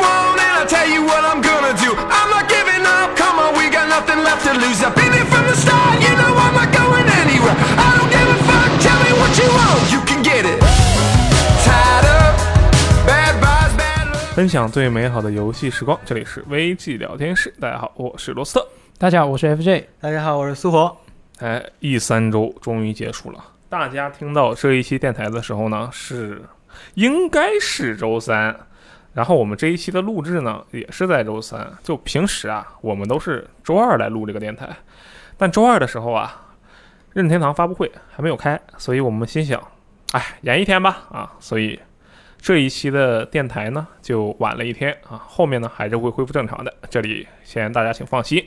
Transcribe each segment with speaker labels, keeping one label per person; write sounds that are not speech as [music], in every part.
Speaker 1: I'll tell you what I'm gonna do. I'm not giving up, come on, we got nothing left to lose. I've been there from the start, you know I'm not going anywhere. I don't give a fuck, tell me what you want, you can get it. Tied up, bad vibes, bad luck.
Speaker 2: 分享最美好的游戏时光，这里是微记聊天室。大家好，我是罗斯特。
Speaker 3: 大家好，我是 FJ。
Speaker 4: 大家好，我是苏活。
Speaker 2: 哎，E 三周终于结束了。大家听到这一期电台的时候呢，是应该是周三。然后我们这一期的录制呢，也是在周三。就平时啊，我们都是周二来录这个电台，但周二的时候啊，任天堂发布会还没有开，所以我们心想，哎，延一天吧啊。所以这一期的电台呢，就晚了一天啊。后面呢，还是会恢复正常的，这里先大家请放心。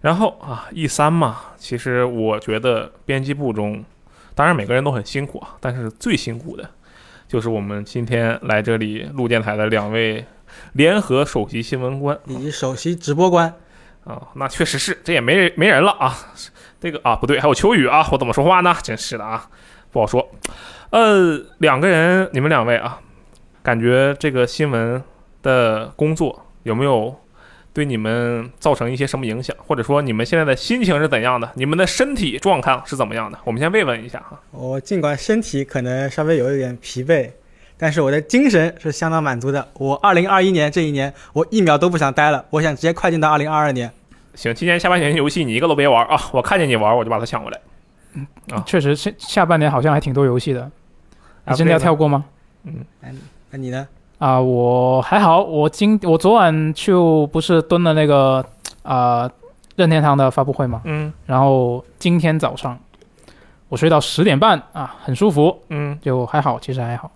Speaker 2: 然后啊，E 三嘛，其实我觉得编辑部中，当然每个人都很辛苦啊，但是最辛苦的，就是我们今天来这里录电台的两位联合首席新闻官
Speaker 4: 以及首席直播官，
Speaker 2: 啊，那确实是，这也没没人了啊。这个啊，不对，还有秋雨啊，我怎么说话呢？真是的啊，不好说。呃，两个人，你们两位啊，感觉这个新闻的工作有没有对你们造成一些什么影响？或者说你们现在的心情是怎样的？你们的身体状况是怎么样的？我们先慰问一下哈。
Speaker 4: 我尽管身体可能稍微有一点疲惫，但是我的精神是相当满足的。我二零二一年这一年，我一秒都不想待了，我想直接快进到二零二二年。
Speaker 2: 行，今年下半年游戏你一个都别玩啊！我看见你玩，我就把它抢过来。
Speaker 3: 确实，下下半年好像还挺多游戏的。
Speaker 2: 啊
Speaker 3: 你真的
Speaker 2: 那
Speaker 3: 要
Speaker 2: 个
Speaker 3: 跳过吗？
Speaker 4: 那你呢？
Speaker 3: 啊、我还好，我今我昨晚就不是蹲了那个啊、任天堂的发布会嘛，
Speaker 2: 嗯
Speaker 3: 然后今天早上我睡到十点半啊，很舒服，
Speaker 2: 嗯，
Speaker 3: 就还好，其实还好。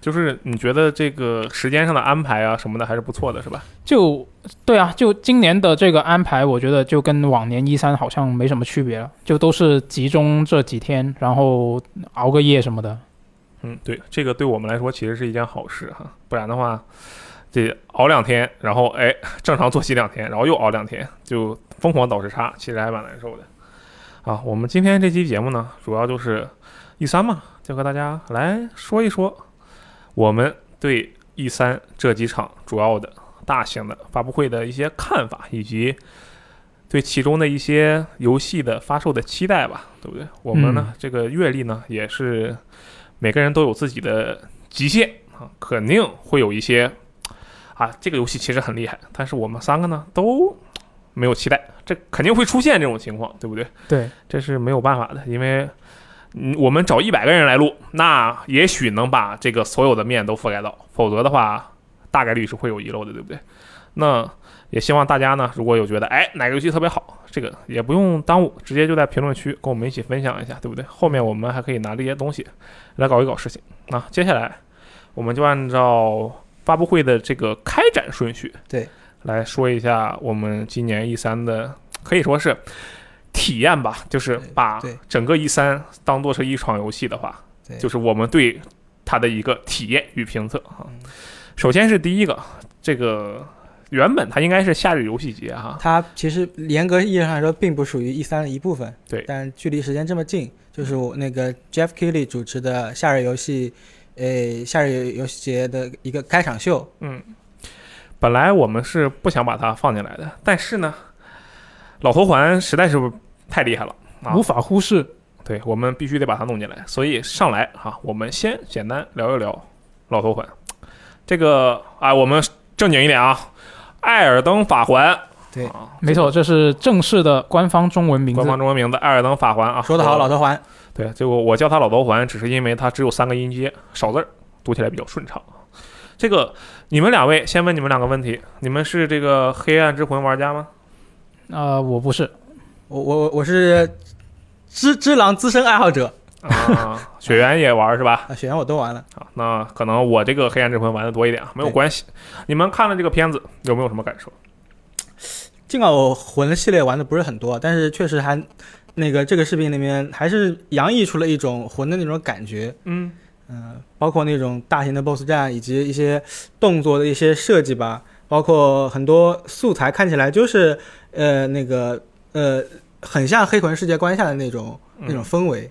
Speaker 2: 就是你觉得这个时间上的安排啊什么的还是不错的，是吧？
Speaker 3: 就对啊，就今年的这个安排，我觉得就跟往年一三好像没什么区别了，就都是集中这几天，然后熬个夜什么的。
Speaker 2: 嗯，对，这个对我们来说其实是一件好事哈，不然的话，这熬两天，然后哎正常作息两天，然后又熬两天，就疯狂倒时差，其实还蛮难受的。啊，我们今天这期节目呢，主要就是一三嘛，就和大家来说一说我们对一三这几场主要的大型的发布会的一些看法，以及对其中的一些游戏的发售的期待吧，对不对？我们呢，这个阅历呢，也是每个人都有自己的极限啊，肯定会有一些啊，这个游戏其实很厉害，但是我们三个呢都没有期待，这肯定会出现这种情况，对不对？
Speaker 3: 对，
Speaker 2: 这是没有办法的，因为嗯，我们找一百个人来录，那也许能把这个所有的面都覆盖到，否则的话，大概率是会有遗漏的，对不对？那也希望大家呢，如果有觉得哎哪个游戏特别好，这个也不用耽误，直接就在评论区跟我们一起分享一下，对不对？后面我们还可以拿这些东西来搞一搞事情。那接下来我们就按照发布会的这个开展顺序，
Speaker 4: 对，
Speaker 2: 来说一下我们今年 E 三的可以说是体验吧，就是把
Speaker 4: 对对
Speaker 2: 整个 E 三当做是一场游戏的话，
Speaker 4: 对，
Speaker 2: 就是我们对它的一个体验与评测啊
Speaker 4: 嗯。
Speaker 2: 首先是第一个，这个原本它应该是夏日游戏节哈、
Speaker 4: 它其实严格意义上来说，并不属于 E 三的一部分。
Speaker 2: 对
Speaker 4: 但距离时间这么近，就是我那个 Jeff Keighley 主持的夏日游戏，呃，夏日游戏节的一个开场秀。
Speaker 2: 本来我们是不想把它放进来的，但是呢，老头环实在是太厉害了啊，
Speaker 3: 无法忽视。
Speaker 2: 对我们必须得把它弄进来。所以上来哈、我们先简单聊一聊老头环。这个啊，我们正经一点啊，《艾尔登法环》
Speaker 4: 对
Speaker 2: 啊，
Speaker 3: 没错，这是正式的官方中文名字
Speaker 2: 官。方中文名字《艾尔登法环》啊，
Speaker 4: 说得好，老头环。
Speaker 2: 对，结果我叫它老头环，只是因为它只有三个音节，少字儿，读起来比较顺畅。这个你们两位先问你们两个问题，你们是这个《黑暗之魂》玩家吗？
Speaker 3: 呃，我不是，
Speaker 4: 我我我是只只狼资深爱好者
Speaker 2: 啊， [laughs] 雪原也玩是吧？
Speaker 4: 啊，雪原我都玩了，
Speaker 2: 啊，那可能我这个黑暗之魂玩的多一点啊，没有
Speaker 4: 对
Speaker 2: 关系。你们看了这个片子有没有什么感受？
Speaker 4: 尽管我魂的系列玩的不是很多，但是确实还那个这个视频里面还是洋溢出了一种魂的那种感觉，
Speaker 2: 嗯
Speaker 4: 嗯、包括那种大型的 BOSS 战以及一些动作的一些设计吧，包括很多素材看起来就是呃那个呃很像黑魂世界观下的那种那种氛围，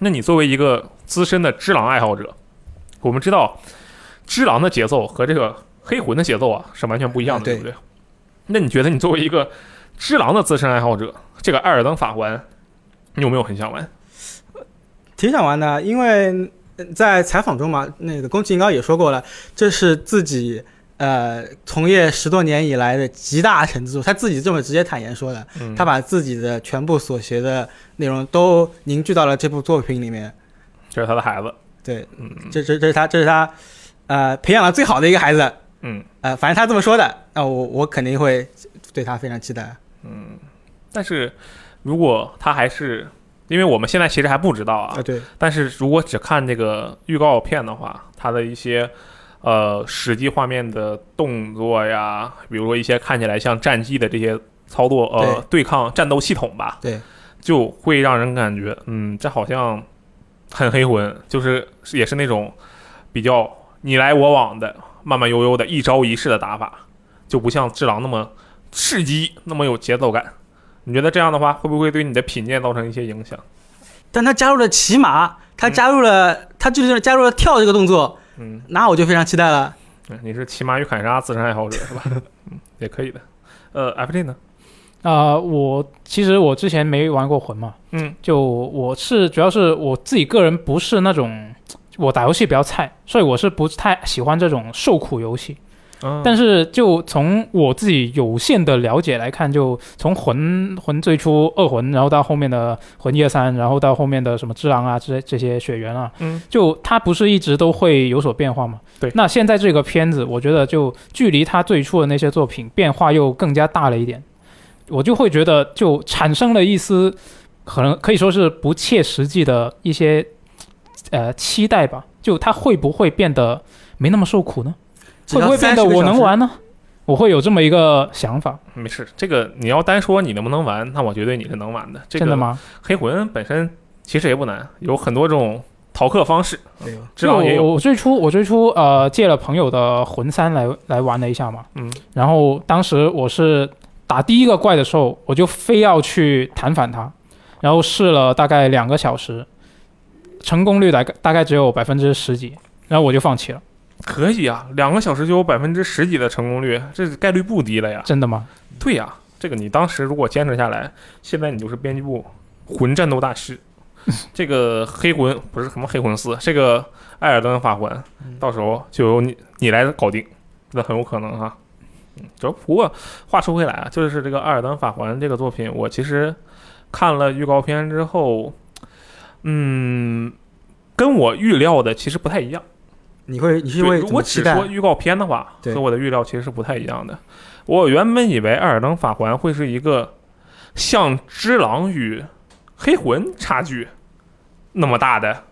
Speaker 2: 那你作为一个资深的只狼爱好者，我们知道只狼的节奏和这个黑魂的节奏啊是完全不一样的，
Speaker 4: 啊
Speaker 2: 对
Speaker 4: 对
Speaker 2: 不对？那你觉得你作为一个只狼的资深爱好者，这个《艾尔登法环》，你有没有很想玩？
Speaker 4: 挺想玩的，因为呃在采访中嘛，那个宫崎英高也说过了，这是自己呃从业十多年以来的集大成之作，他自己这么直接坦言说的，
Speaker 2: 嗯
Speaker 4: 他把自己的全部所学的内容都凝聚到了这部作品里面。
Speaker 2: 这是他的孩子，
Speaker 4: 对，
Speaker 2: 嗯
Speaker 4: 这这这是他这是他呃培养了最好的一个孩子，
Speaker 2: 嗯
Speaker 4: 呃，反正他这么说的，那、我我肯定会对他非常期待。
Speaker 2: 嗯。但是如果他还是，因为我们现在其实还不知道啊，
Speaker 4: 啊，对，
Speaker 2: 但是如果只看这个预告片的话，它的一些呃实际画面的动作呀，比如说一些看起来像战绩的这些操作，呃，对抗战斗系统吧，
Speaker 4: 对，
Speaker 2: 就会让人感觉，嗯，这好像很黑魂，就是也是那种比较你来我往的、慢慢悠悠的、一招一式的打法，就不像智狼那么刺激，那么有节奏感。你觉得这样的话，会不会对你的品鉴造成一些影响？
Speaker 4: 但他加入了骑马，他加入了、他就是加入了跳这个动作，
Speaker 2: 嗯。
Speaker 4: 那我就非常期待了。
Speaker 2: 嗯你是骑马与砍杀资深爱好者是吧？嗯，也可以的。呃，FJ 呢？
Speaker 3: 啊、我其实我之前没玩过魂嘛，
Speaker 2: 嗯，
Speaker 3: 就我是主要是我自己个人不是那种我打游戏比较菜，所以我是不太喜欢这种受苦游戏。但
Speaker 2: 是
Speaker 3: 是就从我自己有限的了解来看，就从魂魂最初二魂，然后到后面的魂一二三，然后到后面的什么之狼啊，这这些血缘啊，
Speaker 2: 嗯，
Speaker 3: 就它不是一直都会有所变化吗？
Speaker 2: 对
Speaker 3: 那现在这个片子，我觉得就距离它最初的那些作品变化又更加大了一点，我就会觉得就产生了一丝可能可以说是不切实际的一些呃期待吧，就它会不会变得没那么受苦呢？
Speaker 4: 只
Speaker 3: 会
Speaker 4: 要
Speaker 3: 不会变得
Speaker 4: 30个
Speaker 3: 我
Speaker 4: 小时
Speaker 3: 能？玩呢？我会有这么一个想法，
Speaker 2: 嗯没事，这个你要单说你能不能玩，那我绝对你是能玩的。这
Speaker 3: 真的
Speaker 2: 个
Speaker 3: 吗？
Speaker 2: 黑魂本身其实也不难，有很多种逃课方式，
Speaker 4: 对
Speaker 2: 知道也
Speaker 3: 就
Speaker 2: 有。
Speaker 3: 我我最初我最初呃借了朋友的魂三来来玩了一下嘛，
Speaker 2: 嗯
Speaker 3: 然后当时我是打第一个怪的时候，我就非要去弹反它，然后试了大概两个小时，成功率大概大概只有百分之十几，然后我就放弃了。
Speaker 2: 可以啊，两个小时就有百分之十几的成功率，这概率不低了呀。
Speaker 3: 真的吗？
Speaker 2: 对呀、这个你当时如果坚持下来，现在你就是编辑部魂战斗大师。这个黑魂不是什么黑魂四，这个艾尔登法环，到时候就由你你来搞定，那很有可能哈。嗯，主要不过话说回来啊，就是这个《艾尔登法环》这个作品，我其实看了预告片之后，嗯，跟我预料的其实不太一样。
Speaker 4: 你会你是因
Speaker 2: 对，
Speaker 4: 为
Speaker 2: 如
Speaker 4: 怎
Speaker 2: 果
Speaker 4: 么
Speaker 2: 只
Speaker 4: 期
Speaker 2: 说
Speaker 4: 待？
Speaker 2: 预告片的话，
Speaker 4: 对
Speaker 2: 和我的预料其实是不太一样的。我原本以为《艾尔登法环》会是一个像《只狼》与《黑魂》差距那么大的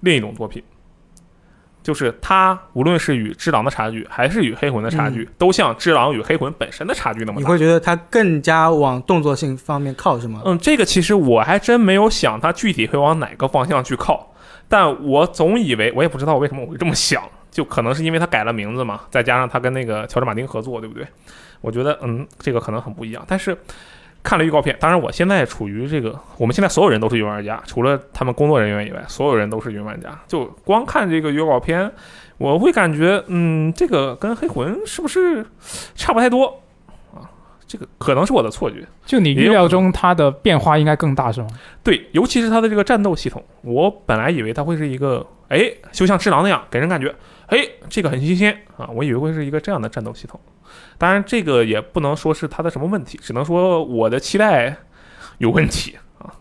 Speaker 2: 另一种作品，就是它无论是与《只狼》的差距，还是与《黑魂》的差
Speaker 4: 嗯
Speaker 2: 距，都像《只狼》与《黑魂》本身的差距那么
Speaker 4: 你
Speaker 2: 大。
Speaker 4: 会觉得它更加往动作性方面靠是吗？
Speaker 2: 嗯，这个其实我还真没有想它具体会往哪个方向去靠，但我总以为，我也不知道为什么我会这么想，就可能是因为它改了名字嘛，再加上它跟那个乔治马丁合作，对不对？我觉得，嗯，这个可能很不一样。但是看了预告片，当然我现在处于这个，我们现在所有人都是云玩家，除了他们工作人员以外，所有人都是云玩家。就光看这个预告片，我会感觉，嗯，这个跟黑魂是不是差不太多啊？这个可能是我的错觉。
Speaker 3: 就你
Speaker 2: 也
Speaker 3: 预
Speaker 2: 有
Speaker 3: 料中它的变化应该更大是吗？
Speaker 2: 对，尤其是它的这个战斗系统，我本来以为它会是一个，哎，就像智狼那样，给人感觉，哎，这个很新鲜啊，我以为会是一个这样的战斗系统。当然，这个也不能说是它的什么问题，只能说我的期待有问题啊。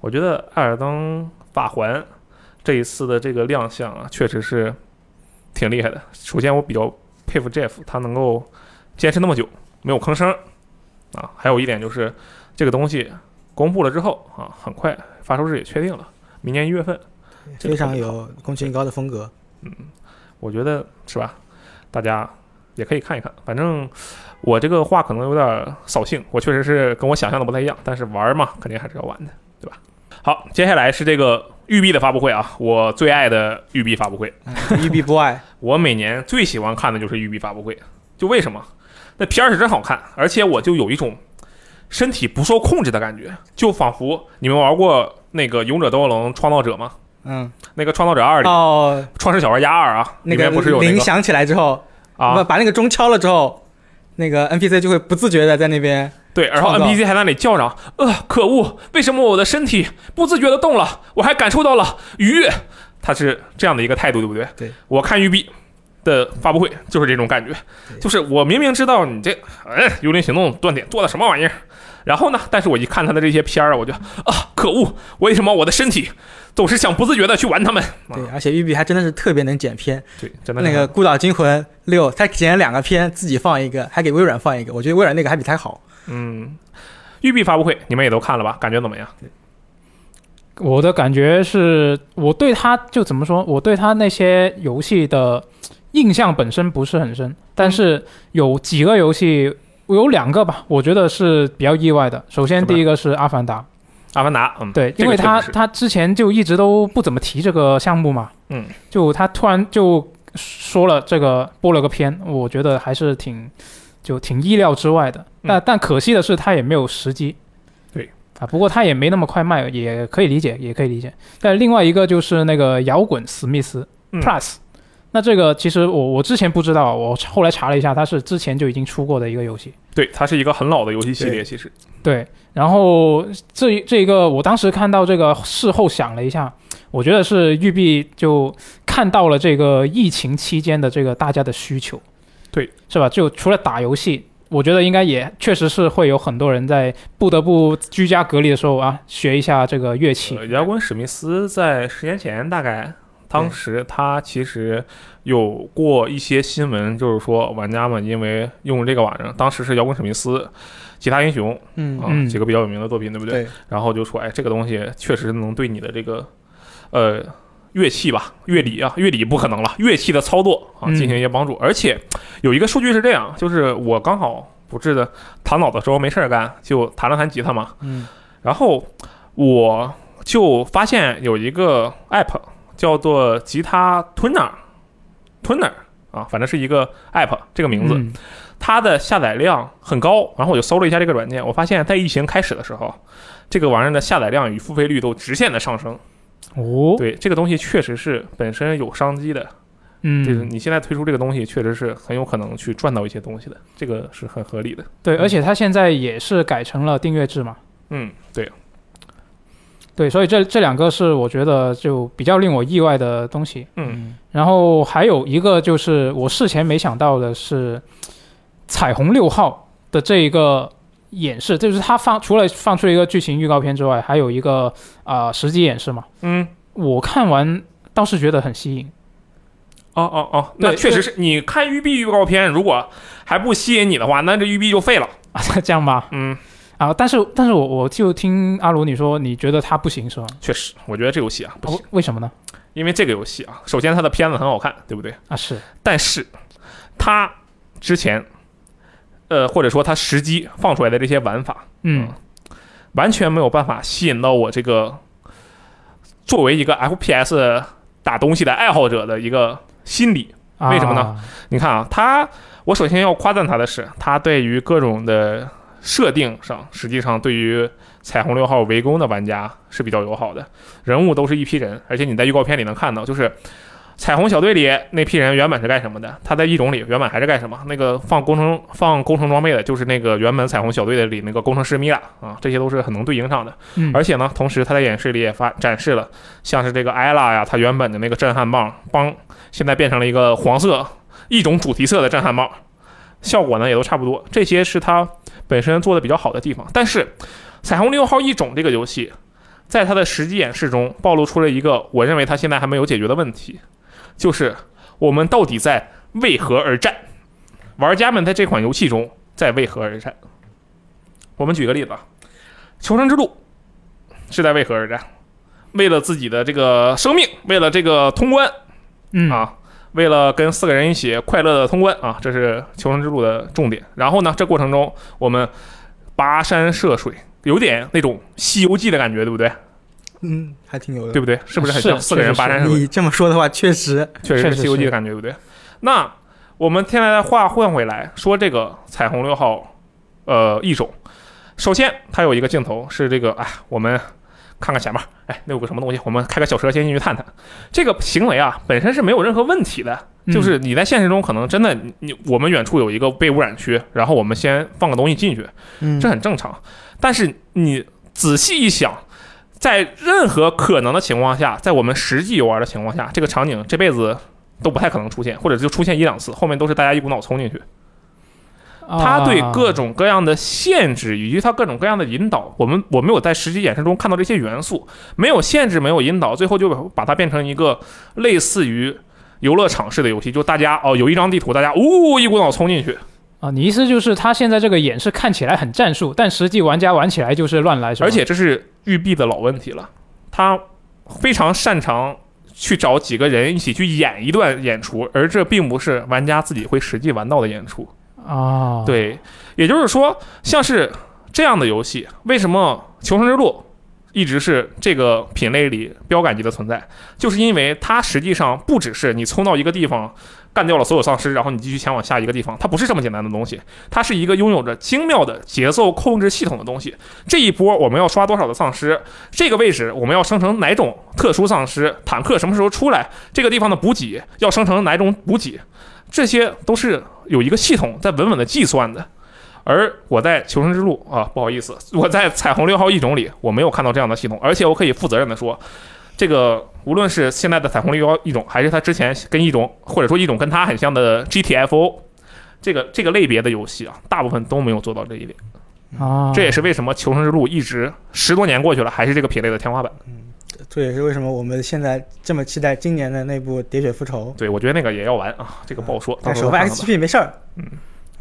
Speaker 2: 我觉得《艾尔登法环》这一次的这个亮相啊，确实是挺厉害的。首先，我比较佩服 Jeff，他能够坚持那么久，没有吭声啊。还有一点就是，这个东西公布了之后啊，很快发售日也确定了，明年一月份。嗯这个
Speaker 4: 非常
Speaker 2: 特别好
Speaker 4: 有宫崎英高的风格。
Speaker 2: 我觉得是吧？大家也可以看一看。反正我这个话可能有点扫兴，我确实是跟我想象的不太一样，但是玩嘛，肯定还是要玩的，对吧？好，接下来是这个育碧的发布会啊，我最爱的育碧发布会，
Speaker 4: 育碧 boy，
Speaker 2: [laughs] 我每年最喜欢看的就是育碧发布会，就为什么？那片儿是真好看，而且我就有一种身体不受控制的感觉，就仿佛你们玩过那个《勇者斗恶龙：创造者》吗？
Speaker 4: 嗯，
Speaker 2: 那个《创造者二》里，
Speaker 4: 哦，
Speaker 2: 创世小说家二》啊，
Speaker 4: 那
Speaker 2: 里面不是有那
Speaker 4: 铃
Speaker 2: 个
Speaker 4: 响起来之后，
Speaker 2: 啊
Speaker 4: 把，把那个钟敲了之后，那个 NPC 就会不自觉的在那边，
Speaker 2: 对，然后
Speaker 4: 创造
Speaker 2: NPC 还在那里叫嚷：“呃，可恶，为什么我的身体不自觉的动了？我还感受到了愉悦。”他是这样的一个态度，对不对？
Speaker 4: 对，
Speaker 2: 我看育碧的发布会就是这种感觉，就是我明明知道你这哎《幽灵行动》断点做的什么玩意儿，然后呢，但是我一看他的这些片儿啊，我就啊，可恶，为什么我的身体总是想不自觉的去玩他们？啊
Speaker 4: 对，而且育碧还真的是特别能剪片，
Speaker 2: 对，真的
Speaker 4: 那个《孤岛惊魂六》，他剪了两个片，自己放一个，还给微软放一个，我觉得微软那个还比他好。
Speaker 2: 嗯，育碧发布会你们也都看了吧？感觉怎么样？
Speaker 3: 我的感觉是我对他就怎么说，我对他那些游戏的印象本身不是很深，但是有几个游戏，有两个吧，我觉得是比较意外的。首
Speaker 2: 是
Speaker 3: 先
Speaker 2: 吧
Speaker 3: 第一个是《阿凡达》，
Speaker 2: 阿凡达，嗯，
Speaker 3: 对，
Speaker 2: 这
Speaker 3: 因
Speaker 2: 个
Speaker 3: 为
Speaker 2: 确
Speaker 3: 他
Speaker 2: 实是
Speaker 3: 他之前就一直都不怎么提这个项目嘛，
Speaker 2: 嗯，
Speaker 3: 就他突然就说了这个播了个片，我觉得还是挺就挺意料之外的。但、但可惜的是，他也没有时机。
Speaker 2: 嗯对
Speaker 3: 啊，不过他也没那么快卖，也可以理解，也可以理解。但另外一个就是那个摇滚史密斯
Speaker 2: 嗯
Speaker 3: Plus，、那这个其实我我之前不知道，我后来查了一下，它是之前就已经出过的一个游戏。
Speaker 2: 对，它是一个很老的游戏系列，
Speaker 4: 对
Speaker 2: 其实，
Speaker 3: 对，然后这一这一个，我当时看到这个，事后想了一下，我觉得是育碧就看到了这个疫情期间的这个大家的需求，
Speaker 2: 对，
Speaker 3: 是吧？就除了打游戏，我觉得应该也确实是会有很多人在不得不居家隔离的时候啊，学一下这个乐器
Speaker 2: 呃，摇滚史密斯在十年前大概，当时他其实有过一些新闻，就是说玩家们因为用这个玩意儿，当时是摇滚史密斯、吉他英雄
Speaker 4: 嗯
Speaker 2: 啊、
Speaker 3: 嗯
Speaker 2: 几个比较有名的作品，对不对？
Speaker 4: 对，
Speaker 2: 然后就说，哎，这个东西确实能对你的这个呃乐器吧、乐理啊、乐理不可能了，乐器的操作啊
Speaker 3: 嗯
Speaker 2: 进行一些帮助。而且有一个数据是这样，就是我刚好不是的躺倒的时候没事儿干，就弹了弹吉他嘛，
Speaker 4: 嗯，
Speaker 2: 然后我就发现有一个 app 叫做吉他 Tuner，Tuner 啊，反正是一个 app，这个名字、
Speaker 3: 嗯
Speaker 2: 它的下载量很高。然后我就搜了一下这个软件，我发现在疫情开始的时候，这个玩意儿的下载量与付费率都直线的上升。
Speaker 3: 哦，
Speaker 2: 对，这个东西确实是本身有商机的，就是
Speaker 3: 嗯，
Speaker 2: 你现在推出这个东西，确实是很有可能去赚到一些东西的，这个是很合理的。
Speaker 3: 对，而且它现在也是改成了订阅制嘛，
Speaker 2: 嗯，对，
Speaker 3: 对，所以这这两个是我觉得就比较令我意外的东西。
Speaker 2: 嗯，
Speaker 3: 然后还有一个就是我事前没想到的是，彩虹六号的这一个演示，就是它放除了放出一个剧情预告片之外，还有一个啊、呃实际演示嘛。
Speaker 2: 嗯。
Speaker 3: 我看完倒是觉得很吸引，
Speaker 2: 哦哦哦，那
Speaker 3: 对
Speaker 2: 确实是你看育碧预告片，如果还不吸引你的话，那这育碧就废了。
Speaker 3: 啊，这样吧，
Speaker 2: 嗯，
Speaker 3: 啊，但是但是我我就听阿鲁你说，你觉得它不行是吧？
Speaker 2: 确实，我觉得这游戏啊不行
Speaker 3: 啊，为什么呢？
Speaker 2: 因为这个游戏啊，首先它的片子很好看，对不对？
Speaker 3: 啊，是，
Speaker 2: 但是它之前，呃，或者说它实际放出来的这些玩法，
Speaker 3: 嗯
Speaker 2: 完全没有办法吸引到我这个作为一个 FPS 打东西的爱好者的一个心理。
Speaker 3: 啊
Speaker 2: 哦为什么呢？你看啊，他，我首先要夸赞他的是，他对于各种的设定上，实际上对于彩虹六号围攻的玩家是比较友好的。人物都是一批人，而且你在预告片里能看到，就是彩虹小队里那批人原本是干什么的，他在一种里原本还是干什么。那个放工程放工程装备的，就是那个原本彩虹小队的里那个工程师米拉啊，这些都是很能对应上的。
Speaker 3: 嗯，
Speaker 2: 而且呢，同时他在演示里也发展示了，像是这个艾拉呀，它原本的那个震撼棒，帮现在变成了一个黄色一种主题色的震撼棒，效果呢也都差不多。这些是它本身做的比较好的地方。但是《彩虹六号一种》这个游戏，在它的实际演示中暴露出了一个我认为它现在还没有解决的问题，就是我们到底在为何而战？玩家们在这款游戏中在为何而战？我们举个例子啊，《求生之路》是在为何而战？为了自己的这个生命，为了这个通关
Speaker 3: 嗯
Speaker 2: 啊，为了跟四个人一起快乐的通关啊，这是求生之路的重点。然后呢，这过程中我们跋山涉水，有点那种《西游记》的感觉，对不对？
Speaker 4: 嗯，还挺有的。
Speaker 2: 对不对？是不是很
Speaker 3: 是
Speaker 2: 像四个人
Speaker 3: 确实
Speaker 2: 跋山
Speaker 3: 是
Speaker 2: 涉水？
Speaker 4: 你这么说的话，确实，
Speaker 2: 确实
Speaker 3: 确
Speaker 2: 是《
Speaker 3: 实
Speaker 2: 西游记》的
Speaker 3: 是
Speaker 2: 感觉，对不对？那我们现在的话换回来说这个彩虹六号，呃，异种。首先，它有一个镜头是这个，哎，我们看看前面，哎，那有个什么东西，我们开个小车先进去探探。这个行为啊，本身是没有任何问题的，
Speaker 3: 嗯
Speaker 2: 就是你在现实中可能真的你你我们远处有一个被污染区，然后我们先放个东西进去，
Speaker 4: 嗯
Speaker 2: 这很正常。但是你仔细一想，在任何可能的情况下，在我们实际游玩的情况下，这个场景这辈子都不太可能出现，或者就出现一两次，后面都是大家一股脑冲进去。
Speaker 3: 哦
Speaker 2: 他对
Speaker 3: 啊
Speaker 2: 各种各样的限制以及他各种各样的引导，我们我没有在实际演示中看到这些元素，没有限制，没有引导，最后就把它变成一个类似于游乐场式的游戏，就大家哦有一张地图，大家呜、一股脑冲进去，
Speaker 3: 啊，你意思就是他现在这个演示看起来很战术，但实际玩家玩起来就是乱来，是吧？
Speaker 2: 而且这是育碧的老问题了，他非常擅长去找几个人一起去演一段演出，而这并不是玩家自己会实际玩到的演出。
Speaker 3: 啊，，
Speaker 2: 对，也就是说，像是这样的游戏，为什么《求生之路》一直是这个品类里标杆级的存在？就是因为它实际上不只是你冲到一个地方干掉了所有丧尸，然后你继续前往下一个地方，它不是这么简单的东西，它是一个拥有着精妙的节奏控制系统的东西。这一波我们要刷多少的丧尸？这个位置我们要生成哪种特殊丧尸？坦克什么时候出来？这个地方的补给要生成哪种补给？这些都是有一个系统在稳稳的计算的。而我在《求生之路》啊，不好意思，我在《彩虹六号异种》里，我没有看到这样的系统，而且我可以负责任的说，这个无论是现在的《彩虹六号异种》，还是它之前跟异种，或者说异种跟它很像的 GTFO，这个这个类别的游戏啊，大部分都没有做到这一点。
Speaker 3: 啊，
Speaker 2: 这也是为什么《求生之路》一直十多年过去了，还是这个品类的天花板。
Speaker 4: 这也是为什么我们现在这么期待今年的那部《喋血复仇
Speaker 2: 对，我觉得那个也要玩啊，这个不好说，》，到
Speaker 4: 但
Speaker 2: 时
Speaker 4: 首
Speaker 2: 候
Speaker 4: 发
Speaker 2: 看看吧
Speaker 4: XGP 没事儿，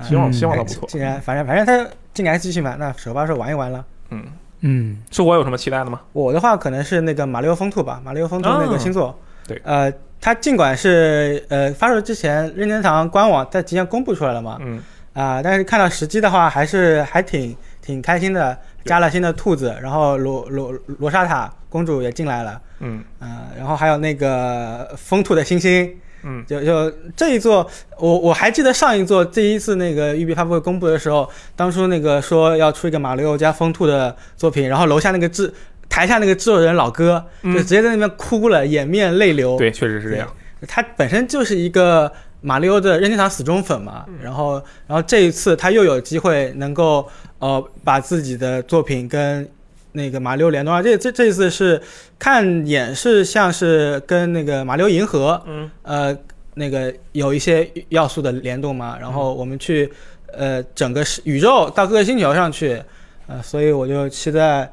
Speaker 2: 希望希望它
Speaker 4: 哎
Speaker 2: 不错。
Speaker 4: 既然反正反正它进 XGP 嘛，那首发时候玩一玩了。
Speaker 2: 嗯，
Speaker 3: 嗯
Speaker 2: 是我有什么期待的吗？
Speaker 4: 我的话可能是那个马里奥风兔吧，马里奥风兔那个星座。
Speaker 2: 哦对
Speaker 4: 呃，它尽管是呃发售之前任天堂官网在提前公布出来了嘛，
Speaker 2: 嗯，
Speaker 4: 啊、但是看到时机的话，还是还挺挺开心的，
Speaker 2: 对
Speaker 4: 加了新的兔子，然后罗罗罗莎塔公主也进来了，
Speaker 2: 嗯
Speaker 4: 啊、然后还有那个风兔的星星，
Speaker 2: 嗯
Speaker 4: 就就这一座，我我还记得上一座第一次那个育碧发布会公布的时候，当初那个说要出一个马里奥加风兔的作品，然后楼下那个制台下那个制作人老哥就
Speaker 2: 嗯
Speaker 4: 直接在那边哭了，掩面泪流。
Speaker 2: 对，确实是这样。
Speaker 4: 他本身就是一个马里奥的任天堂死忠粉嘛，
Speaker 2: 嗯
Speaker 4: 然后然后这一次他又有机会能够呃把自己的作品跟那个马里奥联动啊，这这这一次是看演示像是跟那个马里奥银河
Speaker 2: 嗯
Speaker 4: 呃那个有一些要素的联动嘛，然
Speaker 2: 嗯
Speaker 4: 后我们去呃整个世宇宙到各个星球上去，呃，所以我就期待。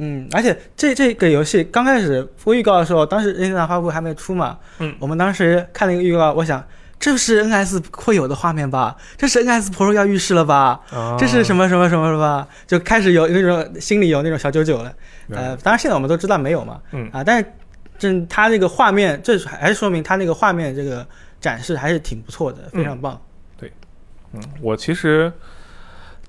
Speaker 4: 嗯，而且这这个游戏刚开始播预告的时候，当时任天堂发布会还没出嘛，
Speaker 2: 嗯
Speaker 4: [laughs] 我们当时看那个预告，我想这是 NS 会有的画面吧？这是 NS Pro 要预示了吧？
Speaker 2: 啊
Speaker 4: 这是什么什么什么了吧？就开始有那种心里有那种小九九了。呃，当然现在我们都知道没有嘛，
Speaker 2: 嗯
Speaker 4: 啊，但是这它那个画面，这还是说明它那个画面这个展示还是挺不错的，非常棒。
Speaker 2: 嗯，我其实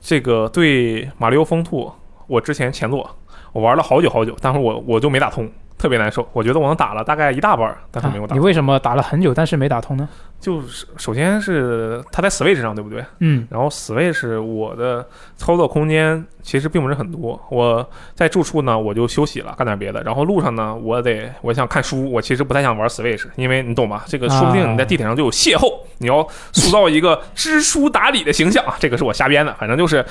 Speaker 2: 这个对《马里奥风兔》，我之前前作我玩了好久好久，但是我我就没打通，特别难受。我觉得我能打了大概一大半儿，但是没有
Speaker 3: 啊
Speaker 2: 打
Speaker 3: 你
Speaker 2: 通。
Speaker 3: 为什么打了很久但是没打通呢？
Speaker 2: 就是首先是它在 Switch 上，对不对？
Speaker 3: 嗯
Speaker 2: 然后 Switch 我的操作空间其实并不是很多。我在住处呢，我就休息了，干点别的。然后路上呢，我得我想看书，我其实不太想玩 Switch，因为你懂吧？这个说不定你在地铁上就有邂逅，你要塑造一个知书达理的形象啊。这个是我瞎编的，反正就是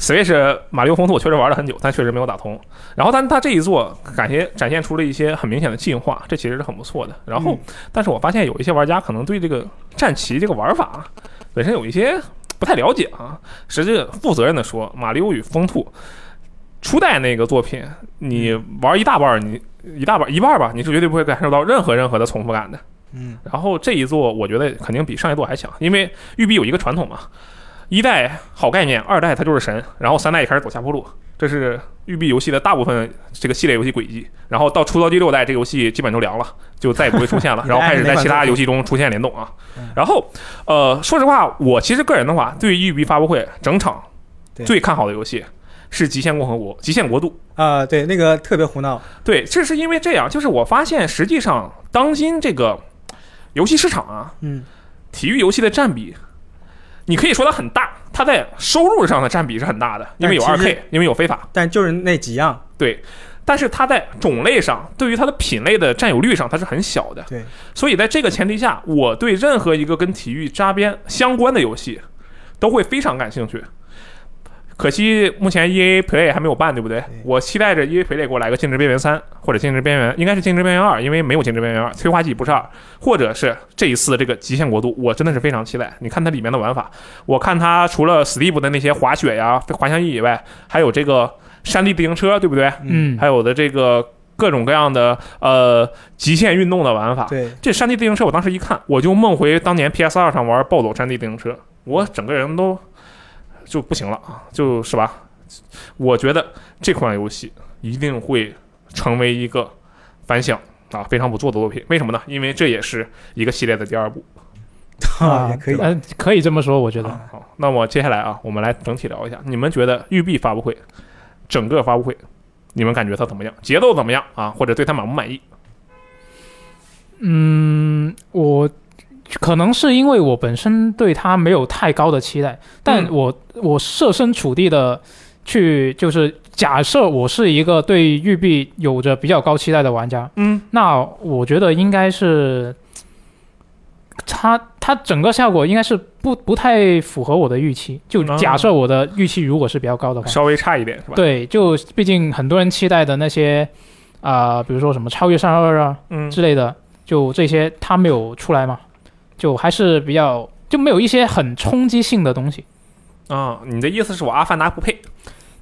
Speaker 2: Switch 马里奥风兔，我确实玩了很久，但确实没有打通。然后，但它这一座感觉展现出了一些很明显的进化，这其实是很不错的。然后，但是我发现有一些玩家可能对这个战棋这个玩法啊本身有一些不太了解啊。实际负责任的说，《马里奥与风兔》初代那个作品，你玩一大半儿，你一大半儿一半儿吧，你是绝对不会感受到任何任何的重复感的。
Speaker 4: 嗯，。
Speaker 2: 然后这一座我觉得肯定比上一座还强，因为育碧有一个传统嘛，一代好概念，二代它就是神，然后三代也开始走下坡路，这是育碧游戏的大部分这个系列游戏轨迹。然后到出到第六代，这个游戏基本就凉了，就再也不会出现了然后开始在其他游戏中出现联动啊。然后呃，说实话，我其实个人的话，对育碧发布会整场
Speaker 4: 对
Speaker 2: 最看好的游戏是《极限共和国》《极限国度》。
Speaker 4: 啊、对，那个特别胡闹，
Speaker 2: 对，这是因为这样，就是我发现实际上当今这个游戏市场啊，
Speaker 4: 嗯，
Speaker 2: 体育游戏的占比，你可以说它很大，它在收入上的占比是很大的，因为有
Speaker 4: 但
Speaker 2: 二
Speaker 4: 其实
Speaker 2: K，因为有非法，
Speaker 4: 但就是那几样，
Speaker 2: 对。但是它在种类上，对于它的品类的占有率上，它是很小的。
Speaker 4: 对，
Speaker 2: 所以在这个前提下，我对任何一个跟体育扎边相关的游戏都会非常感兴趣。可惜目前 E A Play 还没有办，对不对？我期待着 E A Play 给我来个《静止边缘三》或者《静止边缘》，应该是《静止边缘二》，因为没有《静止边缘二》，催化剂不是二，或者是这一次的这个《极限国度》，我真的是非常期待。你看它里面的玩法，我看它除了 Steam 的那些滑雪呀、滑翔翼以外，还有这个山地自行车，对不对？
Speaker 3: 嗯，
Speaker 2: 还有的这个各种各样的呃极限运动的玩法。
Speaker 4: 对，
Speaker 2: 这山地自行车，我当时一看，我就梦回当年 PS 二上玩暴走山地自行车，我整个人都就不行了啊，就是吧？我觉得这款游戏一定会成为一个反响啊非常不错的作品，为什么呢？因为这也是一个系列的第二部。
Speaker 4: [laughs] 啊，也可以。
Speaker 3: 嗯、可以这么说，我觉得
Speaker 2: 啊，好，那么接下来啊，我们来整体聊一下，你们觉得育碧发布会整个发布会，你们感觉它怎么样？节奏怎么样啊？或者对它满不满意？
Speaker 3: 嗯，我可能是因为我本身对他没有太高的期待，但
Speaker 2: 嗯
Speaker 3: 我、我设身处地的去，就是假设我是一个对育碧有着比较高期待的玩家，
Speaker 2: 嗯
Speaker 3: 那我觉得应该是它它整个效果应该是不不太符合我的预期。就
Speaker 2: 哦
Speaker 3: 假设我的预期如果是比较高的话，
Speaker 2: 稍微差一点是吧？，
Speaker 3: 对，就毕竟很多人期待的那些啊、比如说什么超越善恶啊，
Speaker 2: 嗯
Speaker 3: 之类的，就这些它没有出来嘛，就还是比较就没有一些很冲击性的东西
Speaker 2: 啊，你的意思是我阿凡达不配？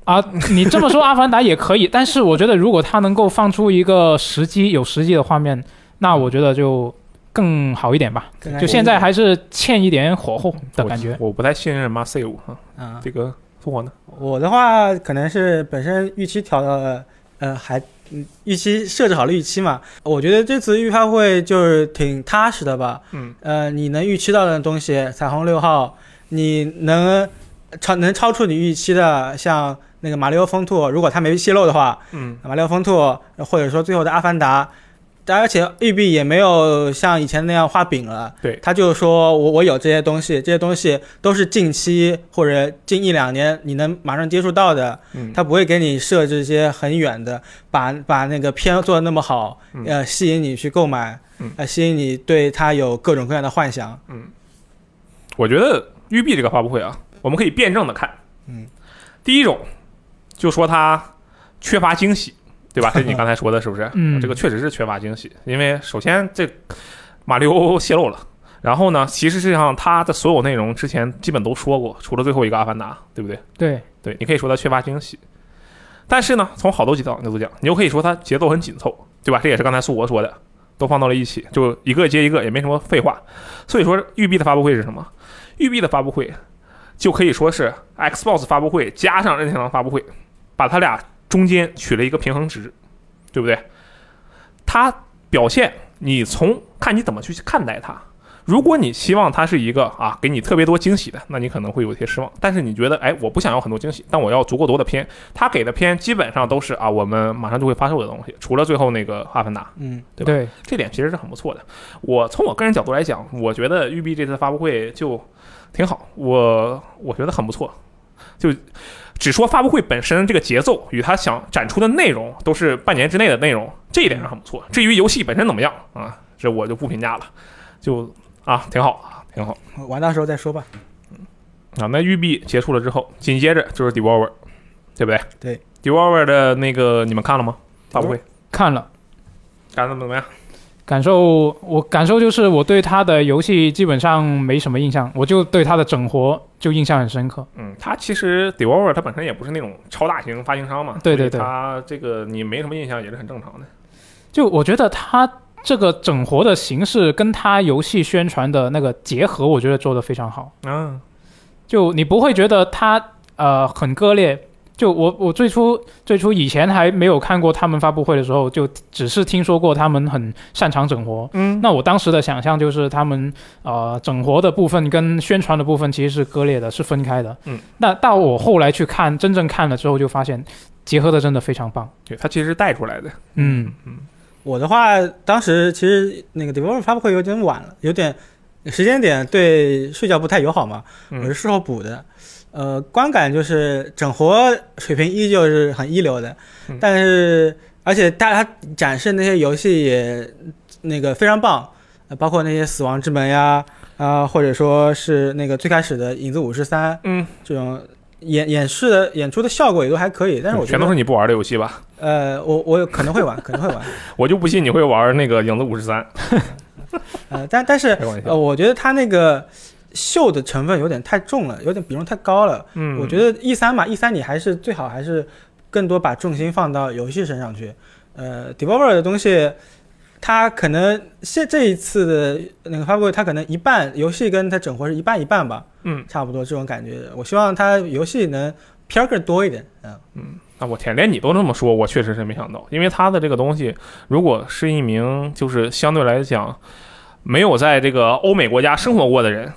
Speaker 3: 啊。你这么说，《 [laughs] 阿凡达》也可以，但是我觉得如果它能够放出一个时机有时机的画面，那我觉得就更好一点吧。
Speaker 4: 更安
Speaker 3: 就
Speaker 4: 全
Speaker 3: 现在还是欠一点火候的感觉。
Speaker 2: 我我不太信任 m a s e o 啊，
Speaker 4: 啊，
Speaker 2: 这个我呢？
Speaker 4: 我的话可能是本身预期调的，呃，还嗯预期设置好了预期嘛。我觉得这次预发布会就是挺踏实的吧。
Speaker 2: 嗯，
Speaker 4: 呃，你能预期到的东西，彩虹六号，你能超能超出你预期的，像那个马里奥风兔，如果它没泄露的话，
Speaker 2: 嗯
Speaker 4: 马里奥风兔，或者说最后的阿凡达。而且育碧也没有像以前那样画饼了，
Speaker 2: 对
Speaker 4: 他就说我我有这些东西，这些东西都是近期或者近一两年你能马上接触到的，
Speaker 2: 嗯，
Speaker 4: 他不会给你设置一些很远的，把把那个片做的那么好，
Speaker 2: 嗯
Speaker 4: 呃，吸引你去购买
Speaker 2: 嗯，
Speaker 4: 呃，吸引你对它有各种各样的幻想。
Speaker 2: 我觉得育碧这个发布会啊，我们可以辩证的看。
Speaker 4: 嗯，
Speaker 2: 第一种就说它缺乏惊喜，对吧？
Speaker 3: [laughs]
Speaker 2: 这是你刚才说的，是不是？
Speaker 3: 嗯
Speaker 2: 这个确实是缺乏惊喜，因为首先这马里奥泄露了。然后呢？其实实际上，它的所有内容之前基本都说过，除了最后一个《阿凡达》，对不对？
Speaker 3: 对，
Speaker 2: 对，你可以说它缺乏惊喜，但是呢，从好多角度讲，你又可以说它节奏很紧凑，对吧？这也是刚才苏博说的，都放到了一起，就一个接一个，也没什么废话。所以说，育碧的发布会是什么？育碧的发布会就可以说是 Xbox 发布会加上任天堂发布会，把它俩中间取了一个平衡值，对不对？它表现，你从看你怎么去看待它。如果你希望它是一个啊给你特别多惊喜的，那你可能会有些失望。但是你觉得，哎，我不想要很多惊喜，但我要足够多的片。它给的片基本上都是啊我们马上就会发售的东西，除了最后那个《阿凡达》，
Speaker 4: 嗯，
Speaker 2: 对吧
Speaker 3: 对，
Speaker 2: 这点其实是很不错的。我从我个人角度来讲，我觉得育碧这次发布会就挺好，我我觉得很不错。就只说发布会本身这个节奏与他想展出的内容都是半年之内的内容，这一点上很不错。至于游戏本身怎么样啊，这我就不评价了，就啊挺好啊挺好
Speaker 4: 玩到时候再说吧。
Speaker 2: 啊。那育碧结束了之后，紧接着就是 Devolver，对不对？
Speaker 4: 对嗯
Speaker 2: ，Devolver 的那个你们看了吗？发布会
Speaker 3: 看了。
Speaker 2: 感觉怎么样？
Speaker 3: 感受我感受就是我对他的游戏基本上没什么印象，我就对他的整活就印象很深刻。
Speaker 2: 嗯，它其实 Devolver 它本身也不是那种超大型发行商嘛，
Speaker 3: 对
Speaker 2: 所以
Speaker 3: 对对
Speaker 2: 它这个你没什么印象也是很正常的。
Speaker 3: 就我觉得他这个整活的形式跟他游戏宣传的那个结合，我觉得做得非常好。
Speaker 2: 嗯
Speaker 3: 就你不会觉得他呃很割裂。就我我最初最初以前还没有看过他们发布会的时候，就只是听说过他们很擅长整活。
Speaker 2: 嗯
Speaker 3: 那我当时的想象就是他们呃整活的部分跟宣传的部分其实是割裂的，是分开的。
Speaker 2: 嗯，
Speaker 3: 那到我后来去看，真正看了之后就发现结合的真的非常棒。
Speaker 2: 对，它其实是带出来的。
Speaker 3: 嗯，
Speaker 4: 我的话，当时其实那个 Devolver 发布会有点晚了，有点时间点对睡觉不太友好嘛，
Speaker 2: 嗯
Speaker 4: 我是事后补的。呃，观感就是整活水平依旧是很一流的
Speaker 2: 嗯，
Speaker 4: 但是而且大家展示那些游戏也那个非常棒，呃包括那些死亡之门呀，啊、或者说是那个最开始的影子武士三
Speaker 2: 嗯，
Speaker 4: 这种演演示的演出的效果也都还可以，但是我觉
Speaker 2: 全都
Speaker 4: 得
Speaker 2: 是你不玩的游戏吧？
Speaker 4: 呃，我我可能会玩，可能会玩，
Speaker 2: 我就不信你会玩那个《影子五十三》，
Speaker 4: 呃，但但是
Speaker 2: 开玩
Speaker 4: 呃，
Speaker 2: 笑。
Speaker 4: 我觉得他那个秀的成分有点太重了，有点比重太高了。
Speaker 2: 嗯，
Speaker 4: 我觉得 E 三嘛，E 三你还是最好还是更多把重心放到游戏身上去。呃，Devolver 的东西，它可能现这一次的那个发布会，它可能一半游戏跟它整活是一半一半吧，
Speaker 2: 嗯
Speaker 4: 差不多这种感觉。我希望它游戏能片儿更多一点。嗯，
Speaker 2: 啊，我天，连你都这么说，我确实是没想到，因为他的这个东西，如果是一名就是相对来讲没有在这个欧美国家生活过的人，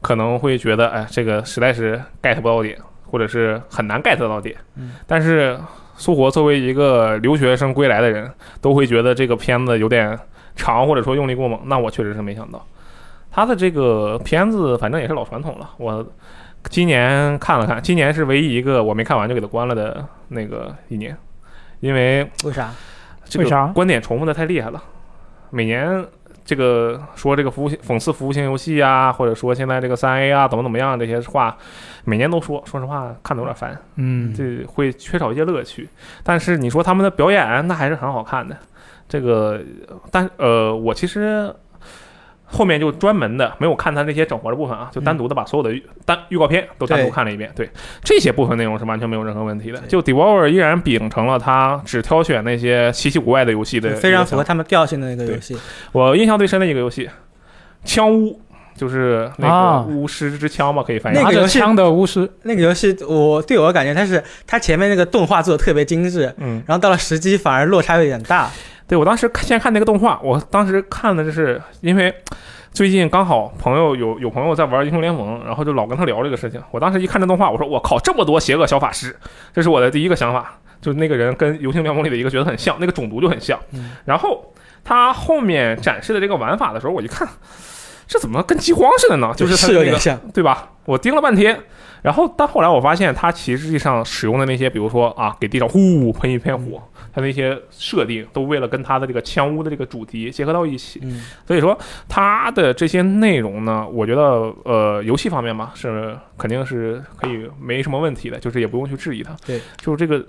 Speaker 2: 可能会觉得，哎，这个实在是 get 不到点，或者是很难 get 到点。
Speaker 4: 嗯
Speaker 2: 但是苏活作为一个留学生归来的人，都会觉得这个片子有点长，或者说用力过猛。那我确实是没想到，他的这个片子反正也是老传统了，我。今年看了看，今年是唯一一个我没看完就给它关了的那个一年，因为
Speaker 4: 为啥？
Speaker 2: 这
Speaker 3: 为啥
Speaker 2: 个观点重复的太厉害了。每年这个说这个服务性讽刺服务性游戏啊，或者说现在这个三 A 啊怎么怎么样这些话，每年都说，说实话看得有点烦，
Speaker 3: 嗯，
Speaker 2: 这会缺少一些乐趣。但是你说他们的表演，那还是很好看的。这个，但呃，我其实后面就专门的没有看他这些整活的部分啊，就单独的把所有的预单预告片都单独
Speaker 4: 嗯对
Speaker 2: 看了一遍。对这些部分内容是完全没有任何问题的。
Speaker 4: 对
Speaker 2: 就 Devolver 依然秉承了他只挑选那些稀奇古怪的游戏的
Speaker 4: 非常
Speaker 2: 一个想
Speaker 4: 符合他们调性的那个
Speaker 2: 对
Speaker 4: 游戏。
Speaker 2: 我印象最深的一个游戏，枪屋，就是那
Speaker 3: 啊
Speaker 2: 个巫师之枪嘛，可以翻译。
Speaker 4: 那
Speaker 3: 拿
Speaker 4: 个游
Speaker 3: 着
Speaker 4: 戏
Speaker 3: 枪的巫师，
Speaker 4: 那个游戏我对我的感觉，它是它前面那个动画做的特别精致，
Speaker 2: 嗯，
Speaker 4: 然后到了时机反而落差有点大。
Speaker 2: 对我当时看先看那个动画，我当时看的就是因为最近刚好朋友有有朋友在玩英雄联盟，然后就老跟他聊这个事情。我当时一看这动画，我说我靠，这么多邪恶小法师，这是我的第一个想法。就那个人跟《游戏联盟》里的一个角色很像，那个种族就很像。
Speaker 4: 嗯
Speaker 2: 然后他后面展示的这个玩法的时候，我一看，这怎么跟饥荒似的呢？就是他
Speaker 4: 是有
Speaker 2: 那个
Speaker 4: 点像，
Speaker 2: 对吧？我盯了半天，然后但后来我发现，它其实际上使用的那些，比如说啊，给地上呼喷一片火，它那些设定都为了跟它的这个枪屋的这个主题结合到一起。
Speaker 4: 嗯，
Speaker 2: 所以说，它的这些内容呢，我觉得呃，游戏方面嘛，是肯定是可以没什么问题的，就是也不用去质疑它。
Speaker 4: 对，
Speaker 2: 就是这个。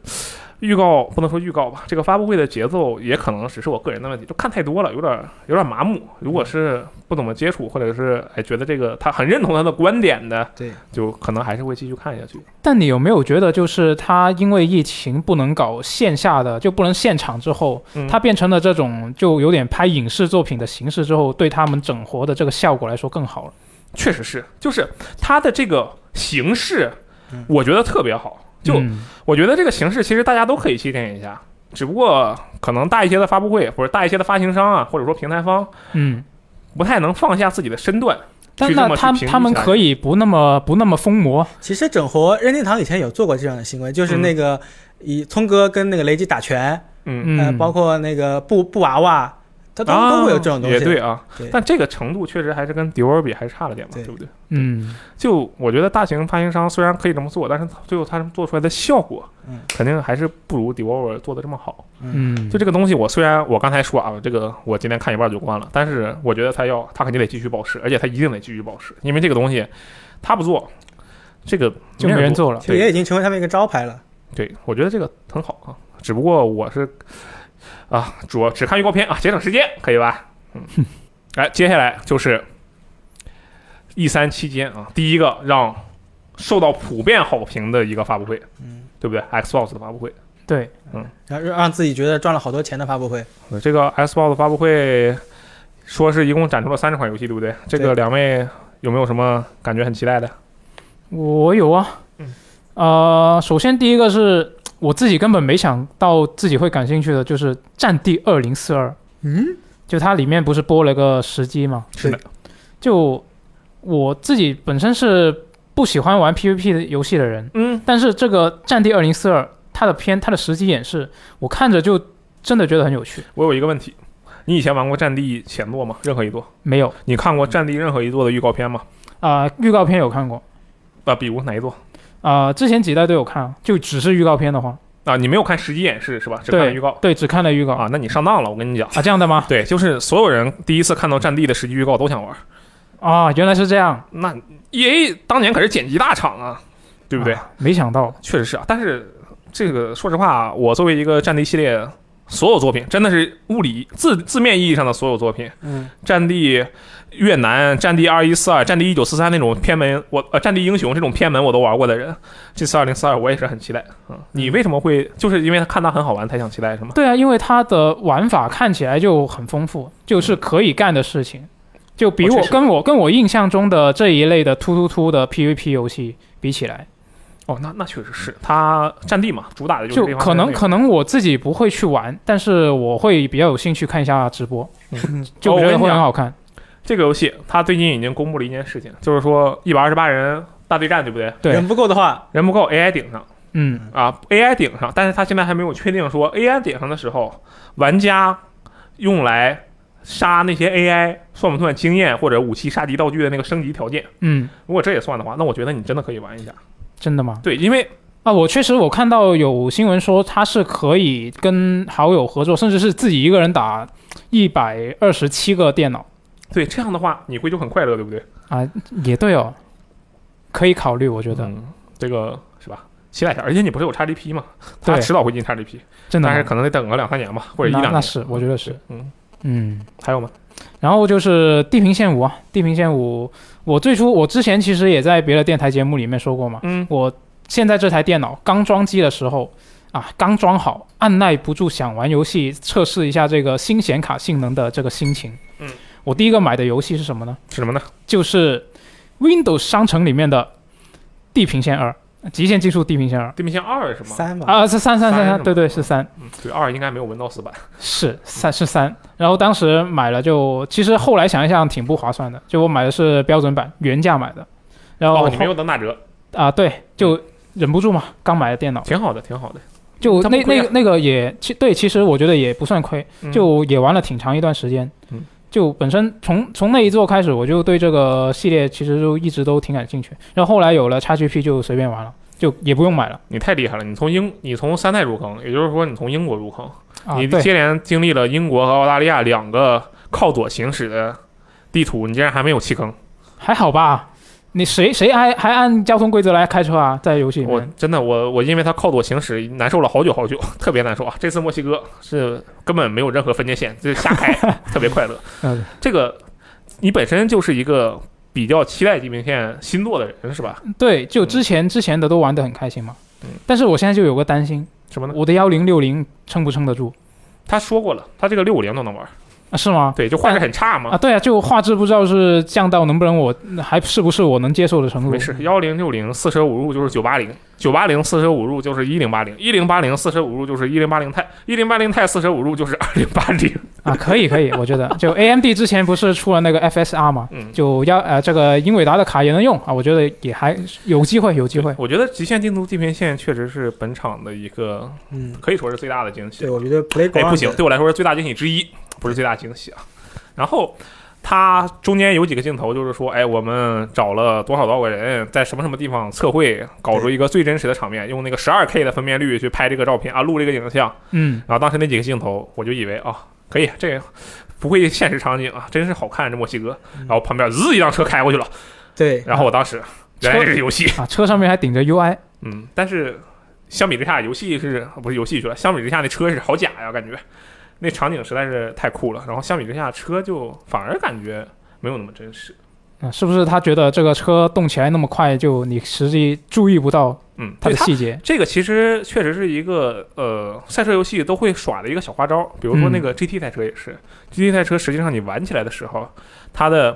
Speaker 2: 预告不能说预告吧，这个发布会的节奏也可能只是我个人的问题，就看太多了，有点有点麻木。如果是不怎么接触，或者是哎觉得这个他很认同他的观点的，
Speaker 4: 对，
Speaker 2: 就可能还是会继续看下去。
Speaker 3: 但你有没有觉得，就是他因为疫情不能搞线下的，就不能现场之后，
Speaker 2: 嗯
Speaker 3: 他变成了这种就有点拍影视作品的形式之后，对他们整活的这个效果来说更好了？
Speaker 2: 确实是，就是它的这个形式
Speaker 4: 嗯，
Speaker 2: 我觉得特别好。就、
Speaker 3: 嗯
Speaker 2: 我觉得这个形式其实大家都可以借鉴一下，只不过可能大一些的发布会或者大一些的发行商啊，或者说平台方
Speaker 3: 嗯，
Speaker 2: 不太能放下自己的身段。
Speaker 3: 但
Speaker 2: 去这
Speaker 3: 那
Speaker 2: 么去
Speaker 3: 他
Speaker 2: 评
Speaker 3: 他
Speaker 2: 一
Speaker 3: 们
Speaker 2: 下
Speaker 3: 可以不那么不那么疯魔，
Speaker 4: 其实整活任天堂以前有做过这样的行为，就是那个以聪哥跟那个雷吉打拳，
Speaker 2: 嗯，
Speaker 4: 呃，
Speaker 3: 嗯，
Speaker 4: 包括那个布布娃娃，它都、
Speaker 2: 啊
Speaker 4: 都会有这种东西。
Speaker 2: 也对啊
Speaker 4: 对
Speaker 2: 但这个程度确实还是跟迪尔比还是差了点嘛，
Speaker 4: 对
Speaker 2: 对不对？
Speaker 3: 嗯
Speaker 2: 就我觉得大型发行商虽然可以这么做，但是最后他们做出来的效果
Speaker 4: 嗯，
Speaker 2: 肯定还是不如 Devolver 做的这么好。
Speaker 3: 嗯，
Speaker 2: 就这个东西，我虽然我刚才说啊，这个我今天看一半就关了，但是我觉得他要，他肯定得继续保持，而且他一定得继续保持，因为这个东西他不做，这个
Speaker 3: 就没人
Speaker 2: 做。
Speaker 3: 做了。
Speaker 4: 其实也已经成为他们一个招牌了。
Speaker 2: 对，我觉得这个很好啊，只不过我是啊，主要只看预告片啊，节省时间，可以吧？嗯，来，接下来就是 E 三期间啊，第一个让受到普遍好评的一个发布会，
Speaker 4: 嗯，
Speaker 2: 对不对？Xbox 的发布会，
Speaker 3: 对，
Speaker 4: 然后让自己觉得赚了好多钱的发布会，
Speaker 2: 呃这个 Xbox 发布会说是一共展出了三十款游戏，对不对？这个
Speaker 4: 对
Speaker 2: 两位有没有什么感觉很期待的？
Speaker 3: 我有啊，
Speaker 2: 嗯
Speaker 3: 呃，首先第一个是我自己根本没想到自己会感兴趣的，就是《战地二零四二》。
Speaker 4: 嗯，
Speaker 3: 就它里面不是播了个时机嘛？
Speaker 2: 是的，
Speaker 3: 就我自己本身是不喜欢玩 PVP 的游戏的人，
Speaker 2: 嗯，
Speaker 3: 但是这个《战地二零四二》它的片、它的实际演示，我看着就真的觉得很有趣。
Speaker 2: 我有一个问题，你以前玩过《战地》前作吗？任何一座？
Speaker 3: 没有
Speaker 2: 你看过《战地》任何一座的预告片吗？
Speaker 3: 啊、预告片有看过呃
Speaker 2: 啊，比如哪一座？
Speaker 3: 啊、之前几代都有看，就只是预告片的话，
Speaker 2: 啊，你没有看实际演示是吧？只看了
Speaker 3: 对
Speaker 2: 预告
Speaker 3: 对，只看了预告
Speaker 2: 啊，那你上当了，我跟你讲。
Speaker 3: 啊这样的吗？
Speaker 2: 对，就是所有人第一次看到《战地》的实际预告都想玩，
Speaker 3: 啊，原来是这样，
Speaker 2: 那 E A 当年可是剪辑大厂啊，对不对？
Speaker 3: 啊没想到
Speaker 2: 确实是啊，但是这个说实话，我作为一个《战地》系列所有作品，真的是物理字字面意义上的所有作品，
Speaker 4: 嗯，
Speaker 2: 《战地越南》《战地二一四二》《战地一九四三》那种偏门，我呃《战地英雄》这种偏门我都玩过的人，这次二零四二我也是很期待。嗯，你为什么会就是因为他看他很好玩才想期待是吗？
Speaker 3: 对啊，因为它的玩法看起来就很丰富，就是可以干的事情，就比
Speaker 2: 嗯哦
Speaker 3: 我
Speaker 2: 确实
Speaker 3: 跟我跟我印象中的这一类的突突突的 PVP 游戏比起来，
Speaker 2: 哦，那那确实是他《战地》嘛，主打的就是
Speaker 3: 就
Speaker 2: 这方面
Speaker 3: 可
Speaker 2: 的
Speaker 3: 能
Speaker 2: 内容
Speaker 3: 可能我自己不会去玩，但是我会比较有兴趣看一下直播，
Speaker 4: 嗯
Speaker 3: [laughs] 就
Speaker 2: 哦
Speaker 3: 我觉
Speaker 2: 我跟
Speaker 3: 得
Speaker 2: 你
Speaker 3: 会很
Speaker 2: 讲
Speaker 3: 好看。
Speaker 2: 这个游戏它最近已经公布了一件事情，就是说一百二十八人大对战，对不对？
Speaker 3: 对
Speaker 4: 人不够的话，
Speaker 2: 人不够 AI 顶上
Speaker 3: 嗯，
Speaker 2: 啊，AI 顶上，但是它现在还没有确定说 AI 顶上的时候，玩家用来杀那些 AI 算不算经验或者武器杀敌道具的那个升级条件？
Speaker 3: 嗯，
Speaker 2: 如果这也算的话，那我觉得你真的可以玩一下。
Speaker 3: 真的吗？
Speaker 2: 对，因为
Speaker 3: 啊，我确实我看到有新闻说他是可以跟好友合作，甚至是自己一个人打一百二十七个电脑
Speaker 2: 对这样的话，你会就很快乐，对不对？
Speaker 3: 啊，也对哦，可以考虑，我觉得、
Speaker 2: 嗯，这个是吧？期待一下，而且你不是有 XGP 吗？它
Speaker 3: 对
Speaker 2: 迟早会进 XGP，
Speaker 3: 真的吗，
Speaker 2: 但是可能得等个两三年吧，或者一两
Speaker 3: 那
Speaker 2: 年。
Speaker 3: 那是，我觉得是，
Speaker 2: 嗯，
Speaker 3: 嗯。
Speaker 2: 还有吗？
Speaker 3: 然后就是《地平线五》啊，《地平线五》，我最初我之前其实也在别的电台节目里面说过嘛，
Speaker 2: 嗯，
Speaker 3: 我现在这台电脑刚装机的时候啊，刚装好，按耐不住想玩游戏，测试一下这个新显卡性能的这个心情。
Speaker 2: 嗯，
Speaker 3: 我第一个买的游戏是什么呢？
Speaker 2: 是什么呢？
Speaker 3: 就是《Windows 商城》里面的《地平线二》《极限技术：地平线二》
Speaker 2: 地平线二是吗？
Speaker 4: 三吧，
Speaker 3: 啊，是三
Speaker 2: 三
Speaker 3: 三三
Speaker 2: 是吗
Speaker 3: 三，对对是三，
Speaker 2: 嗯，对，二应该没有 Windows 版。
Speaker 3: 是三是三。然后当时买了就，其实后来想一想挺不划算的，就我买的是标准版，原价买的。然后
Speaker 2: 哦，
Speaker 3: 后
Speaker 2: 你没有等打折，
Speaker 3: 啊，对，就忍不住嘛，刚买的电脑。
Speaker 2: 挺好的，挺好的。
Speaker 3: 就
Speaker 2: 它不
Speaker 3: 那
Speaker 2: 亏啊
Speaker 3: 那个那个也，其对，其实我觉得也不算亏，
Speaker 2: 嗯
Speaker 3: 就也玩了挺长一段时间。
Speaker 2: 嗯
Speaker 3: 就本身从从那一座开始，我就对这个系列其实就一直都挺感兴趣。然后后来有了 XGP 就随便玩了，就也不用买了。
Speaker 2: 你太厉害了，你从英，你从三代入坑，也就是说你从英国入坑，
Speaker 3: 啊，
Speaker 2: 你
Speaker 3: 对
Speaker 2: 接连经历了英国和澳大利亚两个靠左行驶的地图，你竟然还没有弃坑，
Speaker 3: 还好吧？你谁谁还还按交通规则来开车啊？在游戏里
Speaker 2: 我
Speaker 3: 面，
Speaker 2: 真的我我因为它靠左行驶难受了好久好 [laughs] 久，特别难受啊！这次墨西哥是根本没有任何分界线，就是瞎
Speaker 3: [laughs]
Speaker 2: 开，特别快乐。
Speaker 3: 嗯
Speaker 2: 这个你本身就是一个比较期待《地平线》新作的人是吧？
Speaker 3: 对，就之前之前的都玩得很开心嘛
Speaker 2: 嗯。
Speaker 3: 但是我现在就有个担心，
Speaker 2: 什么呢？
Speaker 3: 我的幺零六零撑不撑得住
Speaker 2: 他说过了，他这个六五零都能玩，
Speaker 3: 啊？是吗？
Speaker 2: 对，就画质很差嘛
Speaker 3: 啊，。对啊，就画质不知道是降到能不能我还是不是我能接受的程度。
Speaker 4: 嗯
Speaker 2: 没事，幺零六零四舍五入就是九八零，九八零四舍五入就是一零八零，一零八零四舍五入就是一零八零钛，一零八零钛四舍五入就是二零八零。
Speaker 3: 啊，可以可以，我觉得 [laughs] 就 AMD 之前不是出了那个 FSR 嘛，
Speaker 2: 嗯，
Speaker 3: 就要呃这个英伟达的卡也能用啊，我觉得也还有机会有机会。
Speaker 2: 我觉得《极限竞速：地平线》确实是本场的一个，
Speaker 4: 嗯，
Speaker 2: 可以说是最大的惊喜
Speaker 4: 对，。我觉得 Playground
Speaker 2: 哎，不行，对我来说是最大惊喜之一，不是最大惊喜啊。然后它中间有几个镜头，就是说，哎，我们找了多少多少个人，在什么什么地方测绘，搞出一个最真实的场面，用那个十二 K 的分辨率去拍这个照片啊，录这个影像。
Speaker 3: 嗯，
Speaker 2: 然后当时那几个镜头，我就以为啊，可以，这个不会现实场景啊，真是好看这墨西哥。
Speaker 3: 嗯
Speaker 2: 然后旁边滋一辆车开过去了，
Speaker 4: 对，
Speaker 2: 然后我当时原来这是游戏，
Speaker 3: 啊，车上面还顶着 UI，
Speaker 2: 嗯，但是相比之下，游戏是不是游戏去了？相比之下，那车是好假呀，感觉那场景实在是太酷了。然后相比之下，车就反而感觉没有那么真实。
Speaker 3: 啊，是不是他觉得这个车动起来那么快，就你实际注意不到
Speaker 2: 嗯，
Speaker 3: 它
Speaker 2: 对
Speaker 3: 的
Speaker 2: 它
Speaker 3: 细节？
Speaker 2: 这个其实确实是一个呃赛车游戏都会耍的一个小花招，比如说
Speaker 4: 嗯
Speaker 2: 那个 GT 赛车也是、g t 赛车实际上你玩起来的时候，它的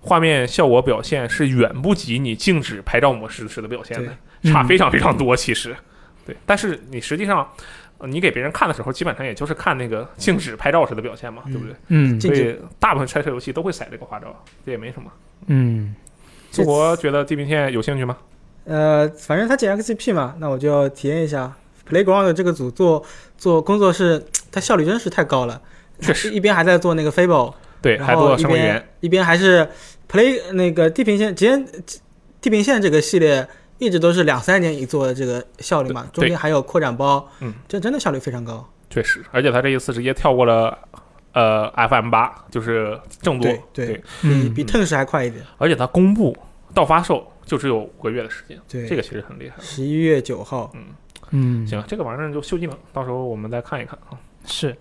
Speaker 2: 画面效果表现是远不及你静止拍照模式时的表现的，
Speaker 3: 对
Speaker 2: 差
Speaker 3: 嗯
Speaker 2: 非常非常多。其
Speaker 4: 嗯
Speaker 2: 实，对，但是你实际上、呃你给别人看的时候，基本上也就是看那个静止拍照时的表现嘛，对不对？
Speaker 3: 嗯
Speaker 4: 这
Speaker 2: 所
Speaker 4: 静止
Speaker 2: 以大部分赛车游戏都会甩这个花招，这也没什么。
Speaker 3: 嗯，
Speaker 2: 苏博觉得《地平线》有兴趣吗？
Speaker 4: 呃，反正它捡 XGP 嘛，那我就要体验一下 Playground 这个组做做工作室，它效率真是太高了。
Speaker 2: 确实
Speaker 4: 啊一边还在做那个 Fable，
Speaker 2: 对，
Speaker 4: 然
Speaker 2: 还
Speaker 4: 后
Speaker 2: 做
Speaker 4: 一
Speaker 2: 生物园
Speaker 4: 边一边还是 Play 那个地平线，极限地平线这个系列一直都是两三年一做的这个效率嘛，中
Speaker 2: 对
Speaker 4: 间还有扩展包，
Speaker 2: 嗯，
Speaker 4: 这真的效率非常高。
Speaker 2: 确实，而且他这一次直接跳过了呃 FM 八，就是正多
Speaker 4: 对对比
Speaker 3: 嗯，
Speaker 4: 比 Ten 时还快一点。
Speaker 2: 而且他公布到发售就只有五个月的时间，
Speaker 4: 对，嗯
Speaker 2: 这个其实很厉害。
Speaker 4: 十一月九号，
Speaker 3: 嗯，
Speaker 2: 行，这个玩意儿就秀技能，到时候我们再看一看啊。
Speaker 3: 是。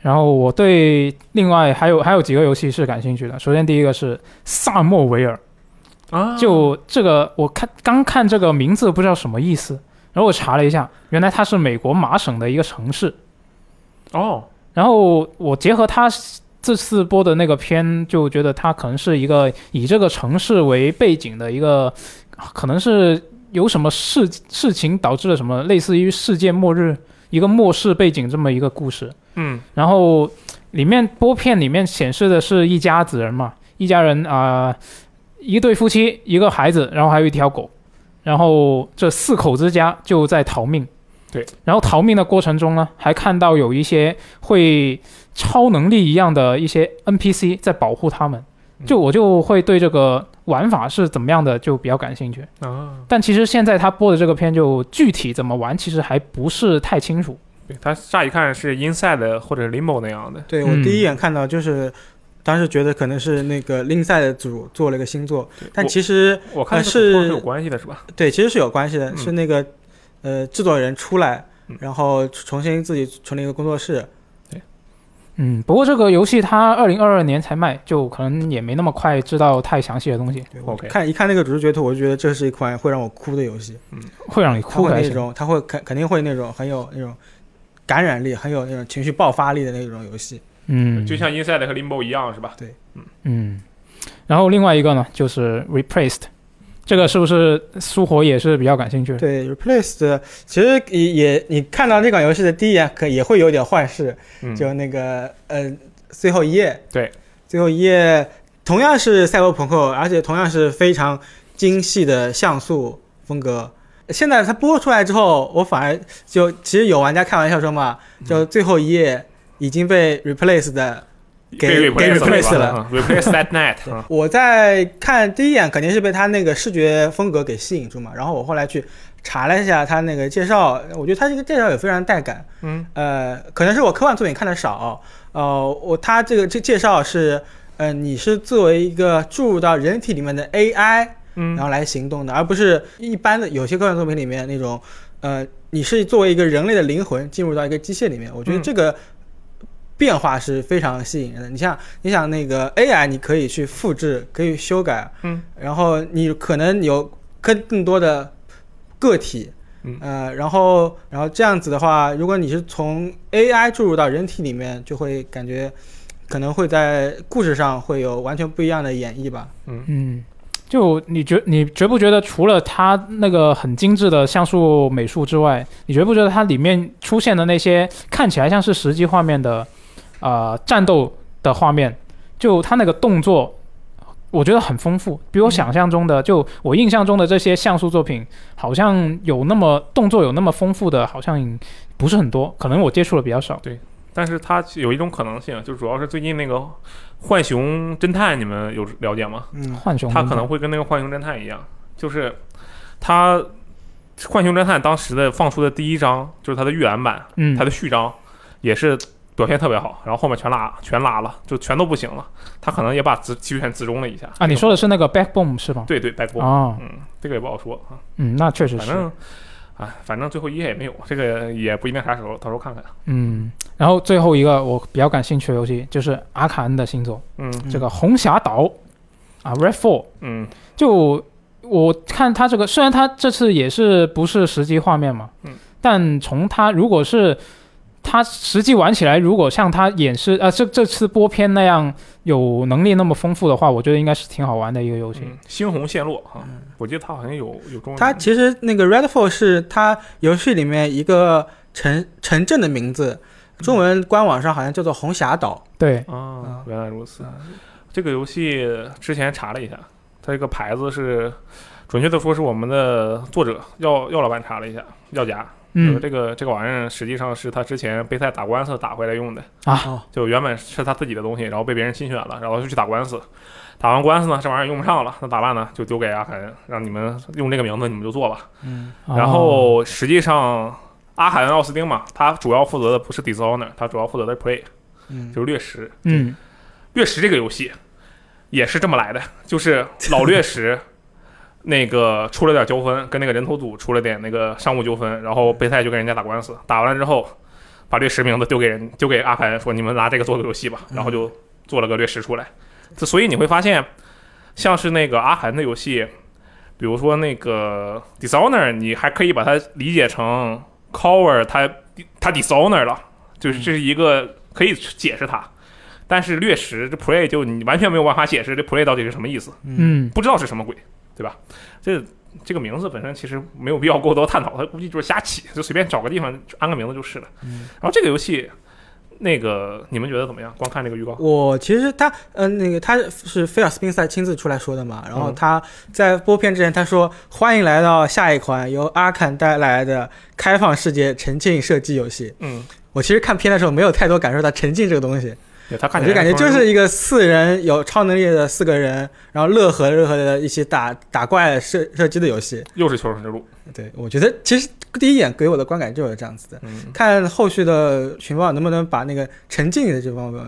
Speaker 3: 然后我对另外还有还有几个游戏是感兴趣的。首先第一个是《萨莫维尔
Speaker 2: 啊》，
Speaker 3: 就这个我看刚看这个名字不知道什么意思，然后我查了一下，原来它是美国麻省的一个城市。
Speaker 2: 哦，
Speaker 3: 然后我结合他这次播的那个片，就觉得他可能是一个以这个城市为背景的一个，可能是有什么事事情导致了什么类似于世界末日一个末世背景这么一个故事。
Speaker 2: 嗯
Speaker 3: 然后里面播片里面显示的是一家子人嘛，一家人啊、一对夫妻，一个孩子，然后还有一条狗，然后这四口之家就在逃命。
Speaker 2: 对，
Speaker 3: 然后逃命的过程中呢，还看到有一些会超能力一样的一些 NPC 在保护他们，就我就会对这个玩法是怎么样的就比较感兴趣。
Speaker 2: 啊，
Speaker 3: 但其实现在他播的这个片就具体怎么玩，其实还不是太清楚。
Speaker 2: 对，他乍一看是 Inside 或者 Limbo 那样的，
Speaker 4: 对我
Speaker 3: 嗯
Speaker 4: 第一眼看到就是，当时觉得可能是那个 l i n s i d e 组做了一个新作，但
Speaker 2: 我
Speaker 4: 其实
Speaker 2: 我看
Speaker 4: 呃
Speaker 2: 这个
Speaker 4: 是
Speaker 2: 跟有关系的是吧？
Speaker 4: 对其实是有关系的，
Speaker 2: 嗯
Speaker 4: 是那个呃制作人出来
Speaker 2: 嗯，
Speaker 4: 然后重新自己成立一个工作室，
Speaker 3: 嗯，不过这个游戏它二零二二年才卖，就可能也没那么快知道太详细的东西，
Speaker 4: 对我
Speaker 2: OK
Speaker 4: 看一看那个主视觉图，我就觉得这是一款会让我哭的游戏，
Speaker 3: 会让你
Speaker 4: 它
Speaker 3: 哭
Speaker 4: 会
Speaker 3: 还
Speaker 4: 那
Speaker 3: 是？
Speaker 4: 种，它会肯肯定会那种很有那种感染力，很有那种情绪爆发力的那种游戏。
Speaker 3: 嗯，
Speaker 2: 就像 Inside 和 Limbo 一样是吧？
Speaker 3: 嗯，然后另外一个呢就是 Replaced，这个是不是苏活也是比较感兴趣？
Speaker 4: 对，Replaced 其实也也你看到这款游戏的第一眼可也会有点幻视，
Speaker 2: 嗯，
Speaker 4: 就那个呃最后一页，
Speaker 2: 对，
Speaker 4: 最后一页同样是赛博朋克，而且同样是非常精细的像素风格。现在它播出来之后，我反而就其实有玩家开玩笑说嘛，就最后一页已经被 replaced 的
Speaker 2: 被
Speaker 4: 给给
Speaker 2: replace
Speaker 4: replace
Speaker 2: 了
Speaker 4: 了
Speaker 2: 啊，replace that
Speaker 4: [laughs]
Speaker 2: night 啊。
Speaker 4: 我在看第一眼肯定是被他那个视觉风格给吸引住嘛，然后我后来去查了一下他那个介绍，我觉得他这个介绍也非常带感。
Speaker 2: 嗯，
Speaker 4: 呃，可能是我科幻作品看的少，呃，我他这个这介绍是，呃，你是作为一个注入到人体里面的 AI，然
Speaker 2: 嗯，
Speaker 4: 后来行动的，而不是一般的有些科幻作品里面那种，呃，你是作为一个人类的灵魂进入到一个机械里面。我觉得
Speaker 2: 嗯
Speaker 4: 这个变化是非常吸引人的。你像，你想那个 AI，你可以去复制，可以修改，
Speaker 2: 嗯，
Speaker 4: 然后你可能有更更多的个体
Speaker 2: 嗯。
Speaker 4: 呃，然后，然后这样子的话，如果你是从 AI 注入到人体里面，就会感觉可能会在故事上会有完全不一样的演绎吧。
Speaker 3: 嗯，就你觉你觉不觉得除了它那个很精致的像素美术之外，你觉不觉得它里面出现的那些看起来像是实际画面的，呃，战斗的画面，就它那个动作，我觉得很丰富，比我想象中的，就我印象中的这些像素作品，好像有那么动作有那么丰富的，好像不是很多，可能我接触的比较少。
Speaker 2: 但是它有一种可能性，就主要是最近那个《浣熊侦探》，你们有了解吗？
Speaker 4: 嗯，
Speaker 3: 浣熊
Speaker 2: 它可能会跟那个《浣熊侦探》一样，就是它《浣熊侦探》当时的放出的第一章，就是它的预览版，
Speaker 3: 嗯
Speaker 2: 它的序章也是表现特别好，然后后面全拉全拉了，就全都不行了。它可能也把集集权集中了一下
Speaker 3: 啊，你说的是那个 Backbone 是吧？
Speaker 2: 对对，白波，
Speaker 3: 啊，
Speaker 2: 嗯，这个也不好说啊。
Speaker 3: 嗯，那确实是。
Speaker 2: 反正，哎，反正最后一页也没有，这个也不一定啥时候，到时候看看。
Speaker 3: 嗯，然后最后一个我比较感兴趣的游戏就是阿卡恩的星座，
Speaker 2: 嗯
Speaker 4: 嗯
Speaker 3: 这个红霞岛啊，Red Four。
Speaker 2: 嗯
Speaker 3: 就我看它这个，虽然它这次也是不是实际画面嘛，
Speaker 2: 嗯，
Speaker 3: 但从它如果是它实际玩起来，如果像它演示啊这这次播片那样有能力那么丰富的话，我觉得应该是挺好玩的一个游戏。
Speaker 2: 嗯，猩红陷落哈，
Speaker 3: 嗯
Speaker 2: 我记得它好像有有中文名。
Speaker 4: 它其实那个 Redfall 是它游戏里面一个城城镇的名字，中文官网上好像叫做红霞岛。
Speaker 3: 对，
Speaker 2: 啊
Speaker 4: 啊，
Speaker 2: 原来如此。这个游戏之前查了一下，它这个牌子是，准确的说是我们的作者药药老板查了一下，药家就是
Speaker 3: 嗯
Speaker 2: 这个这个玩意儿实际上是他之前备赛打官司打回来用的，
Speaker 3: 啊，
Speaker 4: 哦，
Speaker 2: 就原本是他自己的东西，然后被别人侵权了，然后就去打官司。打完官司呢，这玩意儿用不上了，那咋办呢？就丢给阿肯，让你们用这个名字，你们就做吧。
Speaker 4: 嗯，
Speaker 2: 然
Speaker 3: 哦
Speaker 2: 后实际上，阿肯奥斯汀嘛，他主要负责的不是 Dishonor，他主要负责的是 Prey，
Speaker 4: 嗯，
Speaker 2: 就是掠食。
Speaker 3: 嗯
Speaker 2: 掠食这个游戏也是这么来的，就是老掠食那个出了点纠纷，跟那个人头组出了点那个商务纠纷，然后备赛就跟人家打官司，打完了之后把掠食名字丢给人，丢给阿凡说你们拿这个做个游戏吧，然后就做了个掠食出来。这所以你会发现，像是那个阿凡的游戏，比如说那个 Dishonor，你还可以把它理解成 Cover，它它 Dishonor 了，就是这是一个可以解释它。但是掠食这 Play 就你完全没有办法解释这 Play 到底是什么意思，
Speaker 3: 嗯
Speaker 2: 不知道是什么鬼，对吧？这这个名字本身其实没有必要过多探讨，它估计就是瞎起，就随便找个地方安个名字就是了。
Speaker 4: 嗯
Speaker 2: 然后这个游戏，那个你们觉得怎么样？光看这个预告，
Speaker 4: 我其实他，嗯、那个他是菲尔斯宾塞亲自出来说的嘛，然后
Speaker 2: 嗯
Speaker 4: 他在播片之前他说：“欢迎来到下一款由阿肯带来的开放世界沉浸射击游戏。
Speaker 2: 嗯，”
Speaker 4: 我其实看片的时候没有太多感受到沉浸这个东西，
Speaker 2: 对他看
Speaker 4: 我
Speaker 2: 起
Speaker 4: 就
Speaker 2: 来
Speaker 4: 感觉就
Speaker 2: 双
Speaker 4: 是
Speaker 2: 人
Speaker 4: 一个四人有超能力的四个人，然后乐呵乐呵的一起打打怪射射击的游戏。
Speaker 2: 又是求生之路，
Speaker 4: 对我觉得其实第一眼给我的观感就是这样子的，
Speaker 2: 嗯，
Speaker 4: 看后续的寻宝能不能把那个沉浸的这方面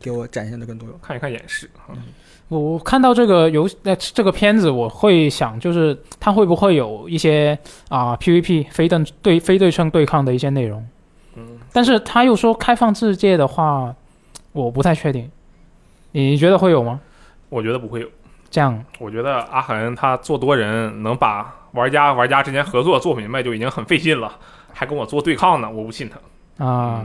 Speaker 4: 给我展现的更多。
Speaker 2: 看一看演示
Speaker 4: 嗯
Speaker 2: 啊，
Speaker 3: 我我看到这个游呃这个片子，我会想就是它会不会有一些啊、PVP 非对对非对称对抗的一些内容，
Speaker 2: 嗯，
Speaker 3: 但是他又说开放世界的话，我不太确定，你觉得会有吗？
Speaker 2: 我觉得不会有，
Speaker 3: 这样
Speaker 2: 我觉得阿恒他做多人能把玩家玩家之间合作做明白就已经很费劲了，还跟我做对抗呢，我不信他。
Speaker 3: 啊、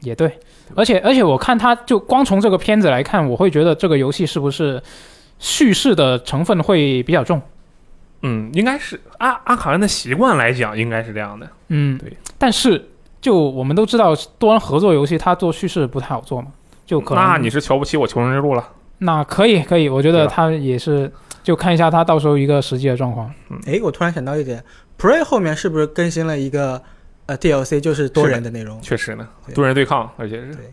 Speaker 3: 也对，而且而且我看他就光从这个片子来看，我会觉得这个游戏是不是叙事的成分会比较重。
Speaker 2: 嗯，应该是阿阿卡恩的习惯来讲，应该是这样的。
Speaker 3: 嗯，
Speaker 2: 对。
Speaker 3: 但是，就我们都知道，多人合作游戏它做叙事不太好做嘛，就可能
Speaker 2: 那你是瞧不起我求生之路了？
Speaker 3: 那可以可以，我觉得
Speaker 2: 对吧
Speaker 3: 它也是，就看一下它到时候一个实际的状况。
Speaker 4: 哎，我突然想到一点，Prey 后面是不是更新了一个呃 DLC，就是多人的内容？
Speaker 2: 确实呢，
Speaker 4: 对
Speaker 2: 多人对抗，而且是
Speaker 4: 对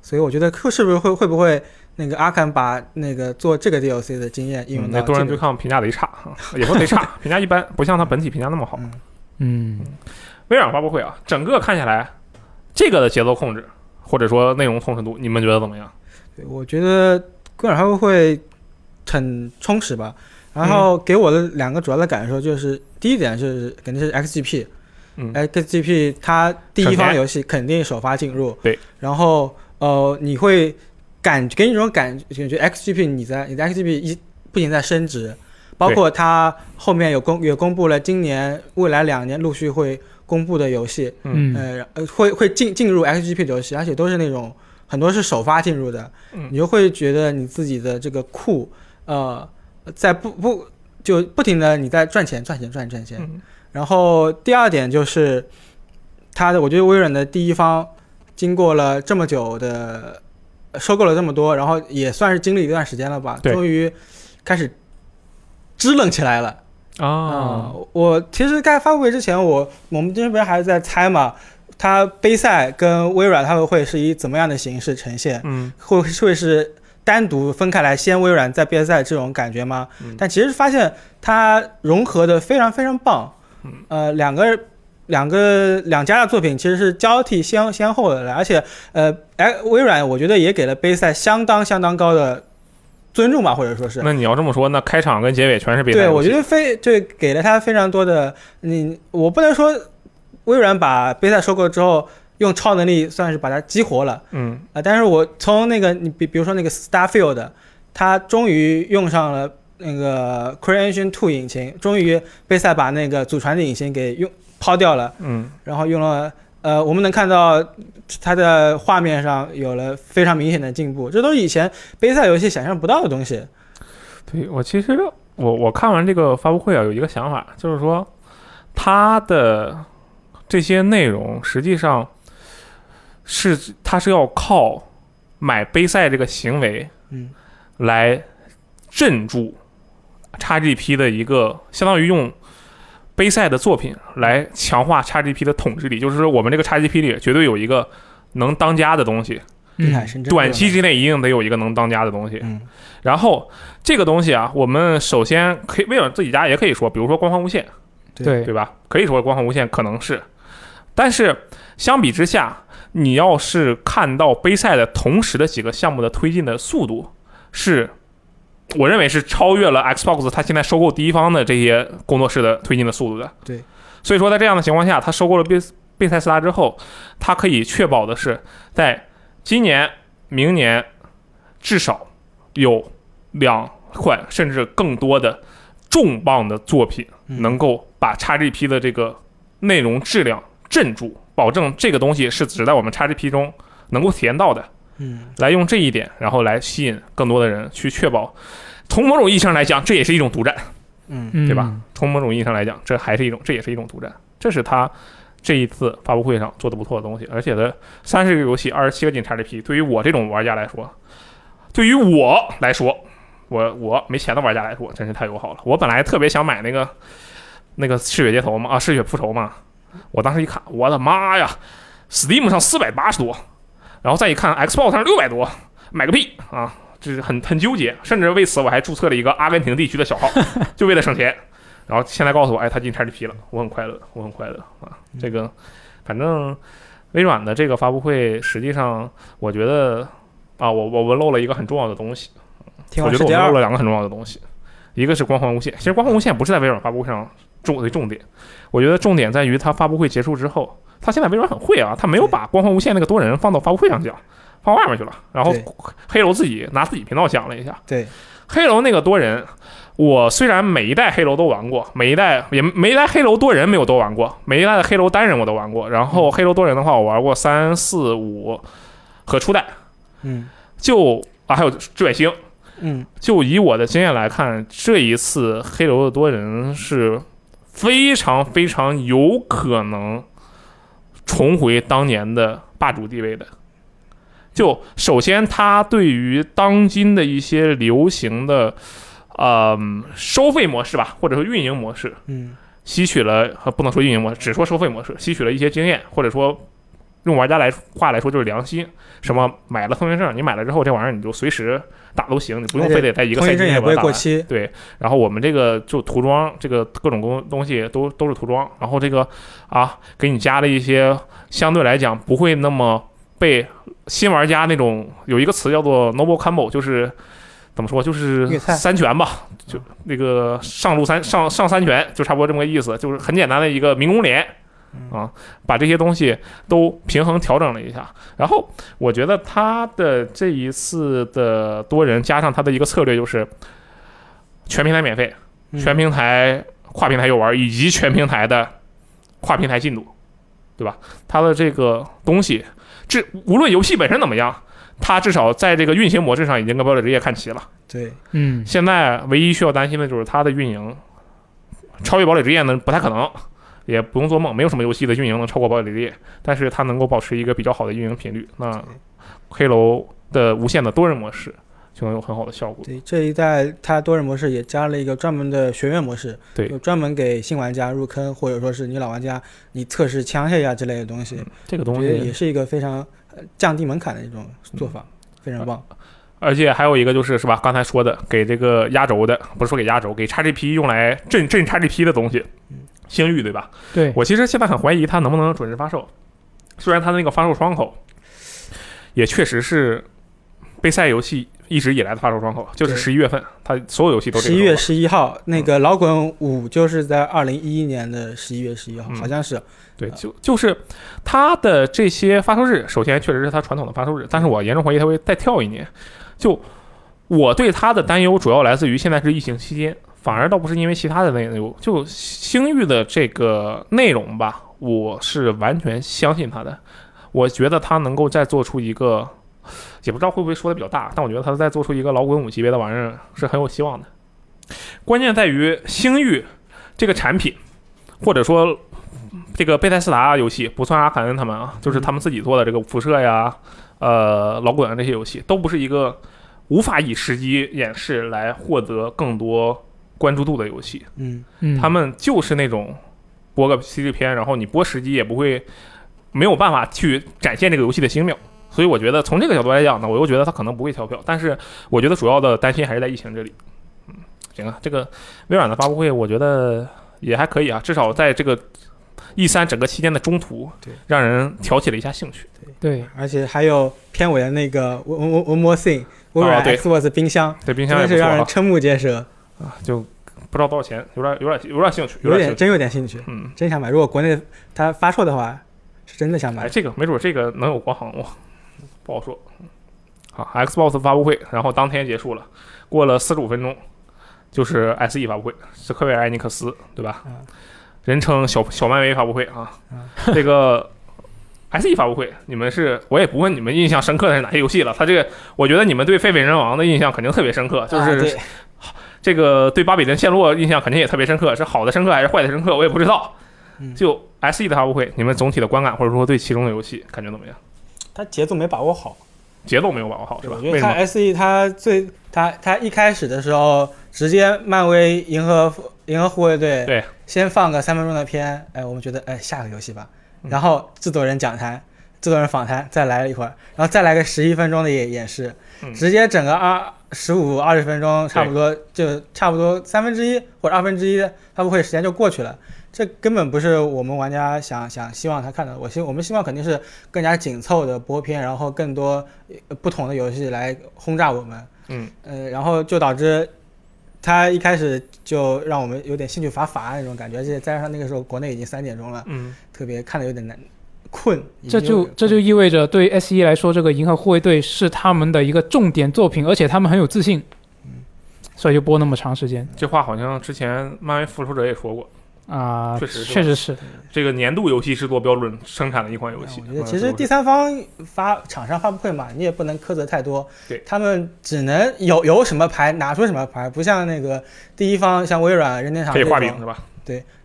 Speaker 4: 所以我觉得会是不是会会不会那个阿坎把那个做这个 DLC 的经验应
Speaker 2: 嗯
Speaker 4: 用
Speaker 2: 那
Speaker 4: 到、
Speaker 2: 多
Speaker 4: 这
Speaker 2: 人
Speaker 4: 个
Speaker 2: 对抗评价贼差， [laughs] 也不是
Speaker 4: [laughs]
Speaker 2: 贼差，评价一般，不像它本体评价那么好。
Speaker 4: 嗯
Speaker 3: 嗯
Speaker 2: 微软发布会啊，整个看下来，这个的节奏控制或者说内容充实度，你们觉得怎么样？
Speaker 4: 对我觉得个人还会很充实吧。然
Speaker 2: 嗯
Speaker 4: 后给我的两个主要的感受就是，第一点是肯定是 XGP，
Speaker 2: 嗯
Speaker 4: XGP 它第一
Speaker 2: 省
Speaker 4: 方
Speaker 2: 钱
Speaker 4: 游戏肯定首发进入，
Speaker 2: 对，
Speaker 4: 然后呃你会感给你一种感觉，就 XGP 你在你的 XGP 一不仅在升值，包括它后面有公也公布了今年未来两年陆续会公布的游戏，
Speaker 2: 嗯
Speaker 3: 嗯
Speaker 4: 呃呃会会进进入 XGP 的游戏，而且都是那种很多是首发进入的，
Speaker 2: 嗯
Speaker 4: 你就会觉得你自己的这个库呃在不不就不停的你在赚钱赚钱赚钱赚钱，
Speaker 2: 嗯
Speaker 4: 然后第二点就是，它的我觉得微软的第一方经过了这么久的呃收购了这么多，然后也算是经历一段时间了吧，
Speaker 2: 对
Speaker 4: 终于开始支棱起来了。
Speaker 2: 啊，
Speaker 4: 嗯我其实该发布会之前，我我们这边还在猜嘛，它杯赛跟微软他们会是以怎么样的形式呈现？
Speaker 2: 嗯，
Speaker 4: 会会是单独分开来，先微软再杯赛这种感觉吗？
Speaker 2: 嗯
Speaker 4: 但其实发现它融合的非常非常棒
Speaker 2: 嗯。
Speaker 4: 呃，两个两个两家的作品其实是交替先先后的来，而且呃，哎，微软我觉得也给了杯赛相当相当高的尊重吧，或者说是。
Speaker 2: 那你要这么说，那开场跟结尾全是比赛
Speaker 4: 对，
Speaker 2: 游戏
Speaker 4: 我觉得非就给了他非常多的，你我不能说微软把杯赛收购之后用超能力算是把它激活了，
Speaker 2: 嗯
Speaker 4: 啊、但是我从那个你比比如说那个 Starfield，它终于用上了那个 c r e a t i o n Two 引擎，终于贝塞把那个祖传的引擎给用抛掉了，
Speaker 2: 嗯
Speaker 4: 然后用了呃，我们能看到它的画面上有了非常明显的进步，这都是以前杯赛游戏想象不到的东西。
Speaker 2: 对我其实我我看完这个发布会啊，有一个想法，就是说它的这些内容实际上是它是要靠买杯赛这个行为
Speaker 4: 嗯
Speaker 2: 来镇住 XGP 的一个相当于用杯赛的作品来强化 XGP 的统治力，就是说我们这个 XGP 里绝对有一个能当家的东西，
Speaker 3: 嗯
Speaker 4: 滨海深圳
Speaker 2: 短期之内一定得有一个能当家的东西。
Speaker 4: 嗯
Speaker 2: 然后这个东西啊，我们首先可以为了自己家也可以说，比如说光环无限，
Speaker 3: 对
Speaker 2: 对吧？可以说光环无限可能是，但是相比之下，你要是看到杯赛的同时的几个项目的推进的速度是。我认为是超越了 Xbox 它现在收购第一方的这些工作室的推进的速度的。
Speaker 4: 对，
Speaker 2: 所以说在这样的情况下，它收购了贝斯贝塞斯达之后，它可以确保的是，在今年、明年至少有两款甚至更多的重磅的作品
Speaker 4: 嗯
Speaker 2: 能够把 XGP 的这个内容质量镇住，保证这个东西是只在我们 XGP 中能够体验到的。
Speaker 4: 嗯
Speaker 2: 来用这一点，然后来吸引更多的人，去确保。从某种意义上来讲，这也是一种独占，
Speaker 4: 嗯
Speaker 3: 嗯
Speaker 2: 对吧？？从某种意义上来讲，这还是一种，这也是一种独占。这是他这一次发布会上做的不错的东西，而且的三十个游戏，二十七个进 XGP，对于我这种玩家来说，对于我来说，我我没钱的玩家来说，真是太友好了。我本来特别想买那个那个嗜血街头嘛，啊，嗜血复仇嘛，我当时一看，我的妈呀，Steam 上四百八十多，然后再一看 Xbox 上六百多，买个屁啊！这是很很纠结，甚至为此我还注册了一个阿根廷地区的小号，就为了省钱。然后现在告诉我，哎，他进 XGP 了，我很快乐，我很快乐啊！这个，反正微软的这个发布会，实际上我觉得啊，我我我漏了一个很重要的东西，
Speaker 4: 天
Speaker 2: 我
Speaker 4: 王
Speaker 2: 觉得
Speaker 4: 世
Speaker 2: 我
Speaker 4: 界
Speaker 2: 们漏
Speaker 4: 二
Speaker 2: 了两个很重要的东西，一个是光环无限。其实光环无限不是在微软发布会上重的重点，我觉得重点在于它发布会结束之后，它现在微软很会啊，它没有把光环无限那个多人放到发布会上讲，放外面去了。然后
Speaker 4: 对
Speaker 2: 黑楼自己拿自己频道讲了一下，
Speaker 4: 对
Speaker 2: 黑楼那个多人。我虽然每一代黑楼都玩过，每一代也每一代黑楼多人没有都玩过，每一代的黑楼单人我都玩过。然后黑楼多人的话，我玩过三四五和初代，
Speaker 4: 嗯
Speaker 2: 就啊还有志远星，
Speaker 4: 嗯
Speaker 2: 就以我的经验来看，这一次黑楼的多人是非常非常有可能重回当年的霸主地位的。就首先，它对于当今的一些流行的，呃，收费模式吧，或者说运营模式，
Speaker 4: 嗯
Speaker 2: 吸取了呃不能说运营模式，只说收费模式，吸取了一些经验，或者说用玩家来话来说就是良心。什么买了通行证，你买了之后这玩意儿你就随时打都行，你不用
Speaker 4: 而且
Speaker 2: 非得在一个
Speaker 4: 通
Speaker 2: 赛季
Speaker 4: 行证
Speaker 2: 内
Speaker 4: 也
Speaker 2: 把它
Speaker 4: 不会
Speaker 2: 打
Speaker 4: 过
Speaker 2: 完。
Speaker 4: 期，
Speaker 2: 对，然后我们这个就涂装，这个各种工东西都都是涂装，然后这个啊，给你加了一些相对来讲不会那么被新玩家那种有一个词叫做 noble combo，就是怎么说，就是
Speaker 4: 粤菜
Speaker 2: 三拳吧，就那个上路三上上三拳，就差不多这么个意思，就是很简单的一个民工连。啊，把这些东西都平衡调整了一下，然后我觉得他的这一次的多人加上他的一个策略就是全平台免费，
Speaker 4: 嗯
Speaker 2: 全平台、跨平台游玩，以及全平台的跨平台进度，对吧？它的这个东西，这无论游戏本身怎么样，它至少在这个运行模式上已经跟《堡垒之夜》看齐了。
Speaker 4: 对
Speaker 3: 嗯，
Speaker 2: 现在唯一需要担心的就是它的运营超越《堡垒之夜》呢，不太可能。也不用做梦，没有什么游戏的运营能超过《堡垒之夜》，但是它能够保持一个比较好的运营频率。那黑楼的无限的多人模式就能有很好的效果。
Speaker 4: 对，这一代它多人模式也加了一个专门的学院模式，
Speaker 2: 对
Speaker 4: 就专门给新玩家入坑，或者说是你老玩家你测试枪械呀之类的东西，
Speaker 2: 这个
Speaker 4: 我
Speaker 2: 东
Speaker 4: 觉得也
Speaker 2: 西，
Speaker 4: 是一个非常呃降低门槛的一种做法，非
Speaker 2: 嗯
Speaker 4: 常棒。
Speaker 2: 啊而且还有一个就是是吧？刚才说的，给这个压轴的，不是说给压轴，给 XGP 用来镇镇 XGP 的东西
Speaker 4: 嗯，
Speaker 2: 星域对吧？
Speaker 3: 对，
Speaker 2: 我其实现在很怀疑它能不能准时发售，虽然它的那个发售窗口也确实是杯赛游戏一直以来的发售窗口，就是
Speaker 4: 对
Speaker 2: 十一月份，它所有游戏都这嗯个
Speaker 4: 十
Speaker 2: 窗
Speaker 4: 一
Speaker 2: 口
Speaker 4: 月十一号，那个老滚五就是在二零一一年的十一月十一号，
Speaker 2: 嗯
Speaker 4: 好像是。
Speaker 2: 对，就就是它的这些发售日，首先确实是它传统的发售日，但是我严重怀疑它会再跳一年。就我对它的担忧主要来自于现在是疫情期间，反而倒不是因为其他的内容。就星域的这个内容吧，我是完全相信它的，我觉得它能够再做出一个，也不知道会不会说的比较大，但我觉得它再做出一个老滚五级别的玩意儿是很有希望的。关键在于星域这个产品，或者说这个贝塞斯达游戏不算阿卡恩他们啊，就是他们自己做的这个辐射呀、呃老滚啊这些游戏，都不是一个无法以时机演示来获得更多关注度的游戏。
Speaker 4: 嗯，
Speaker 3: 嗯
Speaker 2: 他们就是那种播个西制片，然后你播十集也不会没有办法去展现这个游戏的精妙。所以我觉得从这个角度来讲呢，我又觉得它可能不会跳票，但是我觉得主要的担心还是在疫情这里。嗯，行啊，这个微软的发布会我觉得也还可以啊，至少在这个 E 三整个期间的中途
Speaker 4: 对，
Speaker 2: 让人挑起了一下兴趣。
Speaker 3: 对，
Speaker 4: 而且还有片尾的那个 one one one more thing，微
Speaker 2: 啊
Speaker 4: 软
Speaker 2: 对
Speaker 4: Xbox 冰箱，
Speaker 2: 对冰
Speaker 4: 真
Speaker 2: 箱也
Speaker 4: 的
Speaker 2: 不
Speaker 4: 是
Speaker 2: 错
Speaker 4: 让人
Speaker 2: 啊，
Speaker 4: 瞠目结舌，
Speaker 2: 啊就不知道多少钱，有点有点有点兴趣，
Speaker 4: 有
Speaker 2: 点
Speaker 4: 点
Speaker 2: 兴趣。
Speaker 4: 真有点兴趣，
Speaker 2: 嗯，
Speaker 4: 真想买。如果国内它发售的话，是真的想
Speaker 2: 哎，
Speaker 4: 买。
Speaker 2: 这个没准这个能有国行哇， [laughs] 不好说。好，Xbox 发布会，然后当天结束了，过了四十五分钟，就是 SE 发布会，是科威尔艾尼克斯，对吧？
Speaker 4: 嗯
Speaker 2: 人称小小漫威发布会啊，
Speaker 4: 嗯
Speaker 2: 这个 [laughs] SE 发布会，你们是我也不问你们印象深刻的是哪些游戏了，他这个我觉得你们对《狒狒人王》的印象肯定特别深刻，就
Speaker 4: 啊
Speaker 2: 是
Speaker 4: 对
Speaker 2: 这个对巴比伦陷落印象肯定也特别深刻，是好的深刻还是坏的深刻，我也不知道。
Speaker 4: 嗯
Speaker 2: 就 S E 的发布会，你们总体的观感或者说对其中的游戏感觉怎么样？
Speaker 4: 它节奏没把握好，
Speaker 2: 节奏没有把握好是吧？
Speaker 4: 我觉
Speaker 2: 为
Speaker 4: 得
Speaker 2: 什
Speaker 4: 哎它
Speaker 2: 么？
Speaker 4: SE 它最它它一开始的时候，直接漫威银河银河护卫队
Speaker 2: 对
Speaker 4: 先放个三分钟的片，哎，我们觉得哎下个游戏吧，
Speaker 2: 嗯
Speaker 4: 然后制作人讲坛，制作人访谈，再来一会儿，然后再来个十一分钟的演演示，
Speaker 2: 嗯
Speaker 4: 直接整个二十五二十分钟差不多就差不多三分之一或者二分之一发布会时间就过去了。这根本不是我们玩家想想希望他看到的。我希我们希望肯定是更加紧凑的播片，然后更多呃不同的游戏来轰炸我们。
Speaker 2: 嗯，
Speaker 4: 呃，然后就导致他一开始就让我们有点兴趣乏乏那种感觉，而且再加上那个时候国内已经三点钟了，
Speaker 2: 嗯，
Speaker 4: 特别看的有点难困。已
Speaker 3: 这
Speaker 4: 经有
Speaker 3: 就
Speaker 4: 点
Speaker 3: 这就
Speaker 4: 困
Speaker 3: 意味着对 S E 来说，这个《银河护卫队》是他们的一个重点作品，而且他们很有自信，
Speaker 4: 嗯
Speaker 3: 所以就播那么长时间
Speaker 2: 这话好像之前漫威复仇者也说过，
Speaker 3: 啊、
Speaker 2: 确实是
Speaker 3: 确实是
Speaker 2: 这个年度游戏制作标准生产的一款游戏
Speaker 4: 哎我。觉得
Speaker 2: 嗯
Speaker 4: 其
Speaker 2: 是
Speaker 4: 实
Speaker 2: 不
Speaker 4: 第
Speaker 2: 是
Speaker 4: 三方发厂商发布会嘛，你也不能苛责太多，
Speaker 2: 对
Speaker 4: 他们只能有有什么牌拿出什么牌，不像那个第一方像微软、任天堂
Speaker 2: 可以画
Speaker 4: 这
Speaker 2: 饼
Speaker 4: 种
Speaker 2: 是吧？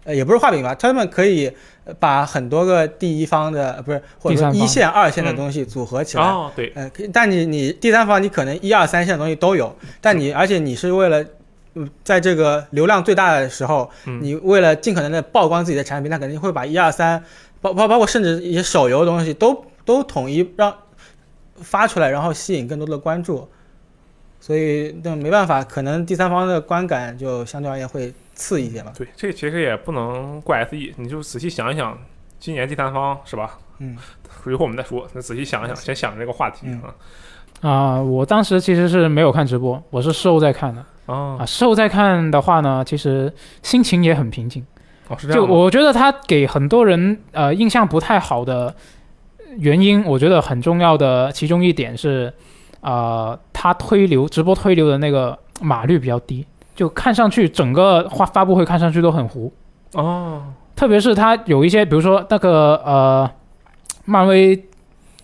Speaker 4: 呃，也不是画饼吧，他们可以呃把很多个第一方的呃不是或者
Speaker 3: 第
Speaker 4: 说
Speaker 3: 三方
Speaker 4: 一线、二线的
Speaker 2: 嗯
Speaker 4: 东西组合起来，
Speaker 2: 哦，对，
Speaker 4: 呃，可以但你你第三方你可能一二三线的东西都有，但你而且你是为了，嗯，在这个流量最大的时候，
Speaker 2: 嗯
Speaker 4: 你为了尽可能的曝光自己的产品，那肯定会把一二三，包包包括甚至一些手游的东西都都统一让发出来，然后吸引更多的关注。所以那没办法，可能第三方的观感就相对而言会次一些吧。
Speaker 2: 对，这其实也不能怪 SE，你就仔细想一想，今年第三方是吧？
Speaker 4: 嗯，
Speaker 2: 一会儿我们再说，那仔细想一想，先想着这个话题啊。
Speaker 3: 啊、我当时其实是没有看直播，我是事后在看的啊。
Speaker 2: 哦，
Speaker 3: 事后在看的话呢，其实心情也很平静。
Speaker 2: 哦，是这
Speaker 3: 就
Speaker 2: 样的。
Speaker 3: 我觉得他给很多人呃印象不太好的原因，我觉得很重要的其中一点是，呃，他推流直播推流的那个码率比较低，就看上去整个发发布会看上去都很糊，
Speaker 2: 哦，
Speaker 3: 特别是他有一些比如说那个呃漫威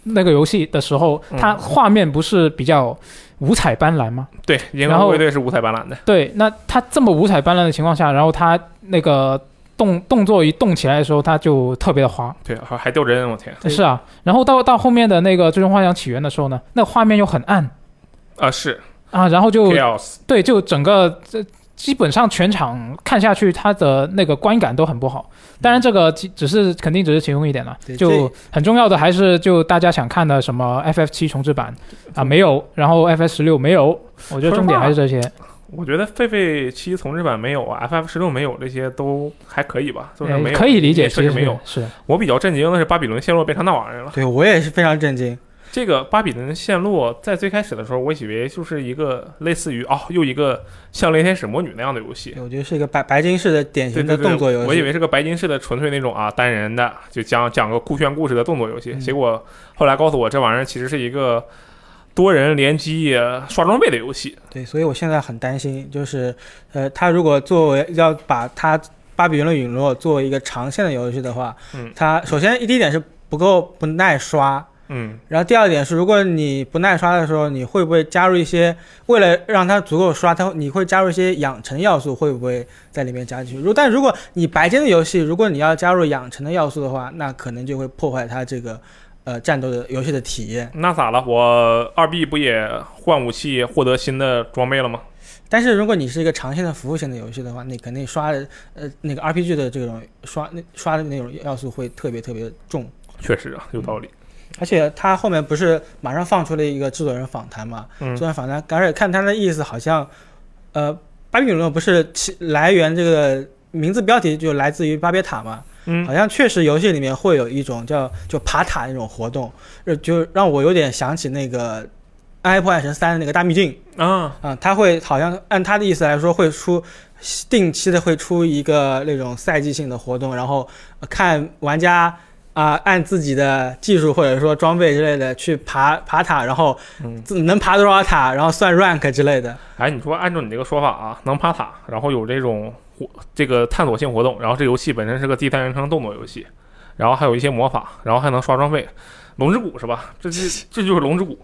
Speaker 3: 那个游戏的时候，
Speaker 2: 嗯
Speaker 3: 它画面不是比较五彩斑斓吗？
Speaker 2: 对，银
Speaker 3: 然
Speaker 2: 河
Speaker 3: 后
Speaker 2: 护卫队是五彩斑斓的。
Speaker 3: 对，那他这么五彩斑斓的情况下，然后他那个动动作一动起来的时候，他就特别的滑。
Speaker 2: 对，还还掉帧，我天！
Speaker 4: 对
Speaker 3: 是啊，然后到到后面的那个《最终幻想起源》的时候呢，那画面又很暗
Speaker 2: 啊，是
Speaker 3: 啊，然后就
Speaker 2: chaos，
Speaker 3: 对，就整个这基本上全场看下去，它的那个观感都很不好。当然，这个只只是肯定只是其中一点了
Speaker 4: 对，
Speaker 3: 就
Speaker 4: 这
Speaker 3: 很重要的还是就大家想看的什么 FF 七重置版啊没有，然后 FS 十六没有，我觉得重点还是这些。
Speaker 2: 我觉得狒狒七重置版没有啊，FF 十六没有，这些都还可以吧，就是
Speaker 3: 哎
Speaker 2: 没有，
Speaker 3: 可以理解，
Speaker 2: 也确
Speaker 3: 其
Speaker 2: 实
Speaker 3: 实
Speaker 2: 没有。
Speaker 3: 是
Speaker 2: 我比较震惊的是巴比伦陷落变成那玩意儿了。
Speaker 4: 对我也是非常震惊。
Speaker 2: 这个巴比伦陷落在最开始的时候，我以为就是一个类似于哦，又一个像雷天使魔女那样的游戏，
Speaker 4: 我觉得是一个白白金式的典
Speaker 2: 对
Speaker 4: 型
Speaker 2: 对
Speaker 4: 的
Speaker 2: 对，
Speaker 4: 动作游戏。
Speaker 2: 我以为是个白金式的纯粹那种啊单人的，就讲讲个酷炫故事的动作游戏。
Speaker 4: 嗯
Speaker 2: 结果后来告诉我，这玩意儿其实是一个多人联机呃刷装备的游戏。
Speaker 4: 对，所以我现在很担心，就是呃，他如果作为要把他《巴比伦的陨落》作为一个长线的游戏的话，
Speaker 2: 嗯
Speaker 4: 它首先第一点是不够不耐刷，
Speaker 2: 嗯，
Speaker 4: 然后第二点是，如果你不耐刷的时候，你会不会加入一些为了让它足够刷，它你会加入一些养成要素，会不会在里面加进去？如但如果你白金的游戏，如果你要加入养成的要素的话，那可能就会破坏它这个呃战斗的游戏的体验。
Speaker 2: 那咋了？我二 B 不也换武器获得新的装备了吗？
Speaker 4: 但是如果你是一个长线的服务性的游戏的话，你肯定刷呃那个 RPG 的这种刷那刷的那种要素会特别特别重，
Speaker 2: 确实啊，有道理。
Speaker 4: 而且他后面不是马上放出了一个制作人访谈嘛？
Speaker 2: 嗯
Speaker 4: 制作人访谈，而且看他的意思好像，呃，巴比伦不是其来源这个名字标题就来自于巴别塔嘛？
Speaker 2: 嗯
Speaker 4: 好像确实游戏里面会有一种叫就爬塔那种活动，呃就让我有点想起那个《暗黑破坏神三》的那个大秘境。
Speaker 2: 啊，
Speaker 4: 啊、他会好像按他的意思来说，会出定期的会出一个那种赛季性的活动，然后呃看玩家啊、按自己的技术或者说装备之类的去爬爬塔，然后
Speaker 2: 嗯，
Speaker 4: 自能爬多少塔，然后算 rank 之类的。
Speaker 2: 哎，你说按照你这个说法啊，能爬塔，然后有这种活这个探索性活动，然后这游戏本身是个第三人称动作游戏，然后还有一些魔法，然后还能刷装备，龙之谷是吧？这
Speaker 4: [laughs]
Speaker 2: 这这就是龙之谷。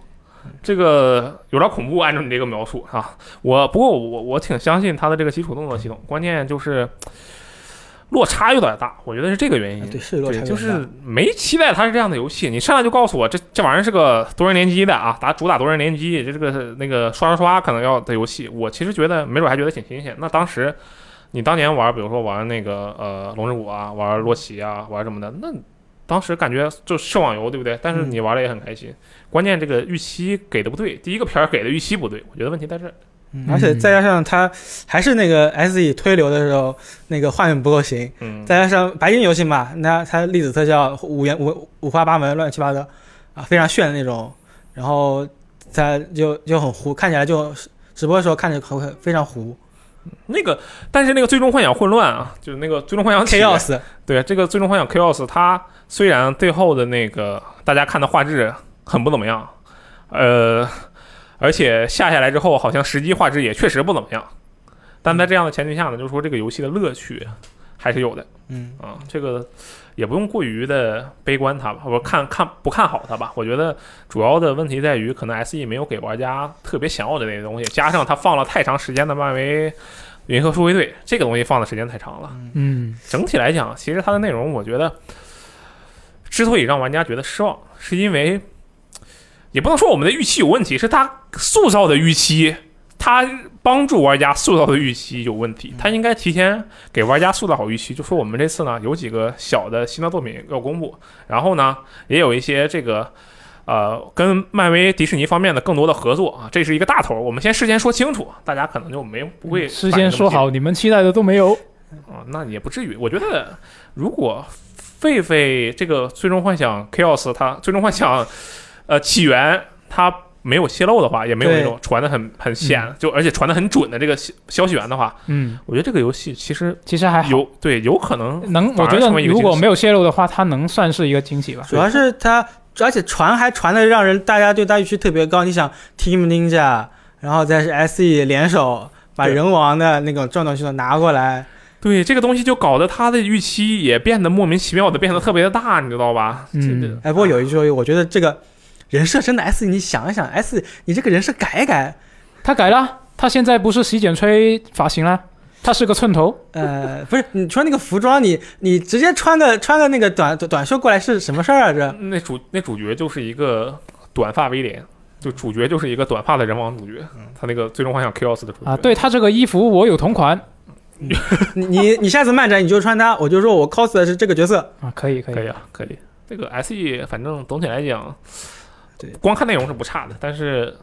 Speaker 2: 这个有点恐怖，按照你这个描述啊，我不过我我挺相信它的这个基础动作系统，关键就是落差有点大，我觉得是这个原因。
Speaker 4: 啊对，是落差
Speaker 2: 嗯对，
Speaker 4: 有点
Speaker 2: 就
Speaker 4: 大
Speaker 2: 是没期待它是这样的游戏。你上来就告诉我这这玩意儿是个多人联机的啊，打主打多人联机，这这个那个刷刷刷可能要的游戏，我其实觉得没准还觉得挺新鲜。那当时你当年玩，比如说玩那个呃龙之谷啊，玩洛奇啊，玩什么的，那当时感觉就是是网游对不对？但是
Speaker 4: 嗯
Speaker 2: 你玩的也很开心。关键这个预期给的不对，第一个片儿给的预期不对，我觉得问题在这儿。
Speaker 4: 嗯而且再加上他还是那个 SE 推流的时候，那个画面不够行，
Speaker 2: 嗯，
Speaker 4: 再加上白金游戏嘛，那它粒子特效五颜五五花八门、乱七八糟啊，非常炫的那种，然后它就就很糊，看起来就直播的时候看着很很非常糊
Speaker 2: 那个但是那个最终幻想混乱啊，就是那个最终幻想起源
Speaker 4: ，chaos
Speaker 2: 对，这个《最终幻想 Chaos》，它虽然最后的那个大家看的画质很不怎么样，呃，而且下下来之后，好像实际画质也确实不怎么样，但在这样的前提下呢，就是说这个游戏的乐趣还是有的
Speaker 4: 嗯，
Speaker 2: 啊，这个也不用过于的悲观它吧，我看看不看好它吧，我觉得主要的问题在于可能 SE 没有给玩家特别想要的那些东西，加上它放了太长时间的漫威。银河护卫队这个东西放的时间太长了，
Speaker 3: 嗯
Speaker 2: 整体来讲，其实它的内容，我觉得之所以让玩家觉得失望，是因为也不能说我们的预期有问题，是它塑造的预期，它帮助玩家塑造的预期有问
Speaker 3: 嗯
Speaker 2: 题。它应该提前给玩家塑造好预期，就说我们这次呢有几个小的新的作品要公布，然后呢也有一些这个。呃，跟漫威、迪士尼方面的更多的合作啊，这是一个大头儿，我们先事先说清楚，大家可能就没不会
Speaker 3: 嗯事
Speaker 2: 反应那么
Speaker 3: 先说
Speaker 2: 激烈
Speaker 3: 好，你们期待的都没有。
Speaker 2: 啊，那也不至于。我觉得，如果狒狒这个《最终幻想 Chaos》它《最终幻想》呃起源它没有泄露的话，也没有
Speaker 4: 对
Speaker 2: 那
Speaker 4: 嗯
Speaker 2: 种传的很很显，就而且传的很准的这个消消息源的话，
Speaker 3: 嗯，
Speaker 2: 我觉得这个游戏其实
Speaker 3: 其实还好。
Speaker 2: 有对有啊可
Speaker 4: 嗯
Speaker 2: 能
Speaker 3: 能，
Speaker 2: 反
Speaker 3: 我
Speaker 2: 而
Speaker 3: 觉
Speaker 2: 成为一
Speaker 3: 得
Speaker 2: 个
Speaker 3: 如
Speaker 2: 惊
Speaker 3: 果
Speaker 2: 喜
Speaker 3: 没有泄露的话，它能算是一个惊喜吧。
Speaker 4: 主要是它，而且传还传的让人大家对它预期特别高，你想 Team Ninja，然后再是 SE 联手把
Speaker 2: 对
Speaker 4: 人王的那种战斗系统拿过来，
Speaker 2: 对这个东西就搞得它的预期也变得莫名其妙的变得特别的大，你知道吧？
Speaker 3: 嗯
Speaker 2: 这个
Speaker 4: 哎，不过有一说一，我觉得这个人设真的 SE，你想一想 SE，你这个人设改一改。
Speaker 3: 他改了，他现在不是洗剪吹发型了，他是个寸头。
Speaker 4: 呃，不是，你穿那个服装，你你直接穿个穿个那个短短短袖过来是什么事儿啊？这
Speaker 2: 那主那主角就是一个短发威廉。就主角就是一个短发的人王主角，
Speaker 4: 嗯
Speaker 2: 他那个最终幻想 Chaos 的主角
Speaker 3: 啊，对他这个衣服我有同款
Speaker 4: 你你你下次漫展你就穿它，我就说我 cos 的是这个角色。
Speaker 3: 啊，可以可
Speaker 2: 可以
Speaker 3: 以，
Speaker 2: 啊，可以。这个 SE 反正总体来讲，
Speaker 4: 对
Speaker 2: 光看内容是不差的，但是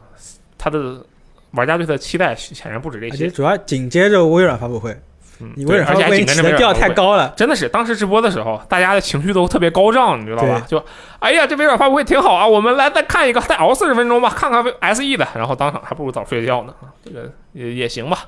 Speaker 2: 它的玩家对它的期待显然不止这
Speaker 4: 而
Speaker 2: 些
Speaker 4: 且。啊主要紧接着微软发布会，
Speaker 2: 嗯，
Speaker 4: 你
Speaker 2: 对
Speaker 4: 微软
Speaker 2: 而且
Speaker 4: 发
Speaker 2: 还
Speaker 4: 布
Speaker 2: 紧
Speaker 4: 会你
Speaker 2: 跟着
Speaker 4: 起
Speaker 2: 微
Speaker 4: 的
Speaker 2: 软
Speaker 4: 调
Speaker 2: 发布
Speaker 4: 太
Speaker 2: 会，
Speaker 4: 高了。
Speaker 2: 真的是当时直播的时候，大家的情绪都特别高涨，你知道吧？就哎呀，这微软发布会挺好啊，我们来再看一个，再熬四十分钟吧，看看 SE 的。然后当场还不如早睡觉呢，啊这个也也行吧。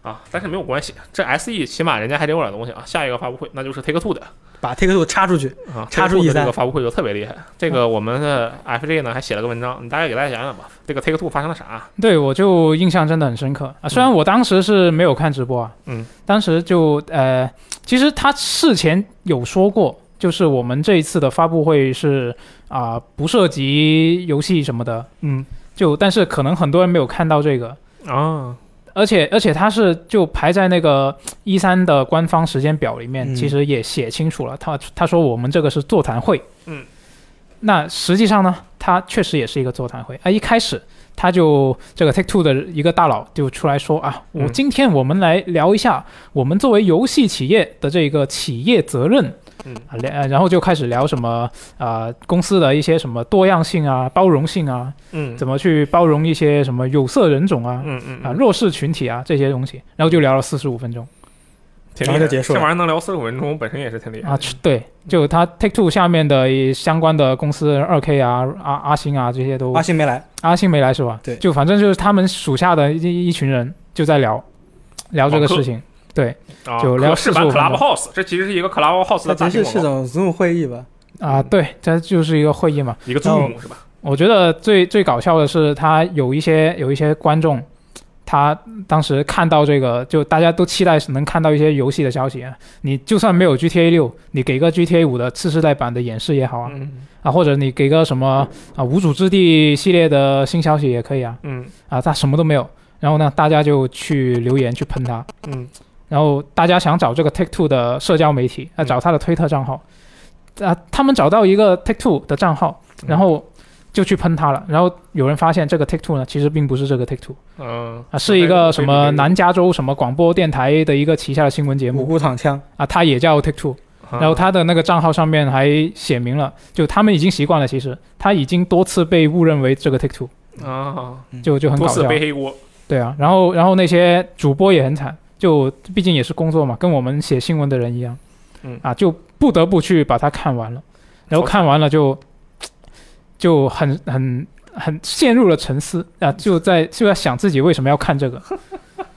Speaker 2: 啊，但是没有关系，这 SE 起码人家还得有点东西啊。下一个发布会那就是 Take Two 的，
Speaker 4: 把 Take Two 插出去，
Speaker 2: 啊，
Speaker 4: 插出
Speaker 2: Take-Two
Speaker 4: 一
Speaker 2: 的
Speaker 4: 三
Speaker 2: 这个发布会就特别厉害。这
Speaker 3: 嗯
Speaker 2: 个我们的 FJ 呢还写了个文章，你大概给大家讲讲吧。这个 Take Two 发生了啥？
Speaker 3: [laughs] 对我就印象真的很深刻啊。虽然我当时是没有看直播啊，
Speaker 2: 嗯，
Speaker 3: 当时就呃，其实他事前有说过，就是我们这一次的发布会是啊、不涉及游戏什么的，
Speaker 2: 嗯
Speaker 3: 就但是可能很多人没有看到这个，
Speaker 2: 啊，
Speaker 3: 而且而且它是就排在那个一三的官方时间表里面，
Speaker 4: 嗯
Speaker 3: 其实也写清楚了。他他说我们这个是座谈会，
Speaker 2: 嗯，
Speaker 3: 那实际上呢，它确实也是一个座谈会啊。一开始他就这个 Take Two 的一个大佬就出来说啊，我
Speaker 2: 嗯
Speaker 3: 今天我们来聊一下我们作为游戏企业的这个企业责任。
Speaker 2: 嗯
Speaker 3: 啊，聊呃然后就开始聊什么啊、呃公司的一些什么多样性啊、包容性啊，
Speaker 2: 嗯
Speaker 3: 怎么去包容一些什么有色人种啊、
Speaker 2: 嗯嗯
Speaker 3: 啊弱势群体啊这些东西，然后就聊了四十五分钟
Speaker 2: 挺
Speaker 4: 然后
Speaker 2: 厉害
Speaker 4: 就结束了
Speaker 2: 这玩意儿能聊四十五分钟，本身也是挺厉害
Speaker 3: 啊，去对，就他 Take Two 下面的一相关的公司二 K 啊、阿阿星啊这些都
Speaker 4: 阿信没来，
Speaker 3: 阿信没来是吧？
Speaker 4: 对
Speaker 3: 就反正就是他们属下的一一群人就在聊聊这个事情，对
Speaker 2: 的啊。
Speaker 3: 就聊
Speaker 2: 可视版
Speaker 3: 45分钟
Speaker 2: Clubhouse，这其实是一个 Clubhouse 的
Speaker 4: 那其
Speaker 2: 大型广
Speaker 4: 实是
Speaker 2: 告
Speaker 4: 种 Zoom 会议吧？
Speaker 3: 啊，对，这就是一哦个会议嘛。
Speaker 2: 一个 Zoom 是吧？
Speaker 3: 我觉得最最搞笑的是，他有一些有一些观众，他当时看到这个，就大家都期待能看到一些游戏的消息。啊。你就算没有 GTA 六，你给个 GTA 五的次世代版的演示也好啊，
Speaker 2: 嗯
Speaker 3: 啊，或者你给个什么啊无主之地系列的新消息也可以啊，
Speaker 2: 嗯
Speaker 3: 啊，他什么都没有。然后呢，大家就去留言去喷他，
Speaker 2: 嗯
Speaker 3: 然后大家想找这个 Take Two 的社交媒体，啊，找他的推特账号，啊，他们找到一个 Take Two 的账号，
Speaker 2: 嗯
Speaker 3: 然后就去喷他了。然后有人发现这个 Take Two 呢，其实并不是这个 Take Two
Speaker 2: 嗯
Speaker 3: 啊，是一个什么南加州什么广播电台的一个旗下的新闻节
Speaker 4: 五
Speaker 3: 目
Speaker 4: 谷躺枪，
Speaker 3: 啊，它也叫 Take Two。然
Speaker 2: 啊
Speaker 3: 后他的那个账号上面还写明了，就他们已经习惯了，其实他已经多次被误认为这个 Take Two，
Speaker 2: 啊，
Speaker 3: 就就很搞
Speaker 2: 多次
Speaker 3: 笑。
Speaker 2: 背黑锅，
Speaker 3: 对啊，然后然后那些主播也很惨，就毕竟也是工作嘛，跟我们写新闻的人一样，
Speaker 2: 嗯
Speaker 3: 啊，就不得不去把它看完了，然后看完了就就很很很陷入了沉思啊，就在就在想自己为什么要看这个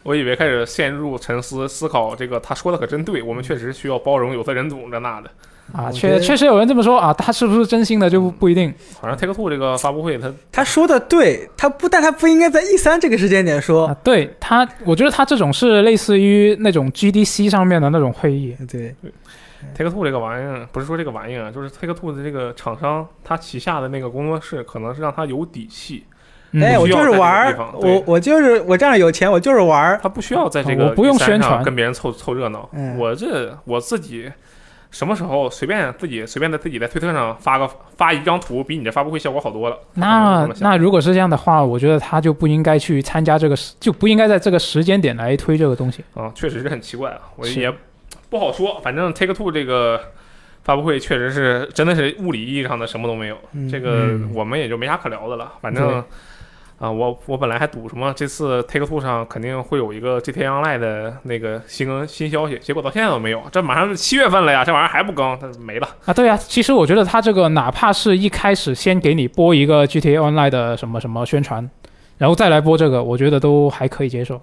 Speaker 2: 我以为开始陷入沉思，思考这个他说的可真对，我们确实需要包容有色人种这那的。
Speaker 3: 啊，
Speaker 4: 我觉
Speaker 3: 确
Speaker 4: 得
Speaker 3: 确实有人这么说啊，他是不是真心的就不一定
Speaker 2: 好像 Take Two 这个发布会，他
Speaker 4: 他说的对，他不，但他不应该在 E 三这个时间点
Speaker 3: 啊
Speaker 4: 说。，
Speaker 3: 对他，我觉得他这种是类似于那种 GDC 上面的那种会议，
Speaker 4: 对，
Speaker 2: Take Two 这个玩意儿，不是说这个玩意儿啊，就是 Take Two 的这个厂商，他旗下的那个工作室，可能是让他有底气，
Speaker 3: 嗯、
Speaker 4: 哎，我
Speaker 2: 需要
Speaker 4: 就
Speaker 2: 在
Speaker 4: 是
Speaker 2: 这个
Speaker 4: 玩儿
Speaker 2: 地，方对
Speaker 4: 我我就是我这样有钱，我就是玩儿。
Speaker 2: 他不需要在这个
Speaker 3: 我不用宣传
Speaker 2: 山上跟别人凑凑热闹。
Speaker 4: 嗯
Speaker 2: 我这我自己什么时候随便自己随便在自己在推特上发个发一张图，比你这发布会效果好多了。可能是
Speaker 3: 那
Speaker 2: 这么想
Speaker 3: 那如果是这样的话，我觉得他就不应该去参加这个时，就不应该在这个时间点来推这个东西。
Speaker 2: 啊，确实是很奇怪啊，我
Speaker 3: 是
Speaker 2: 也不好说。反正 Take Two 这个发布会确实是真的是物理意义上的什么都没有，
Speaker 4: 嗯
Speaker 2: 这个
Speaker 3: 嗯
Speaker 2: 我们也就没啥可聊的了。反
Speaker 3: 对
Speaker 2: 正啊、我我本来还赌什么这次 Take Two 上肯定会有一个 GTA Online 的那个新更新消息，结果到现在都没有。这马上就七月份了呀，这玩意儿还不更，它没了。
Speaker 3: 啊，对啊，其实我觉得他这个哪怕是一开始先给你播一个 GTA Online 的什么什么宣传，然后再来播这个，我觉得都还可以接受。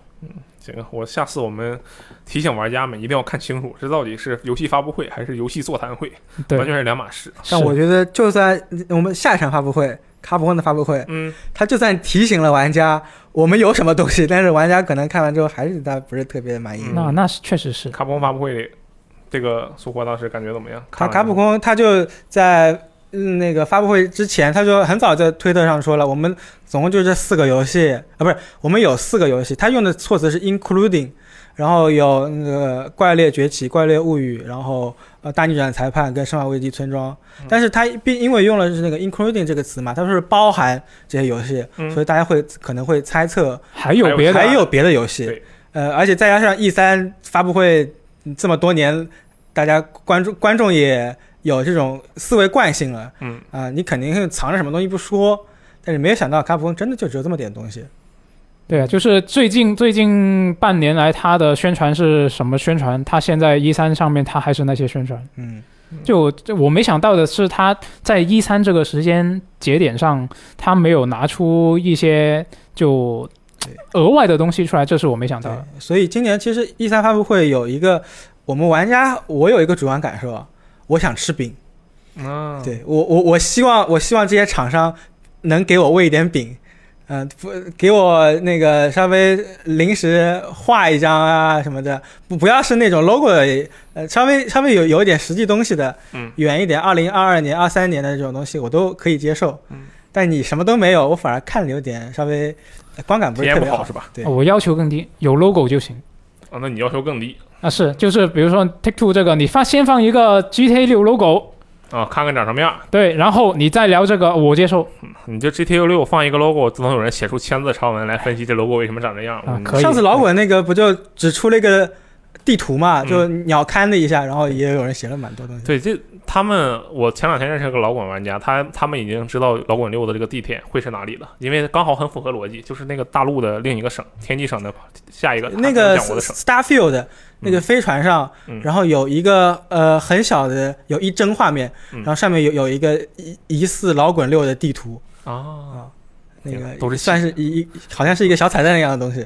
Speaker 2: 行，我下次我们提醒玩家们一定要看清楚，这到底是游戏发布会还是游戏座谈会，
Speaker 3: 对
Speaker 2: 完，全是两码事。
Speaker 4: 但
Speaker 3: 是
Speaker 4: 我觉得，就算我们下一场发布会，卡普空的发布会，
Speaker 2: 嗯，
Speaker 4: 他就算提醒了玩家我们有什么东西，但是玩家可能看完之后还是对他不是特别满意。
Speaker 2: 嗯
Speaker 3: 那那是确实是
Speaker 2: 卡普空发布会里，这个苏活当时感觉怎么样？
Speaker 4: 卡
Speaker 2: 看
Speaker 4: 卡普空他就在。嗯，那个发布会之前，他就很早在推特上说了，我们总共就这四个游戏啊，不是，我们有四个游戏。他用的措辞是 including，然后有那个《怪猎崛起》《怪猎物语》，然后呃《大逆转裁判》跟《生化危机：村庄》，
Speaker 2: 嗯
Speaker 4: 但是他并因为用了是那个 including 这个词嘛，他说是包含这些游戏，
Speaker 2: 嗯
Speaker 4: 所以大家会可能会猜测
Speaker 3: 还有别的
Speaker 4: 还有别的游戏
Speaker 2: 对，
Speaker 4: 呃，而且再加上 E 三发布会嗯这么多年，大家观众观众也有这种思维惯性了
Speaker 2: 嗯，
Speaker 4: 啊、你肯定是藏着什么东西不说，但是没有想到卡普空真的就只有这么点东西，
Speaker 3: 对啊，就是最近最近半年来他的宣传是什么宣传？他现在一三上面他还是那些宣传。
Speaker 4: 嗯，
Speaker 3: 就就我没想到的是，他在一三这个时间节点上，他没有拿出一些就
Speaker 4: 对
Speaker 3: 额外的东西出来，这是我没想到
Speaker 4: 对
Speaker 3: 的。，
Speaker 4: 所以今年其实 E 三发布会有一个我们玩家，我有一个主观感受，啊我想吃饼，
Speaker 2: 啊，
Speaker 4: 对我我我希望我希望这些厂商能给我喂一点饼，嗯、不给我那个稍微临时画一张啊什么的，不不要是那种 logo 的，呃，稍微稍微有有一点实际东西的，
Speaker 2: 嗯
Speaker 4: 远一点，二零二二年、二三年的这种东西我都可以接受，
Speaker 2: 嗯
Speaker 4: 但你什么都没有，我反而看了有点稍微呃观感不
Speaker 2: 体
Speaker 4: 是
Speaker 2: 验
Speaker 4: 特
Speaker 2: 不
Speaker 4: 别
Speaker 2: 好是吧？
Speaker 4: 对
Speaker 3: 啊我要求更低，有 logo 就行。
Speaker 2: 啊，那你要求更低
Speaker 3: 啊，是，就是比如说 Take Two 这个，你放先放一个 GTA 六 logo，
Speaker 2: 啊，看看长什么样。
Speaker 3: 对，然后你再聊这个，我接受
Speaker 2: 你就 GTO 六放一个 logo，总有人写出千字长文来分析这 logo 为什么长这样。
Speaker 3: 啊
Speaker 2: 嗯
Speaker 3: 可以
Speaker 4: 上次老滚那个不就只出了一个地图
Speaker 2: 嗯
Speaker 4: 嘛，就鸟瞰了一下，然后也有人写了蛮多东西。
Speaker 2: 对，这他们，我前两天认识一个老滚玩家，他他们已经知道老滚六的这个地点会是哪里了，因为刚好很符合逻辑，就是那个大陆的另一个省，天津省的下一个
Speaker 4: 那个
Speaker 2: 讲我的省，
Speaker 4: Starfield 那个飞船上，
Speaker 2: 嗯
Speaker 4: 然后有一个呃很小的有一帧画面，
Speaker 2: 嗯
Speaker 4: 然后上面有有一个疑疑似老滚六的地图，
Speaker 2: 啊，
Speaker 4: 那个
Speaker 2: 都是细
Speaker 4: 算是一一好像是一个小彩蛋一样的东西。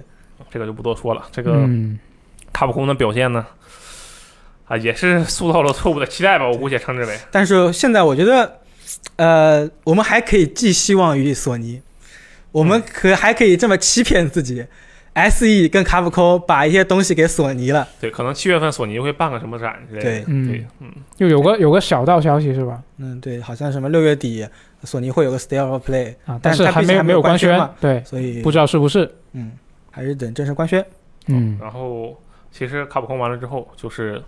Speaker 2: 这个就不多说了。这个
Speaker 3: 嗯，
Speaker 2: 卡普空的表现呢，啊，也是塑造了错误的期待吧，我姑且称之为。
Speaker 4: 但是现在我觉得，呃，我们还可以寄希望于索尼，我
Speaker 2: 嗯
Speaker 4: 们可还可以这么欺骗自己。S E 跟卡普空把一些东西给索尼了，
Speaker 2: 对，可能七月份索尼会办个什么展之类的。
Speaker 4: 对
Speaker 3: 嗯
Speaker 2: 对，嗯，
Speaker 3: 又有个有个小道消息是吧？
Speaker 4: 嗯，对，好像什么六月底索尼会有个 State of Play，
Speaker 3: 啊，
Speaker 4: 但
Speaker 3: 是
Speaker 4: 它
Speaker 3: 还
Speaker 4: 毕
Speaker 3: 没
Speaker 4: 竟
Speaker 3: 有
Speaker 4: 还没
Speaker 3: 没
Speaker 4: 有
Speaker 3: 官
Speaker 4: 官宣
Speaker 3: 宣
Speaker 4: 嘛，
Speaker 3: 对，
Speaker 4: 所以
Speaker 3: 不知道是不是？
Speaker 4: 嗯，还是等正式官宣。
Speaker 3: 嗯，
Speaker 2: 然后其实卡普空完了之后就是。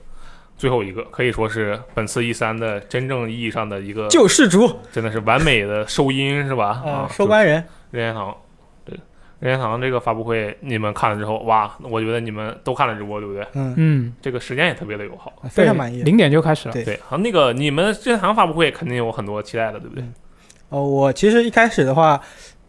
Speaker 2: 最后一个可以说是本次 E 三的真正意义上的一个
Speaker 4: 救世主，
Speaker 2: 真的是完美的收 [laughs] 音是吧？
Speaker 4: 呃
Speaker 2: 呃啊，，
Speaker 4: 收官人，
Speaker 2: 就是任天堂，对任天堂这个发布会，你们看了之后，哇，我觉得你们都看了直播，对不对？
Speaker 4: 嗯，
Speaker 3: 嗯，
Speaker 2: 这个时间也特别的友好。
Speaker 4: 非常
Speaker 3: 对
Speaker 4: 满意。
Speaker 3: 零点就开始了
Speaker 4: 对。
Speaker 2: 对，好，那个你们任天堂发布会肯定有很多期待的，对不对？
Speaker 4: 哦，我其实一开始的话，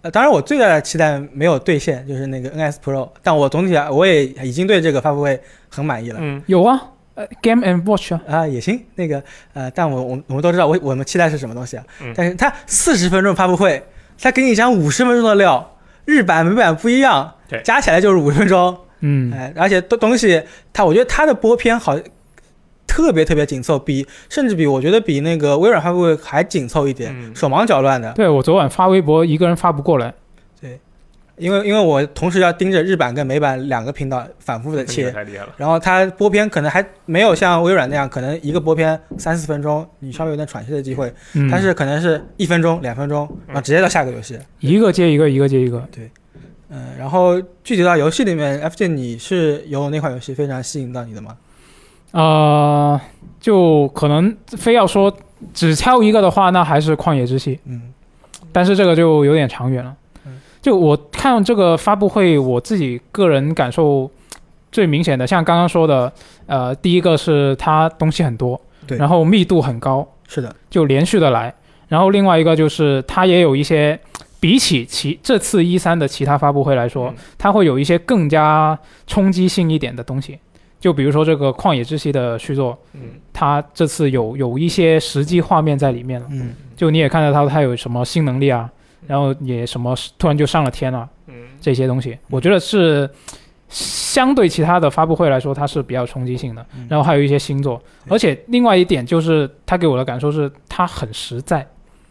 Speaker 4: 呃，当然我最大的期待没有兑现，就是那个 NS Pro，但我总体来我也已经对这个发布会很满意了。
Speaker 2: 嗯，
Speaker 3: 有啊，呃，Game and Watch 啊，
Speaker 4: 啊，也行，那个呃，但我我们我们都知道我我们期待是什么东西啊，
Speaker 2: 嗯
Speaker 4: 但是它四十分钟发布会，它给你讲五十分钟的料，日版美版不一样
Speaker 2: 对，
Speaker 4: 加起来就是五十分钟，
Speaker 3: 嗯，
Speaker 4: 哎，而且东东西它我觉得它的播片好特别特别紧凑，比甚至比我觉得比那个微软发布会还紧凑一点，
Speaker 2: 嗯
Speaker 4: 手忙脚乱的，
Speaker 3: 对我昨晚发微博，一个人发不过来，
Speaker 4: 因为因为我同时要盯着日版跟美版两个频道反复的
Speaker 2: 那你
Speaker 4: 切
Speaker 2: 们，太厉害了。
Speaker 4: 然后它播片可能还没有像微软那样，可能一个播片三四分钟，你稍微有点喘息的机会，
Speaker 3: 嗯，
Speaker 4: 它是可能是一分钟、两分钟，然后直接到下个游戏。
Speaker 3: 一个接一个，一个接一个，
Speaker 4: 嗯，然后具体到游戏里面，F J 你是有哪款游戏非常吸引到你的吗？
Speaker 3: 呃，就可能非要说只挑一个的话，那还是《旷野之息》，
Speaker 4: 嗯，
Speaker 3: 但是这个就有点长远了
Speaker 4: 嗯。
Speaker 3: 就我看这个发布会，我自己个人感受最明显的，像刚刚说的，呃，第一个是它东西很多，
Speaker 4: 对
Speaker 3: 然后密度很高，
Speaker 4: 是的，
Speaker 3: 就连续的来。然后另外一个就是它也有一些，比起其这次一三的其他发布会来说
Speaker 2: 嗯，
Speaker 3: 它会有一些更加冲击性一点的东西，就比如说这个《旷野之息》的续作，
Speaker 2: 嗯，
Speaker 3: 它这次有有一些实际画面在里面了。
Speaker 4: 嗯，
Speaker 3: 就你也看得到它有什么新能力啊，然后也什么突然就上了天啊
Speaker 2: 嗯，
Speaker 3: 这些东西，我觉得是相对其他的发布会来说，它是比较冲击性的
Speaker 4: 嗯。
Speaker 3: 然后还有一些新作，
Speaker 4: 对
Speaker 3: 而且另外一点就是它给我的感受是它很实在，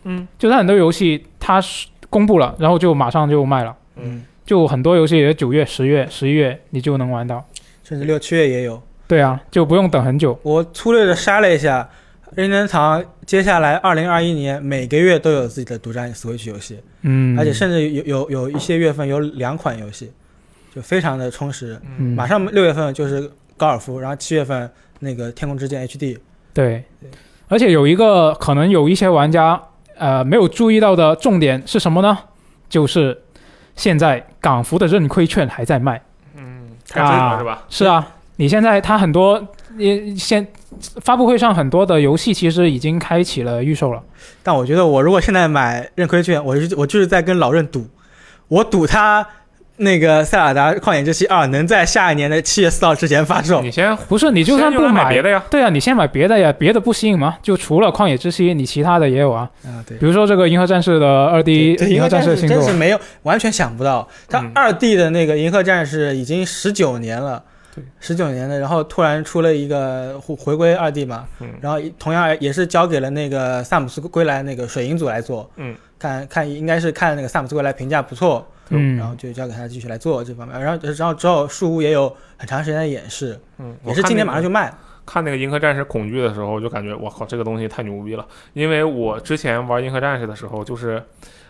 Speaker 2: 嗯，
Speaker 3: 就它很多游戏它是公布了，然后就马上就卖了，
Speaker 2: 嗯，
Speaker 3: 就很多游戏也九月、十月、十一月你就能玩到。
Speaker 4: 甚至六七月也有。
Speaker 3: 对啊，就不用等很久。
Speaker 4: 我粗略的筛了一下，任天堂接下来二零二一年每个月都有自己的独占 Switch 游戏，
Speaker 3: 嗯，
Speaker 4: 而且甚至有有有一些月份有两款游戏，就非常的充实。
Speaker 3: 嗯
Speaker 4: 马上六月份就是高尔夫，然后七月份那个《天空之剑》HD，
Speaker 3: 对
Speaker 4: 对，
Speaker 3: 而且有一个可能有一些玩家呃没有注意到的重点是什么呢？就是现在港服的认亏券还在卖。
Speaker 2: 嗯，太真了
Speaker 3: 啊
Speaker 2: 是吧？
Speaker 3: 是啊，你现在它很多，你现发布会上很多的游戏其实已经开启了预售了。
Speaker 4: 但我觉得我如果现在买认亏券，我就是我就是在跟老任赌，我赌他那个《塞尔达旷野之息二》能在下一年的七月四号之前发售。
Speaker 3: 嗯
Speaker 2: 你先，
Speaker 3: 不是，你就算
Speaker 2: 先
Speaker 3: 不
Speaker 2: 用来买别的呀，
Speaker 3: 对啊，你先买别的呀，别的不吸引吗？就除了《旷野之息》，你其他的也有啊，
Speaker 4: 啊，对。
Speaker 3: 比如说这个《银河战士》的二 D
Speaker 4: 对，
Speaker 3: 《银
Speaker 4: 银
Speaker 3: 河
Speaker 4: 河
Speaker 3: 战
Speaker 4: 战
Speaker 3: 士》
Speaker 4: 士
Speaker 3: 新
Speaker 4: 真
Speaker 3: 作
Speaker 4: 是，没有，完全想不到，他
Speaker 2: 嗯
Speaker 4: 二 D 的那个银河战士已经十九年了，
Speaker 2: 对，
Speaker 4: 十九年的，然后突然出了一个回回归二 D 嘛，
Speaker 2: 嗯
Speaker 4: 然后同样也是交给了那个萨姆斯归来那个水银组来做，
Speaker 2: 嗯，
Speaker 4: 看看应该是看那个萨姆斯归来评价不错，然后
Speaker 3: 嗯，
Speaker 4: 就交给他继续来做这方面。然后，然后之后树屋也有很长时间的演示，
Speaker 2: 嗯，
Speaker 4: 也是今年马上
Speaker 2: 就
Speaker 4: 就卖。
Speaker 2: 看那个《银河战士恐惧》的时候，就感觉我靠，这个东西太牛逼了。因为我之前玩《银河战士》的时候，就是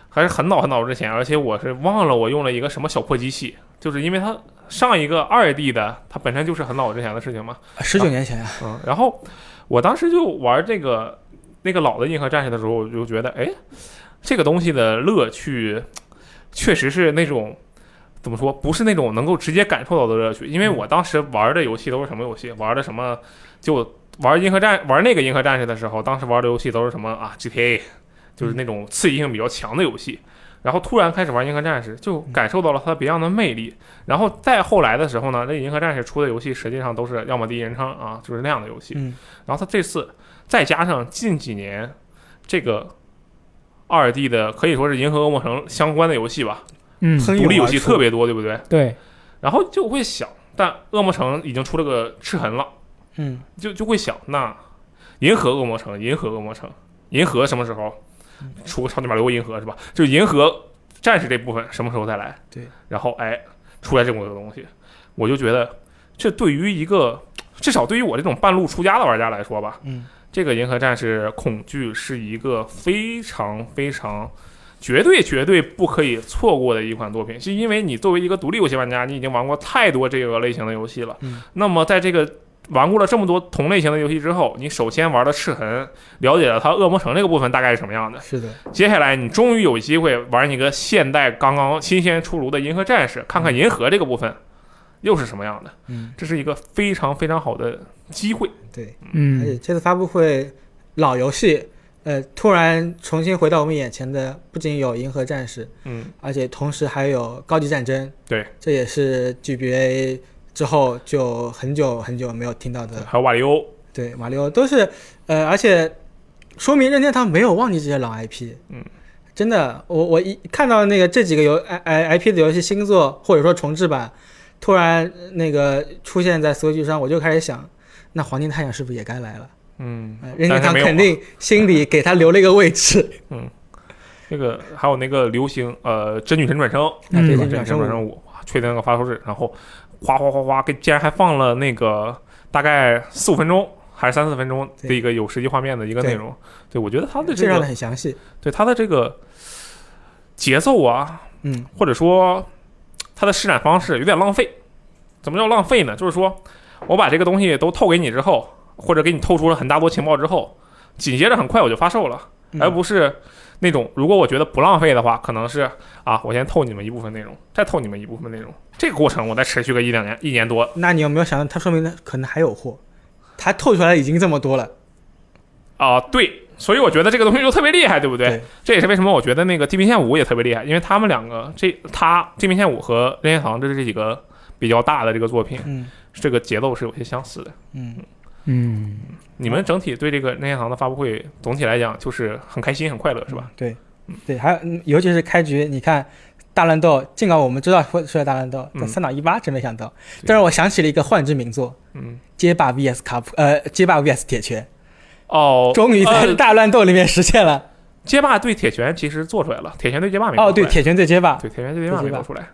Speaker 2: 还是很早很早之前，而且我是忘了我用了一个什么小破机器，就是因为它上一个二 D 的，它本身就是很早之前的事情嘛。
Speaker 4: 啊十九年前啊，
Speaker 2: 嗯，然后我当时就玩这个那个老的银河战士的时候，我就觉得，哎，这个东西的乐趣确实是那种怎么说，不是那种能够直接感受到的乐趣。因为我当时玩的游戏都是什么游戏？玩的什么？就玩银河战玩那个银河战士的时候，当时玩的游戏都是什么啊？GTA，就是那种刺激性比较强的游戏。然后突然开始玩银河战士，就感受到了它别样的魅力。然后再后来的时候呢，这银河战士出的游戏实际上都是要么第一人称啊，就是那样的游戏。
Speaker 4: 嗯
Speaker 2: 然后他这次再加上近几年这个二 D 的可以说是《银河恶魔城》相关的游戏吧，
Speaker 3: 嗯，
Speaker 4: [laughs] 很
Speaker 2: 独立游戏
Speaker 4: 有玩出
Speaker 2: 特别多，对不对？
Speaker 3: 对，
Speaker 2: 然后就会想，但《恶魔城》已经出了个赤痕了，
Speaker 4: 嗯，
Speaker 2: 就就会想，那《银河恶魔城》《银河恶魔城》《银河》什么时候出个超级马里奥银河是吧？就《银河战士》这部分什么时候再来？
Speaker 4: 对，
Speaker 2: 然后哎，出来这么个东西，我就觉得这对于一个至少对于我这种半路出家的玩家来说吧，
Speaker 4: 嗯
Speaker 2: 这个银河战士恐惧是一个非常非常绝对绝对不可以错过的一款作品，是因为你作为一个独立游戏玩家，你已经玩过太多这个类型的游戏了。
Speaker 4: 嗯
Speaker 2: 那么在这个玩过了这么多同类型的游戏之后，你首先玩了赤痕，了解了它恶魔城这个部分大概是什么样的，
Speaker 4: 是的，
Speaker 2: 接下来你终于有机会玩一个现代刚刚新鲜出炉的银河战士，看看银河这个部分又是什么样的，
Speaker 4: 嗯
Speaker 2: 这是一个非常非常好的机会。
Speaker 4: 对。而且
Speaker 3: 嗯，
Speaker 4: 这次发布会老游戏，呃，突然重新回到我们眼前的，不仅有《银河战士》，
Speaker 2: 嗯，
Speaker 4: 而且同时还有《高级战争》。
Speaker 2: 对，
Speaker 4: 这也是 GBA 之后就很久很久没有听到的。
Speaker 2: 还有瓦里欧。
Speaker 4: 对，马里奥都是，呃，而且说明任天堂没有忘记这些老 IP。
Speaker 2: 嗯。
Speaker 4: 真的，我我一看到那个这几个游 I I I P 的游戏新作或者说重置版，突然呃那个出现在 Switch 上，我就开始想，那黄金太阳是不是也该来了？
Speaker 2: 嗯
Speaker 4: 呃，任天
Speaker 2: 但是
Speaker 4: 堂
Speaker 2: 没有
Speaker 4: 肯
Speaker 2: 嘛
Speaker 4: 定心里给他留了一个位置。
Speaker 2: 那个还有那个流行呃《真女神转生》对
Speaker 3: 嗯
Speaker 2: 吧？
Speaker 4: 真女神
Speaker 2: 真女神转
Speaker 4: 转
Speaker 2: 生五，哇确定那个发售日，然后哗哗哗哗，给竟然还放了那个大概四五分钟还是三四分钟的
Speaker 4: 对
Speaker 2: 一个有实际画面的一个
Speaker 4: 对
Speaker 2: 内容。对我觉得他的这
Speaker 4: 介绍的
Speaker 2: 个
Speaker 4: 很详细。
Speaker 2: 对他的这个节奏啊，
Speaker 4: 嗯
Speaker 2: 或者说他的施展方式有点浪费。怎么叫浪费呢？就是说我把这个东西都透给你之后，或者给你透出了很大多情报之后，紧接着很快我就发售了。
Speaker 4: 嗯
Speaker 2: 哎而不是那种如果我觉得不浪费的话，可能是啊，我先透你们一部分内容，再透你们一部分内容，这个过程我再持续个一两年，一年多，
Speaker 4: 那你有没有想到，他说明他可能还有货，他透出来已经这么多了。
Speaker 2: 啊、对，所以我觉得这个东西就特别厉害，对不对？
Speaker 4: 对
Speaker 2: 这也是为什么我觉得那个《地平线五》也特别厉害，因为他们两个这他《地平线五》和《任天堂》这是这几个比较大的这个作品，
Speaker 4: 嗯
Speaker 2: 这个节奏是有些相似的。
Speaker 4: 嗯，
Speaker 3: 嗯，
Speaker 2: 你们整体对这个任天堂的发布会总体来讲就是很开心、很快乐，是吧？？
Speaker 4: 对，对，还有嗯尤其是开局，你看大乱斗，尽管我们知道会出来大乱斗，但
Speaker 2: 嗯
Speaker 4: 三岛一八真没想到，
Speaker 2: 对
Speaker 4: 但是我想起了一个幻之名作。
Speaker 2: 嗯，
Speaker 4: 街霸 VS 卡普，呃，街霸 VS 铁拳，
Speaker 2: 哦，
Speaker 4: [laughs] 终于在
Speaker 2: 呃
Speaker 4: 大乱斗里面实现了。
Speaker 2: 街霸对铁拳其实做出来了，铁拳对街霸没
Speaker 4: 哦，
Speaker 2: 做出
Speaker 4: 对，
Speaker 2: 来
Speaker 4: 铁拳对街霸，
Speaker 2: 对铁拳对街霸没
Speaker 4: 对街
Speaker 2: 做
Speaker 4: 霸
Speaker 2: 出来。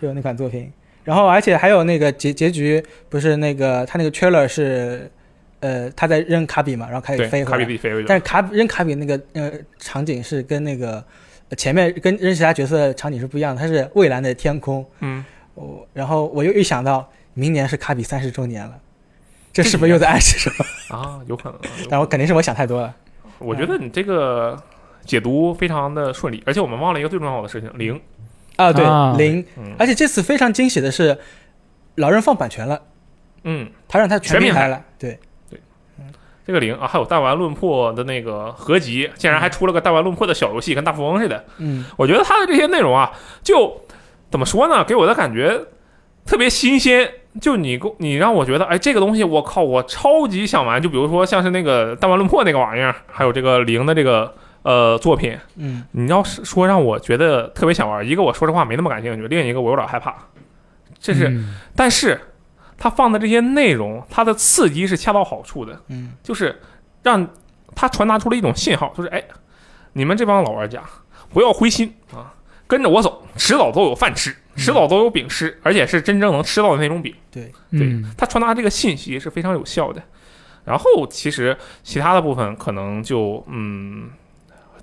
Speaker 4: 就有那款作品。然后，而且还有那个结结局，不是那个他那个 trailer 是，呃，他在扔卡比嘛，然后卡比
Speaker 2: 对，
Speaker 4: 飞
Speaker 2: 卡比
Speaker 4: 回来
Speaker 2: 自。己飞回去
Speaker 4: 但
Speaker 2: 了。
Speaker 4: 是卡比扔卡比那个呃场景是跟那个呃前面跟扔其他角色的场景是不一样的，它是蔚蓝的天空。
Speaker 2: 嗯，
Speaker 4: 我然后我又一想到明年是卡比三十周年了，这是不是又在暗示什么？
Speaker 2: 啊，有可能啊。有可能
Speaker 4: 但我肯定是我想太多了。
Speaker 2: 我觉得你这个解读非常的顺利，而且我们忘了一个最重要的事情，零。
Speaker 4: 啊，对
Speaker 3: 啊
Speaker 4: 零。
Speaker 2: 嗯
Speaker 4: 而且这次非常惊喜的是，老任放版权了，
Speaker 2: 嗯，
Speaker 4: 他让他全
Speaker 2: 全
Speaker 4: 平
Speaker 2: 平
Speaker 4: 台
Speaker 2: 台
Speaker 4: 了。对，
Speaker 2: 这个零啊，还有弹丸论破的那个合集，竟然还出了个弹丸论破的小游戏，跟大富翁似的。
Speaker 4: 嗯，
Speaker 2: 我觉得它的这些内容啊，就怎么说呢，给我的感觉特别新鲜。就你给我你让我觉得，哎，这个东西我靠，我超级想玩。就比如说像是那个弹丸论破那个玩意儿，还有这个零的这个呃作品，
Speaker 4: 嗯，
Speaker 2: 你要是说让我觉得特别想玩，一个我说实话没那么感兴趣，另一个我有点害怕。这是，
Speaker 3: 嗯
Speaker 2: 但是它放的这些内容，它的刺激是恰到好处的，
Speaker 4: 嗯，
Speaker 2: 就是让它传达出了一种信号，就是哎，你们这帮老玩家不要灰心啊，跟着我走，迟早都有饭吃，迟
Speaker 4: 嗯
Speaker 2: 早都有饼吃，而且是真正能吃到的那种饼。
Speaker 3: 嗯，
Speaker 2: 它传达这个信息是非常有效的。然后其实其他的部分可能就嗯。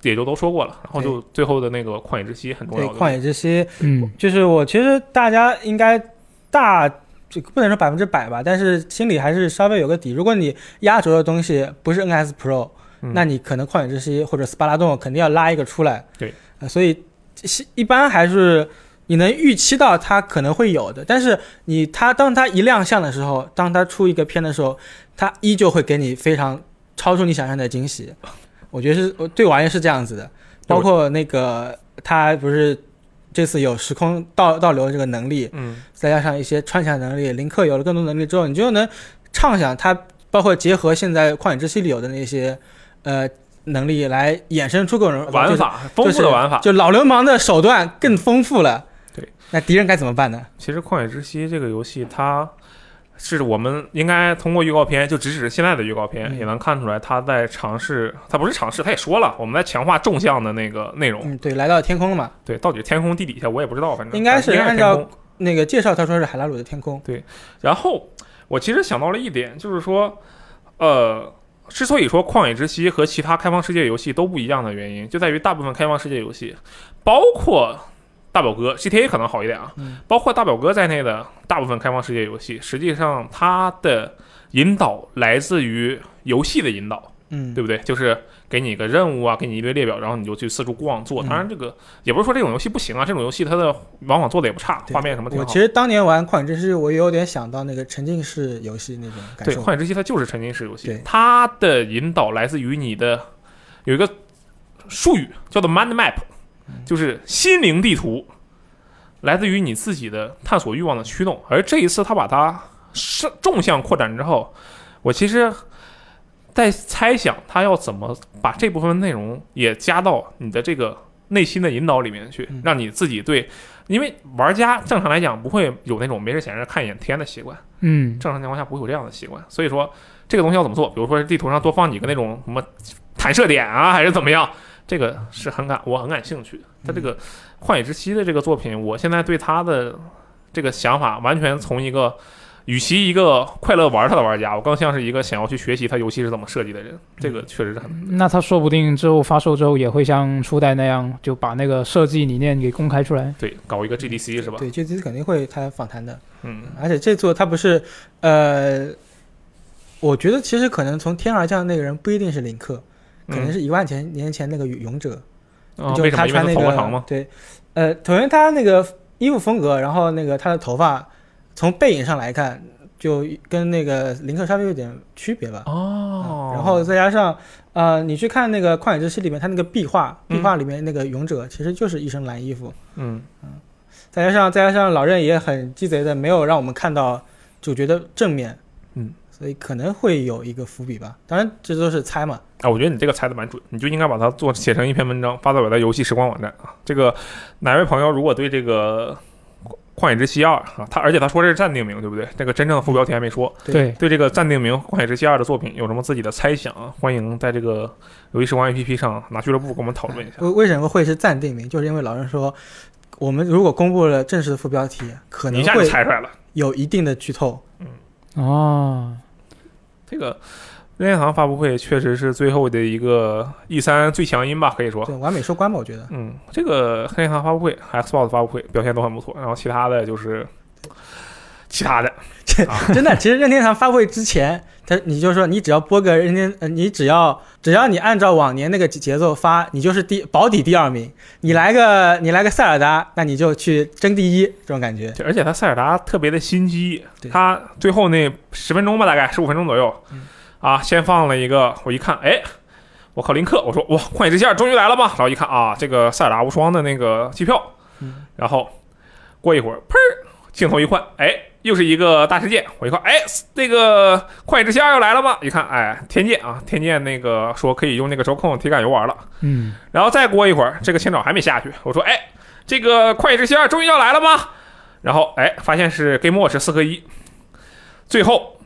Speaker 2: 也就都说过了，然后就最后的那个旷野之息很重
Speaker 4: 对，
Speaker 2: 要的
Speaker 4: 旷野之息，
Speaker 3: 嗯，
Speaker 4: 就是我其实大家应该大，这个不能说百分之百吧，但是心里还是稍微有个底。如果你压轴的东西不是 NS Pro，
Speaker 2: 嗯
Speaker 4: 那你可能旷野之息或者斯巴达洞肯定要拉一个出来。
Speaker 2: 对
Speaker 4: 呃所以这是一般还是你能预期到它可能会有的，但是你它当它一亮相的时候，当它出一个片的时候，它依旧会给你非常超出你想象的
Speaker 2: [laughs]
Speaker 4: 惊喜。我觉得是我呃对我而言是这样子的，
Speaker 2: 对
Speaker 4: 包
Speaker 2: 我
Speaker 4: 括那个它不是这次有时空倒倒流这个能力，
Speaker 2: 嗯
Speaker 4: 再加上一些穿墙能力，林克有了更多能力之后，你就能畅想它，包括结合现在《旷野之息》里有的那些呃能力来衍生出各种
Speaker 2: 玩，法丰富的玩法
Speaker 4: 就。是就老流氓的手段更丰富了。
Speaker 2: 对，
Speaker 4: 那敌人该怎么办呢？
Speaker 2: 其实《旷野之息》这个游戏，它是我们应该通过预告片，就直指现在的预告片，
Speaker 4: 嗯
Speaker 2: 也能看出来他在尝试，他不是尝试，他也说了，我们在强化纵向的那个内容。
Speaker 4: 嗯，对，来到天空了嘛，
Speaker 2: 对，到底是天空地底下我也不知道，反正
Speaker 4: 应该是
Speaker 2: 是
Speaker 4: 按照
Speaker 2: 天空
Speaker 4: 那个介绍他说是海拉鲁的天空，
Speaker 2: 然后我其实想到了一点，就是说，呃，之所以说《旷野之息》和其他开放世界游戏都不一样的原因，就在于大部分开放世界游戏，包括大表哥 GTA 可能好一点啊，
Speaker 4: 嗯
Speaker 2: 包括大表哥在内的大部分开放世界游戏，实际上它的引导来自于游戏的引导。
Speaker 4: 嗯，
Speaker 2: 对不对？就是给你一个任务啊，给你一堆列表，然后你就去四处逛做。
Speaker 4: 嗯
Speaker 2: 当然，这个也不是说这种游戏不行啊，这种游戏它的往往做的也不差，
Speaker 4: 对
Speaker 2: 画面什么挺
Speaker 4: 我
Speaker 2: 好。
Speaker 4: 其实当年玩《旷野之息》，我有点想到那个沉浸式游戏那种感
Speaker 2: 对《
Speaker 4: 受。
Speaker 2: 旷野之息》它就是沉浸式游戏
Speaker 4: 对，
Speaker 2: 它的引导来自于你的有一个术语叫做 mind map，就是
Speaker 4: 嗯
Speaker 2: 心灵地图，来自于你自己的探索欲望的驱动。而这一次他把它是纵向扩展之后，我其实。在猜想他要怎么把这部分内容也加到你的这个内心的引导里面去
Speaker 4: 嗯，
Speaker 2: 让你自己对，因为玩家正常来讲不会有那种没事闲着看一眼天的习惯，
Speaker 3: 嗯，
Speaker 2: 正常情况下不会有这样的习惯。所以说，这个东西要怎么做？比如说地图上多放几个那种什么弹射点啊，还是怎么样？这个是很感我很感兴趣的。他这个《
Speaker 4: 嗯
Speaker 2: 旷野之息》的这个作品，我现在对他的这个想法完全从一个。与其一个快乐玩它的玩家，我更像是一个想要去学习它游戏是怎么设计的人。这
Speaker 4: 嗯
Speaker 2: 个确实是很
Speaker 3: 那他说不定之后发售之后也会像初代那样，就把那个设计理念给公开出来。
Speaker 2: 对，搞一个 GDC 是吧？
Speaker 4: 嗯对，这次肯定会他访谈的。
Speaker 2: 嗯，
Speaker 4: 而且这座他不是，呃，我觉得其实可能从天而降那个人不一定是林克，可能
Speaker 2: 嗯
Speaker 4: 是一万前年前那个勇者，
Speaker 2: 啊
Speaker 4: 就
Speaker 2: 为
Speaker 4: 是
Speaker 2: 什么？因
Speaker 4: 他
Speaker 2: 为
Speaker 4: 穿
Speaker 2: 它
Speaker 4: 那
Speaker 2: 跑过长
Speaker 4: 个
Speaker 2: 吗？
Speaker 4: 对，呃，首先他那个衣服风格，然后那个他的头发，从背影上来看，就跟那个林克稍微有点区别吧。
Speaker 2: 哦，
Speaker 4: 啊然后再加上，呃，你去看那个《旷野之息》里面，他那个壁画，壁
Speaker 2: 嗯
Speaker 4: 画里面那个勇者其实就是一身蓝衣服，
Speaker 2: 嗯，
Speaker 4: 再加上再加上老任也很鸡贼的，没有让我们看到主角的正面，
Speaker 2: 嗯，
Speaker 4: 所以可能会有一个伏笔吧。当然这都是猜嘛，
Speaker 2: 啊，我觉得你这个猜的蛮准，你就应该把它做写成一篇文章，发表在游戏时光网站啊。这个哪位朋友如果对这个《旷野之息二》啊，他而且他说这是暂定名，对不对？这个真正的副标题还没说。
Speaker 4: 对
Speaker 3: 对，
Speaker 2: 对这个暂定名《旷野之息二》的作品有什么自己的猜想啊？欢迎在这个游戏时光 APP 上拿俱乐部跟我们讨论一下。
Speaker 4: 为为什么会是暂定名？就是因为老任说，我们如果公布了正式的副标题，可
Speaker 2: 你一
Speaker 4: 能
Speaker 2: 下就
Speaker 4: 会
Speaker 2: 猜出来了，
Speaker 4: 有一定的剧透。
Speaker 3: 哦，
Speaker 2: 这个任天堂发布会确实是最后的一个 E 三最强音吧，可以说。
Speaker 4: 对，完美收官吧，我觉得。
Speaker 2: 嗯，这个任天堂发布会、Xbox 发布会表现都很不错，然后其他的就是其他的，
Speaker 4: 真的，其实任天堂发布会之前，他你就说你只要播个任天，呃你只要只要你按照往年那个节奏发，你就是第保底第二名。你来个你来个塞尔达，那你就去争第一，这种感觉。
Speaker 2: 就而且他塞尔达特别的心机
Speaker 4: 对，嗯
Speaker 2: 他最后那十分钟吧，大概十五分钟左右，啊，先放了一个，我一看，哎，我靠，林克，我说哇，旷野之息二终于来了吧，然后一看啊，这个塞尔达无双的那个机票，
Speaker 4: 嗯
Speaker 2: 然后过一会儿，砰，镜头一换，哎，又是一个大世界，我一看，哎，那个旷野之息二又来了吧，一看，哎，天剑啊，天剑那个说可以用那个轴控体感游玩了。
Speaker 3: 嗯，
Speaker 2: 然后再过一会儿，这个青岛还没下去，我说：“哎，这个《旷野之息二》终于要来了吗？”然后哎，发现是 Game Watch 四合一。最后，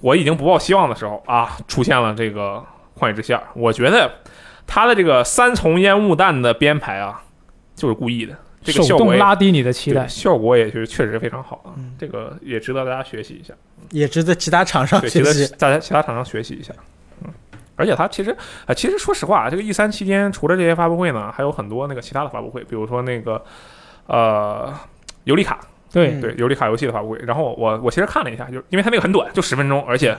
Speaker 2: 我已经不抱希望的时候啊，出现了这个《旷野之息二》。我觉得他的这个三重烟雾弹的编排啊，就是故意的，这个
Speaker 3: 手
Speaker 2: 效果
Speaker 3: 动
Speaker 2: 也
Speaker 3: 拉低你的期
Speaker 2: 对
Speaker 3: 待。
Speaker 2: 效果也是确实非常好啊
Speaker 4: 嗯，
Speaker 2: 这个也值得大家学习一下。
Speaker 4: 也值得其他厂商
Speaker 2: 对，
Speaker 4: 啊学
Speaker 2: 值
Speaker 4: 习
Speaker 2: 得。大家其他厂商学习一下。嗯，而且它其实啊、其实说实话，这个 E 三期间除了这些发布会呢，还有很多那个其他的发布会，比如说那个呃尤里卡，
Speaker 3: 对
Speaker 4: 嗯
Speaker 2: 对尤里卡游戏的发布会。然后我我我其实看了一下，就因为它那个很短，就十分钟，而且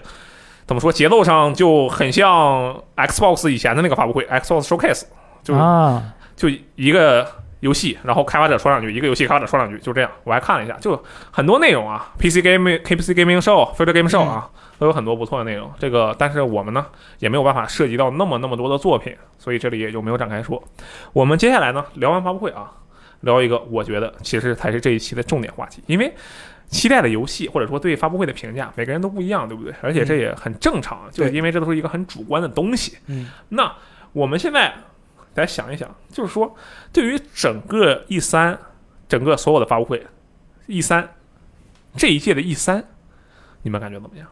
Speaker 2: 怎么说，节奏上就很像 Xbox 以前的那个发布会，Xbox Showcase，就、
Speaker 3: 啊，
Speaker 2: 就一个游戏，然后开发者说两句，一个游戏开发者说两句，就这样。我还看了一下，就很多内容啊，PC Gaming、KPC Gaming Show、Future Game Show 啊，都有很多不错的内容。这个，但是我们呢也没有办法涉及到那么那么多的作品，所以这里也就没有展开说。我们接下来呢，聊完发布会啊，聊一个我觉得其实才是这一期的重点话题，因为。期待的游戏，或者说对发布会的评价，每个人都不一样，对不对？而且这也很正常，就是
Speaker 4: 对
Speaker 2: 因为这都是一个很主观的东西。
Speaker 4: 嗯，
Speaker 2: 那我们现在来想一想，就是说，对于整个 E 三，整个所有的发布会，E 三这一届的 E 三，你们感觉怎么样？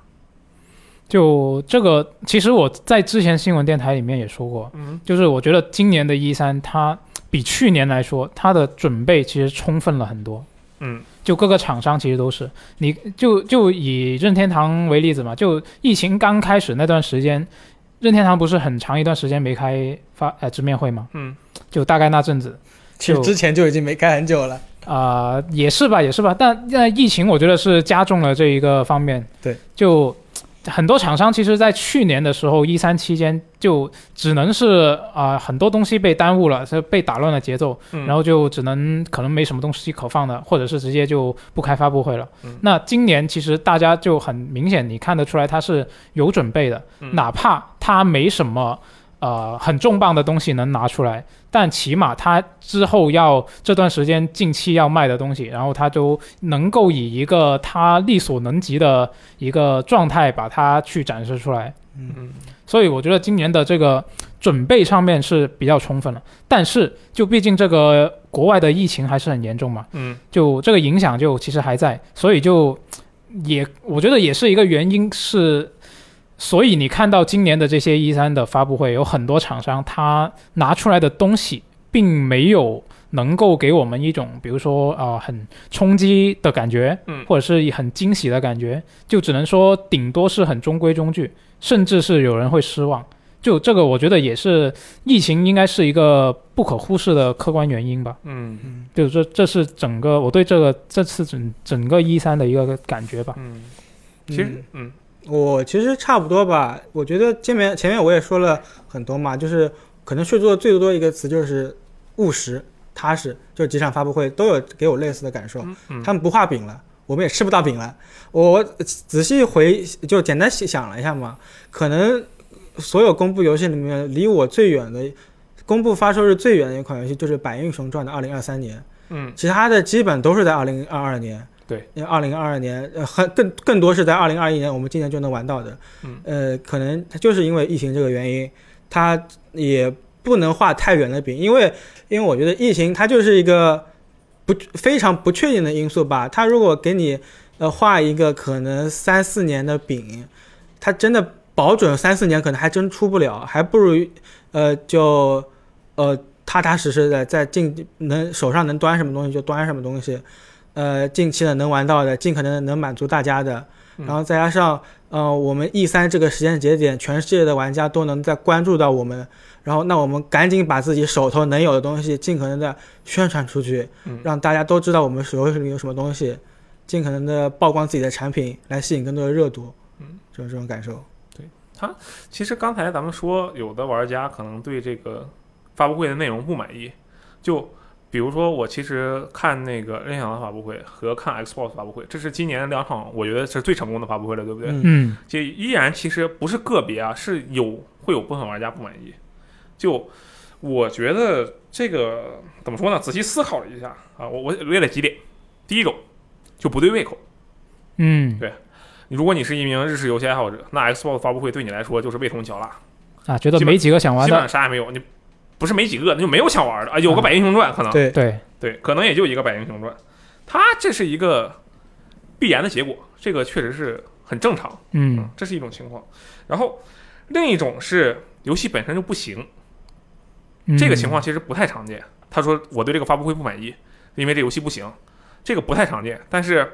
Speaker 3: 就这个，其实我在之前新闻电台里面也说过，
Speaker 2: 嗯，
Speaker 3: 就是我觉得今年的一三，它比去年来说，它的准备其实充分了很多。
Speaker 2: 嗯，
Speaker 3: 就各个厂商其实都是，你就就以任天堂为例子嘛，就疫情刚开始那段时间，任天堂不是很长一段时间没开发呃直面会吗？
Speaker 2: 嗯，
Speaker 3: 就大概那阵子，
Speaker 4: 其实
Speaker 3: 就
Speaker 4: 之前就已经没开很久了。
Speaker 3: 啊、也是吧，也是吧，但那疫情我觉得是加重了这一个方面。
Speaker 4: 对，
Speaker 3: 就很多厂商其实，在去年的时候，一三期间就只能是啊、很多东西被耽误了，是被打乱了节奏，
Speaker 2: 嗯
Speaker 3: 然后就只能可能没什么东西可放的，或者是直接就不开发布会了。
Speaker 2: 嗯
Speaker 3: 那今年其实大家就很明显，你看得出来他是有准备的，
Speaker 2: 嗯
Speaker 3: 哪怕他没什么呃很重磅的东西能拿出来，但起码他之后要这段时间近期要卖的东西，然后他都能够以一个他力所能及的一个状态把它去展示出来。
Speaker 2: 嗯
Speaker 3: 所以我觉得今年的这个准备上面是比较充分了，但是就毕竟这个国外的疫情还是很严重嘛，
Speaker 2: 嗯
Speaker 3: 就这个影响就其实还在，所以就也我觉得也是一个原因是，所以你看到今年的这些一三的发布会，有很多厂商他拿出来的东西并没有能够给我们一种比如说啊、呃很冲击的感觉，
Speaker 2: 嗯
Speaker 3: 或者是很惊喜的感觉，就只能说顶多是很中规中矩，甚至是有人会失望。就这个，我觉得也是疫情应该是一个不可忽视的客观原因吧。
Speaker 2: 嗯
Speaker 4: 嗯，
Speaker 3: 就这，这是整个我对这个这次整整个一三的一个感觉吧。
Speaker 2: 嗯，其实嗯
Speaker 4: 我其实差不多吧。我觉得前面前面我也说了很多嘛，就是可能睡做最多一个词就是务实、踏实，就是几场发布会都有给我类似的感受。
Speaker 2: 嗯嗯
Speaker 4: 哦他们不画饼了，我们也吃不到饼了。我仔细回就简单想了一下嘛，可能所有公布游戏里面离我最远的。公布发售日最远的一款游戏就是《百英雄传》的二零二三年，
Speaker 2: 嗯
Speaker 4: 其他的基本都是在二零二二年。
Speaker 2: 对，
Speaker 4: 因为二零二二年呃很更更多是在二零二一年，我们今年就能玩到的。
Speaker 2: 嗯，
Speaker 4: 呃，可能它就是因为疫情这个原因，它也不能画太远的饼，因为因为我觉得疫情它就是一个不非常不确定的因素吧。它如果给你呃画一个可能三四年的饼，它真的保准三四年可能还真出不了，还不如呃就呃踏踏实实的在进能手上能端什么东西就端什么东西，呃近期的能玩到的，尽可能地能满足大家的。
Speaker 2: 嗯
Speaker 4: 然后再加上，呃，我们 E 三这个时间节点，全世界的玩家都能在关注到我们，然后那我们赶紧把自己手头能有的东西尽可能的宣传出去，
Speaker 2: 嗯
Speaker 4: 让大家都知道我们手游里有什么东西，尽可能的曝光自己的产品，来吸引更多的热度。
Speaker 2: 嗯，
Speaker 4: 就是这种感受。
Speaker 2: 其实刚才咱们说，有的玩家可能对这个发布会的内容不满意，就比如说我其实看那个任天堂的发布会和看 Xbox 发布会，这是今年两场我觉得是最成功的发布会了，对不对？
Speaker 4: 嗯
Speaker 3: 嗯
Speaker 2: 就依然其实不是个别啊，是有会有部分玩家不满意。就我觉得这个怎么说呢？仔细思考了一下啊，我我列了几点。第一种就不对胃口，
Speaker 3: 嗯
Speaker 2: 对如果你是一名日式游戏爱好者，那 Xbox 发布会对你来说就是味同嚼蜡。
Speaker 3: 啊，觉得没几个想玩
Speaker 2: 基本上
Speaker 3: 的，
Speaker 2: 啥也没有，你不是没几个，那就没有想玩的啊，有个百英雄传可能，
Speaker 4: 对，
Speaker 3: 对
Speaker 2: 对可能也就一个百英雄传，它这是一个必然的结果，这个确实是很正常，
Speaker 3: 嗯，
Speaker 2: 啊这是一种情况。然后另一种是游戏本身就不行，
Speaker 3: 嗯
Speaker 2: 这个情况其实不太常见。他说我对这个发布会不满意，因为这游戏不行，这个不太常见，但是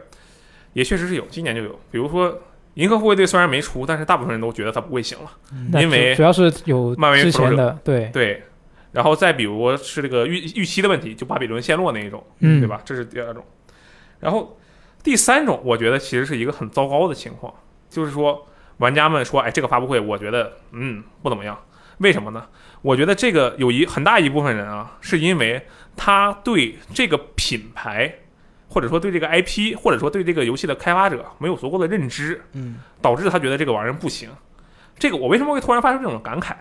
Speaker 2: 也确实是有，今年就有，比如说。银河护卫队虽然没出，但是大部分人都觉得它不会行了。
Speaker 3: 那
Speaker 2: 因为
Speaker 3: 主主要是有
Speaker 2: 漫威
Speaker 3: 之前的对
Speaker 2: 对，然后再比如是这个预预期的问题，就巴比伦陷落那一种，
Speaker 3: 嗯
Speaker 2: 对吧？这是第二种。然后第三种，我觉得其实是一个很糟糕的情况，就是说玩家们说，哎，这个发布会我觉得嗯不怎么样，为什么呢？我觉得这个有一很大一部分人啊，是因为他对这个品牌，或者说对这个 IP，或者说对这个游戏的开发者没有足够的认知，
Speaker 4: 嗯，
Speaker 2: 导致他觉得这个玩意儿不行。这个我为什么会突然发出这种感慨，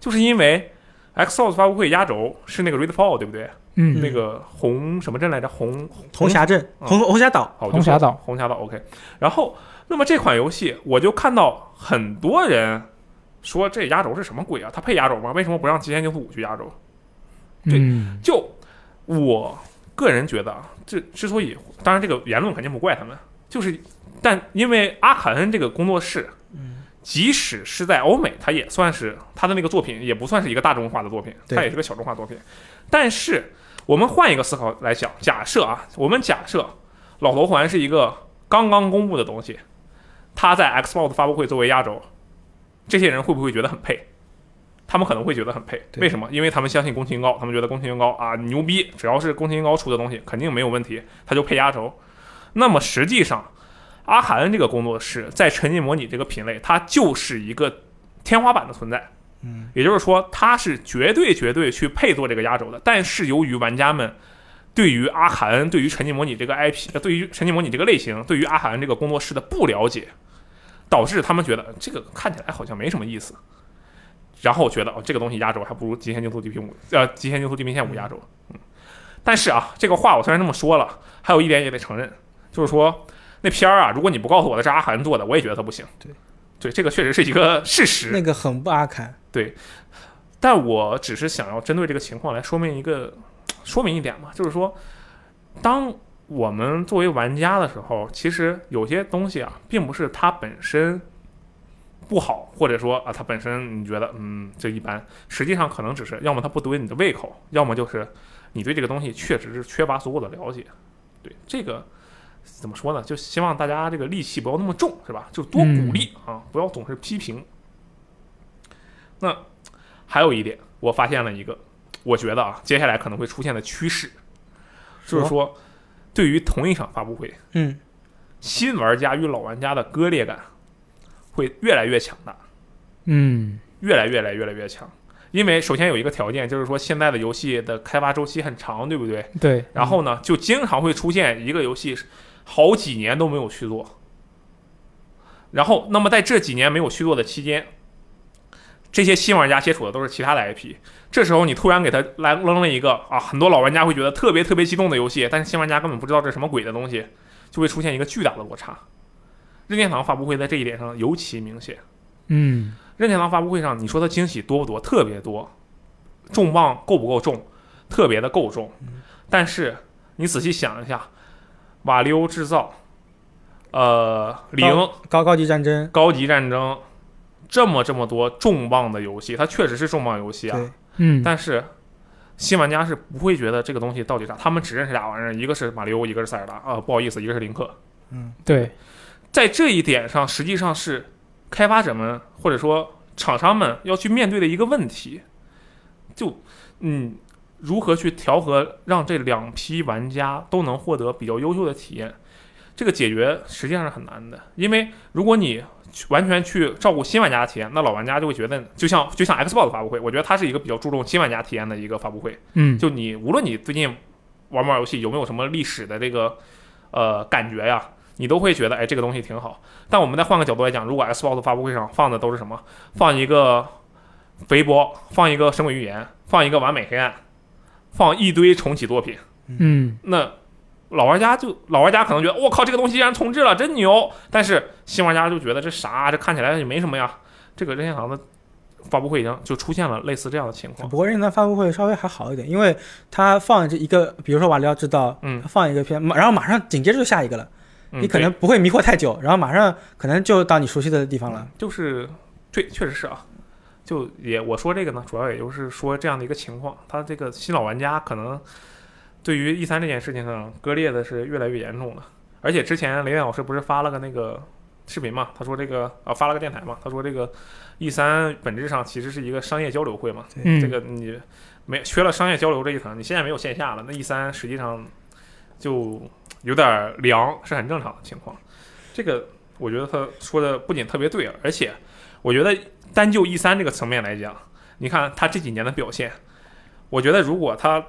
Speaker 2: 就是因为 Xbox 发布会压轴是那个 Redfall，对不对？
Speaker 3: 嗯，
Speaker 2: 那个红什么镇来着？红
Speaker 4: 红霞镇、
Speaker 2: 嗯
Speaker 4: 红红霞岛，
Speaker 2: 好，我就
Speaker 3: 红
Speaker 2: 说
Speaker 3: 霞岛
Speaker 2: 红霞岛 OK。然后，那么这款游戏，我就看到很多人说这压轴是什么鬼啊？它配压轴吗？为什么不让《极限竞速五》去压轴？对
Speaker 3: 嗯
Speaker 2: 就我个人觉得啊，这之所以，当然这个言论肯定不怪他们，就是但因为阿卡恩这个工作室，
Speaker 4: 嗯
Speaker 2: 即使是在欧美，它也算是它的那个作品，也不算是一个大众化的作品，
Speaker 4: 对
Speaker 2: 它也是个小众化作品。但是我们换一个思考来想，假设啊，我们假设老头环是一个刚刚公布的东西，它在 Xbox 发布会作为压轴，这些人会不会觉得很配？他们可能会觉得很配，
Speaker 4: 对
Speaker 2: 为什么？因为他们相信宫崎英高，他们觉得宫崎英高啊牛逼，只要是宫崎英高出的东西肯定没有问题，他就配压轴。那么实际上，阿卡恩这个工作室在沉浸模拟这个品类，它就是一个天花板的存在。
Speaker 4: 嗯，
Speaker 2: 也就是说，它是绝对绝对去配做这个压轴的。但是由于玩家们对于阿卡恩、对于沉浸模拟这个 IP、呃对于沉浸模拟这个类型、对于阿卡恩这个工作室的不了解，导致他们觉得这个看起来好像没什么意思。然后觉得哦，这个东西压轴还不如《极限竞速地平五》呃，《极限竞速地平线五》压轴。嗯，但是啊，这个话我虽然这么说了，还有一点也得承认，就是说那片儿啊，如果你不告诉我它是阿卡恩做的，我也觉得它不行。
Speaker 4: 对，
Speaker 2: 对，这个确实是一个事实。
Speaker 4: 那个很不阿坎，
Speaker 2: 但我只是想要针对这个情况来说明一个，说明一点嘛，就是说，当我们作为玩家的时候，其实有些东西啊，并不是它本身不好，或者说啊，它本身你觉得嗯这一般，实际上可能只是要么它不对你的胃口，要么就是你对这个东西确实是缺乏足够的了解。对这个怎么说呢？就希望大家这个戾气不要那么重，是吧？就多鼓励、啊，不要总是批评。那还有一点，我发现了一个，我觉得啊，接下来可能会出现的趋势，
Speaker 4: 哦
Speaker 2: 就是说，对于同一场发布会，
Speaker 4: 嗯，
Speaker 2: 新玩家与老玩家的割裂感会越来越强大，
Speaker 3: 嗯
Speaker 2: 越来越来越来越强。因为首先有一个条件，就是说现在的游戏的开发周期很长，对不对？
Speaker 3: 对，
Speaker 2: 然后呢，就经常会出现一个游戏是好几年都没有续作，然后那么在这几年没有续作的期间，这些新玩家接触的都是其他的 IP，这时候你突然给他来扔了一个啊，很多老玩家会觉得特别特别激动的游戏，但是新玩家根本不知道这是什么鬼的东西，就会出现一个巨大的落差。任天堂发布会在这一点上尤其明显。
Speaker 3: 嗯
Speaker 2: 任天堂发布会上，你说它惊喜多不多？特别多，重磅够不够重？特别的够重。
Speaker 4: 嗯
Speaker 2: 但是你仔细想一下，瓦力欧制造，呃，零
Speaker 4: 高高级战争，
Speaker 2: 高级战争，这么这么多重磅的游戏，它确实是重磅游戏啊。
Speaker 4: 对，
Speaker 3: 嗯，
Speaker 2: 但是新玩家是不会觉得这个东西到底啥，他们只认识俩玩意儿，一个是马里欧，一个是塞尔达。啊、不好意思，一个是林克。
Speaker 4: 嗯，
Speaker 3: 对，
Speaker 2: 在这一点上，实际上是开发者们或者说厂商们要去面对的一个问题，就嗯，如何去调和，让这两批玩家都能获得比较优秀的体验，这个解决实际上是很难的，因为如果你去完全去照顾新玩家的体验，那老玩家就会觉得，就像就像 Xbox 发布会，我觉得它是一个比较注重新玩家体验的一个发布会，
Speaker 3: 嗯
Speaker 2: 就你无论你最近玩不玩游戏，有没有什么历史的这个呃感觉呀，你都会觉得哎这个东西挺好。但我们再换个角度来讲，如果 Xbox 发布会上放的都是什么？放一个肥波，放一个《神鬼寓言》，放一个《完美黑暗》，放一堆重启作品，
Speaker 3: 嗯
Speaker 2: 那老玩家就老玩家可能觉得我靠，这个东西竟然重置了，真牛！但是新玩家就觉得这啥，这看起来也没什么呀。这个任天堂的发布会已经就出现了类似这样的情况。
Speaker 4: 不过任天堂发布会稍微还好一点，因为它放这一个，比如说瓦里奥制造，
Speaker 2: 嗯
Speaker 4: 它放一个片，马然后马上紧接着就下一个了，
Speaker 2: 嗯
Speaker 4: 你可能不会迷惑太久，然后马上可能就到你熟悉的地方了。
Speaker 2: 就是对，确实是啊。就也我说这个呢，主要也就是说这样的一个情况，他这个新老玩家可能对于 E 三这件事情上割裂的是越来越严重了。而且之前雷电老师不是发了个那个视频嘛，他说这个啊发了个电台嘛，他说这个 E 三本质上其实是一个商业交流会嘛，
Speaker 3: 嗯，
Speaker 2: 这个你没缺了商业交流这一层，你现在没有线下了，那 E 三实际上就有点凉，是很正常的情况。这个我觉得他说的不仅特别对，而且我觉得单就 E 三这个层面来讲，你看他这几年的表现，我觉得如果他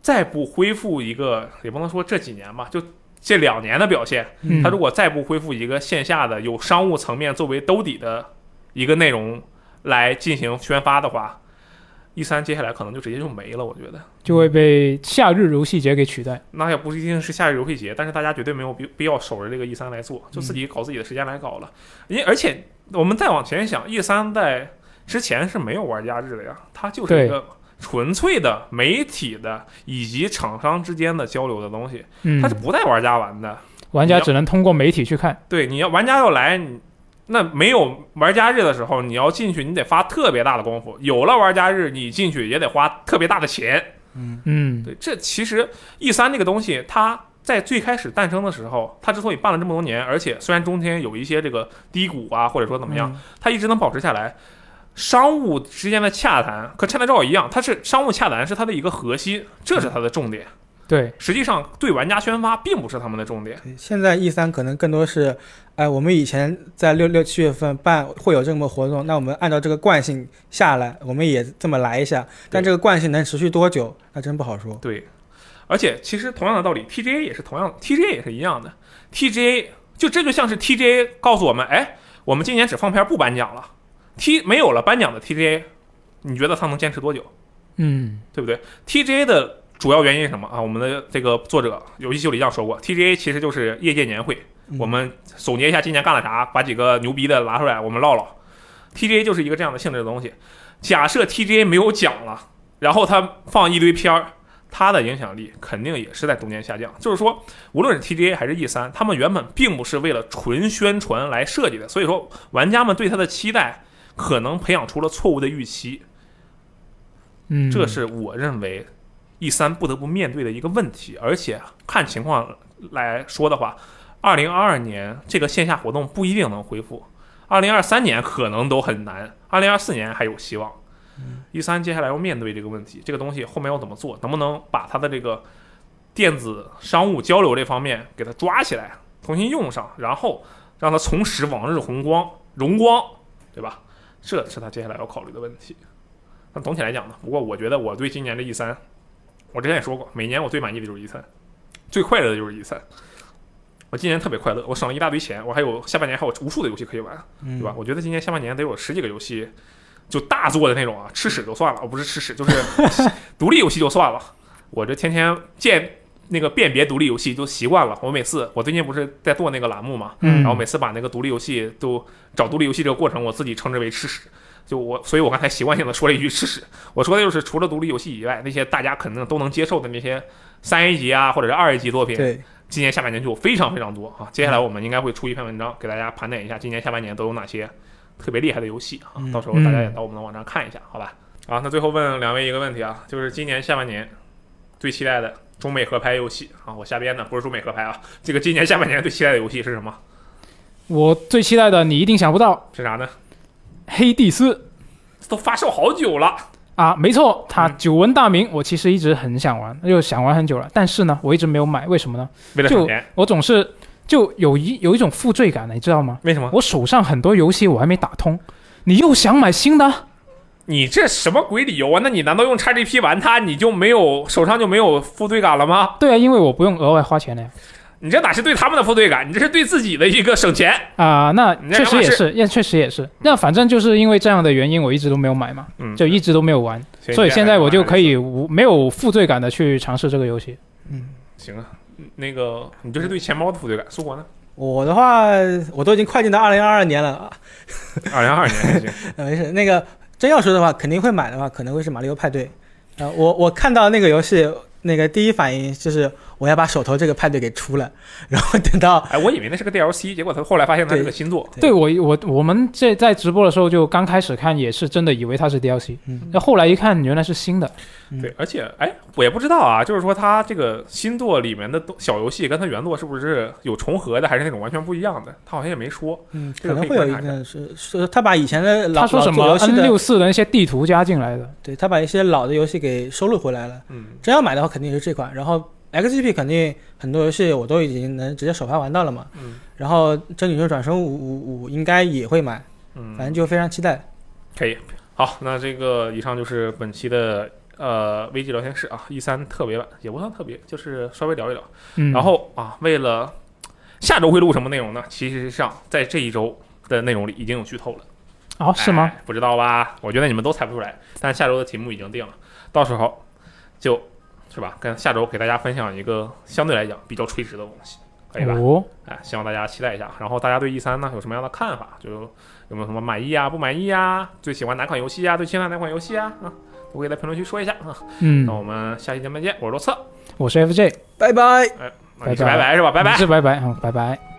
Speaker 2: 再不恢复一个，也不能说这几年吧，就这两年的表现，
Speaker 3: 嗯
Speaker 2: 他如果再不恢复一个线下的有商务层面作为兜底的一个内容来进行宣发的话，E 三接下来可能就直接就没了。我觉得
Speaker 3: 就会被夏日游戏节给取代。
Speaker 2: 那也不一定是夏日游戏节，但是大家绝对没有必必要守着这个 E 三来做，
Speaker 3: 嗯
Speaker 2: 就自己搞自己的时间来搞了。因为而且我们再往前想，E 三在之前是没有玩家日的呀，它就是
Speaker 3: 对
Speaker 2: 一个纯粹的媒体的以及厂商之间的交流的东西，
Speaker 3: 嗯
Speaker 2: 它，是不带玩家玩的。
Speaker 3: 玩家只能通过媒体去看。
Speaker 2: 对，你要玩家要来，你那没有玩家日的时候，你要进去，你得花特别大的功夫；有了玩家日，你进去也得花特别大的钱。
Speaker 3: 嗯，
Speaker 2: 对，这其实 E 三这个东西，它在最开始诞生的时候，它之所以办了这么多年，而且虽然中间有一些这个低谷啊，或者说怎么
Speaker 4: 嗯
Speaker 2: 样，它一直能保持下来。商务之间的洽谈和洽谈照一样，它是商务洽谈是它的一个核心，这是它的重点。
Speaker 3: 对，
Speaker 2: 实际上，对玩家宣发并不是他们的重点。
Speaker 4: 现在 E 三可能更多是，哎，我们以前在六六七月份办会有这么活动，那我们按照这个惯性下来，我们也这么来一下，但这个惯性能持续多久，那真不好说。
Speaker 2: 对，而且其实同样的道理，TGA 也是同样，TGA 也是一样的。TGA 就这就像是 TGA 告诉我们，哎，我们今年只放片不颁奖了，T 没有了颁奖的 TGA，你觉得它能坚持多久？
Speaker 3: 嗯，
Speaker 2: 对不对？TGA 的主要原因是什么啊？我们的这个作者游戏修理匠说过，TGA 其实就是业界年会，
Speaker 4: 嗯
Speaker 2: 我们总结一下今年干了啥，把几个牛逼的拿出来，我们唠唠。TGA 就是一个这样的性质的东西。假设 TGA 没有奖了，然后他放一堆片儿，它的影响力肯定也是在逐年下降。就是说，无论是 TGA 还是 E 三，他们原本并不是为了纯宣传来设计的，所以说玩家们对它的期待可能培养出了错误的预期。
Speaker 3: 嗯，
Speaker 2: 这是我认为 E 三不得不面对的一个问题。而且看情况来说的话，二零二二年这个线下活动不一定能恢复，二零二三年可能都很难，二零二四年还有希望。E 三接下来要面对这个问题，这个东西后面要怎么做，能不能把它的这个电子商务交流这方面给它抓起来，重新用上，然后让它重拾往日红光荣光，对吧？这是他接下来要考虑的问题。那总体来讲呢，不过我觉得我对今年的 E 三，我之前也说过，每年我最满意的就是 E 三，最快乐的就是 E 三。我今年特别快乐，我省了一大堆钱，我还有下半年还有无数的游戏可以玩，
Speaker 4: 嗯，
Speaker 2: 对吧？？我觉得今年下半年得有十几个游戏，就大作的那种啊，吃屎就算了，我不是吃屎，就是 [laughs] 独立游戏就算了。我这天天见那个辨别独立游戏都习惯了。我每次我最近不是在做那个栏目嘛，
Speaker 3: 嗯
Speaker 2: 然后每次把那个独立游戏都找独立游戏这个过程，我自己称之为吃屎。就我，所以我刚才习惯性的说了一句吃屎。我说的就是除了独立游戏以外，那些大家肯定都能接受的那些三 A 级啊，或者是二 A 级作品，
Speaker 4: 对，
Speaker 2: 今年下半年就有非常非常多啊。接下来我们应该会出一篇文章，给大家盘点一下今年下半年都有哪些特别厉害的游戏啊
Speaker 4: 嗯。
Speaker 2: 到时候大家也到我们的网站看一下，好吧？啊，那最后问两位一个问题啊，就是今年下半年最期待的中美合拍游戏啊，我瞎编的，不是中美合拍啊。这个今年下半年最期待的游戏是什么？
Speaker 3: 我最期待的，你一定想不到，
Speaker 2: 是啥呢？
Speaker 3: 黑蒂斯
Speaker 2: 都发售好久了，
Speaker 3: 啊，没错，它
Speaker 2: 嗯
Speaker 3: 久闻大名，我其实一直很想玩，就想玩很久了，但是呢，我一直没有买，为什么呢？
Speaker 2: 为了省
Speaker 3: 就
Speaker 2: 钱，
Speaker 3: 我总是就有一有一种负罪感，你知道吗？
Speaker 2: 为什么？
Speaker 3: 我手上很多游戏我还没打通，你又想买新的？
Speaker 2: 你这什么鬼理由啊？那你难道用 XGP 玩它，你就没有手上就没有负罪感了吗？
Speaker 3: 对啊，因为我不用额外花钱嘞。
Speaker 2: 你这哪是对他们的负罪感，你这是对自己的一个省钱。
Speaker 3: 啊、那
Speaker 2: 你在
Speaker 3: 确
Speaker 2: 干
Speaker 3: 实
Speaker 2: 嘛
Speaker 3: 也
Speaker 2: 事
Speaker 3: 是，也确实也是。那反正就是因为这样的原因，我一直都没有买嘛，
Speaker 2: 嗯
Speaker 3: 就一直都没有玩，所以现在我就可以无没有负罪感的去尝试这个游戏。
Speaker 2: 行啊。那个，你这是对钱包的负罪感。苏国呢？
Speaker 4: 我的话，我都已经快进到二零二二年了，
Speaker 2: [laughs] 二零二二年还行。
Speaker 4: 呃，没事，那个真要说的话，肯定会买的话，可能会是《马里奥派对》呃。我我看到那个游戏，那个第一反应就是我要把手头这个派对给出了，然后
Speaker 2: [laughs]
Speaker 4: 等到
Speaker 2: 哎，我以为那是个 DLC，结果他后来发现它是个新作。
Speaker 3: 对我我我们这在直播的时候就刚开始看也是真的以为它是 DLC，
Speaker 4: 嗯
Speaker 3: 那、后来一看原来是新的，
Speaker 4: 嗯
Speaker 2: 对，而且哎，我也不知道啊，就是说它这个新作里面的东小游戏跟它原作是不是有重合的，还是那种完全不一样的？他好像也没说。
Speaker 4: 嗯，
Speaker 2: 这
Speaker 4: 可
Speaker 2: 个
Speaker 4: 能
Speaker 2: 可以
Speaker 4: 会有一
Speaker 2: 观察
Speaker 4: 个是是，他把以前的老
Speaker 3: 他说什么
Speaker 4: 老做游戏
Speaker 3: N
Speaker 4: 的，
Speaker 3: 六四的那些地图加进来的，
Speaker 4: 对他把一些老的游戏给收录回来了。
Speaker 2: 嗯，
Speaker 4: 真要买的话，肯定也是这款。然后 XGP 肯定很多游戏我都已经能直接手盘玩到了嘛。
Speaker 2: 嗯
Speaker 4: 然后《真女神转生五五五》应该也会买，
Speaker 2: 嗯，
Speaker 4: 反正就非常期待。
Speaker 2: 可以。好，那这个以上就是本期的呃危机聊天室啊，一三特别版也不算特别，就是稍微聊一聊。
Speaker 3: 嗯，
Speaker 2: 然后啊，为了下周会录什么内容呢？其实上在这一周的内容里已经有剧透了。
Speaker 3: 哦，是吗？
Speaker 2: 哎不知道吧？我觉得你们都猜不出来，但下周的题目已经定了，到时候就是吧，跟下周给大家分享一个相对来讲比较垂直的东西，可以吧？
Speaker 3: 哦，
Speaker 2: 哎，希望大家期待一下。然后大家对 E 三呢有什么样的看法？就有没有什么满意啊、不满意啊？最喜欢哪款游戏啊？最期待哪款游戏啊？啊，都可以在评论区说一下啊。
Speaker 3: 嗯
Speaker 2: 那，我们下期节目再见，我是罗策，
Speaker 3: 我是 FJ，
Speaker 4: 拜拜。
Speaker 2: 那你是
Speaker 3: 拜
Speaker 2: 拜拜
Speaker 3: 拜
Speaker 2: 是吧？拜拜。
Speaker 3: 嗯是拜拜，好，拜拜。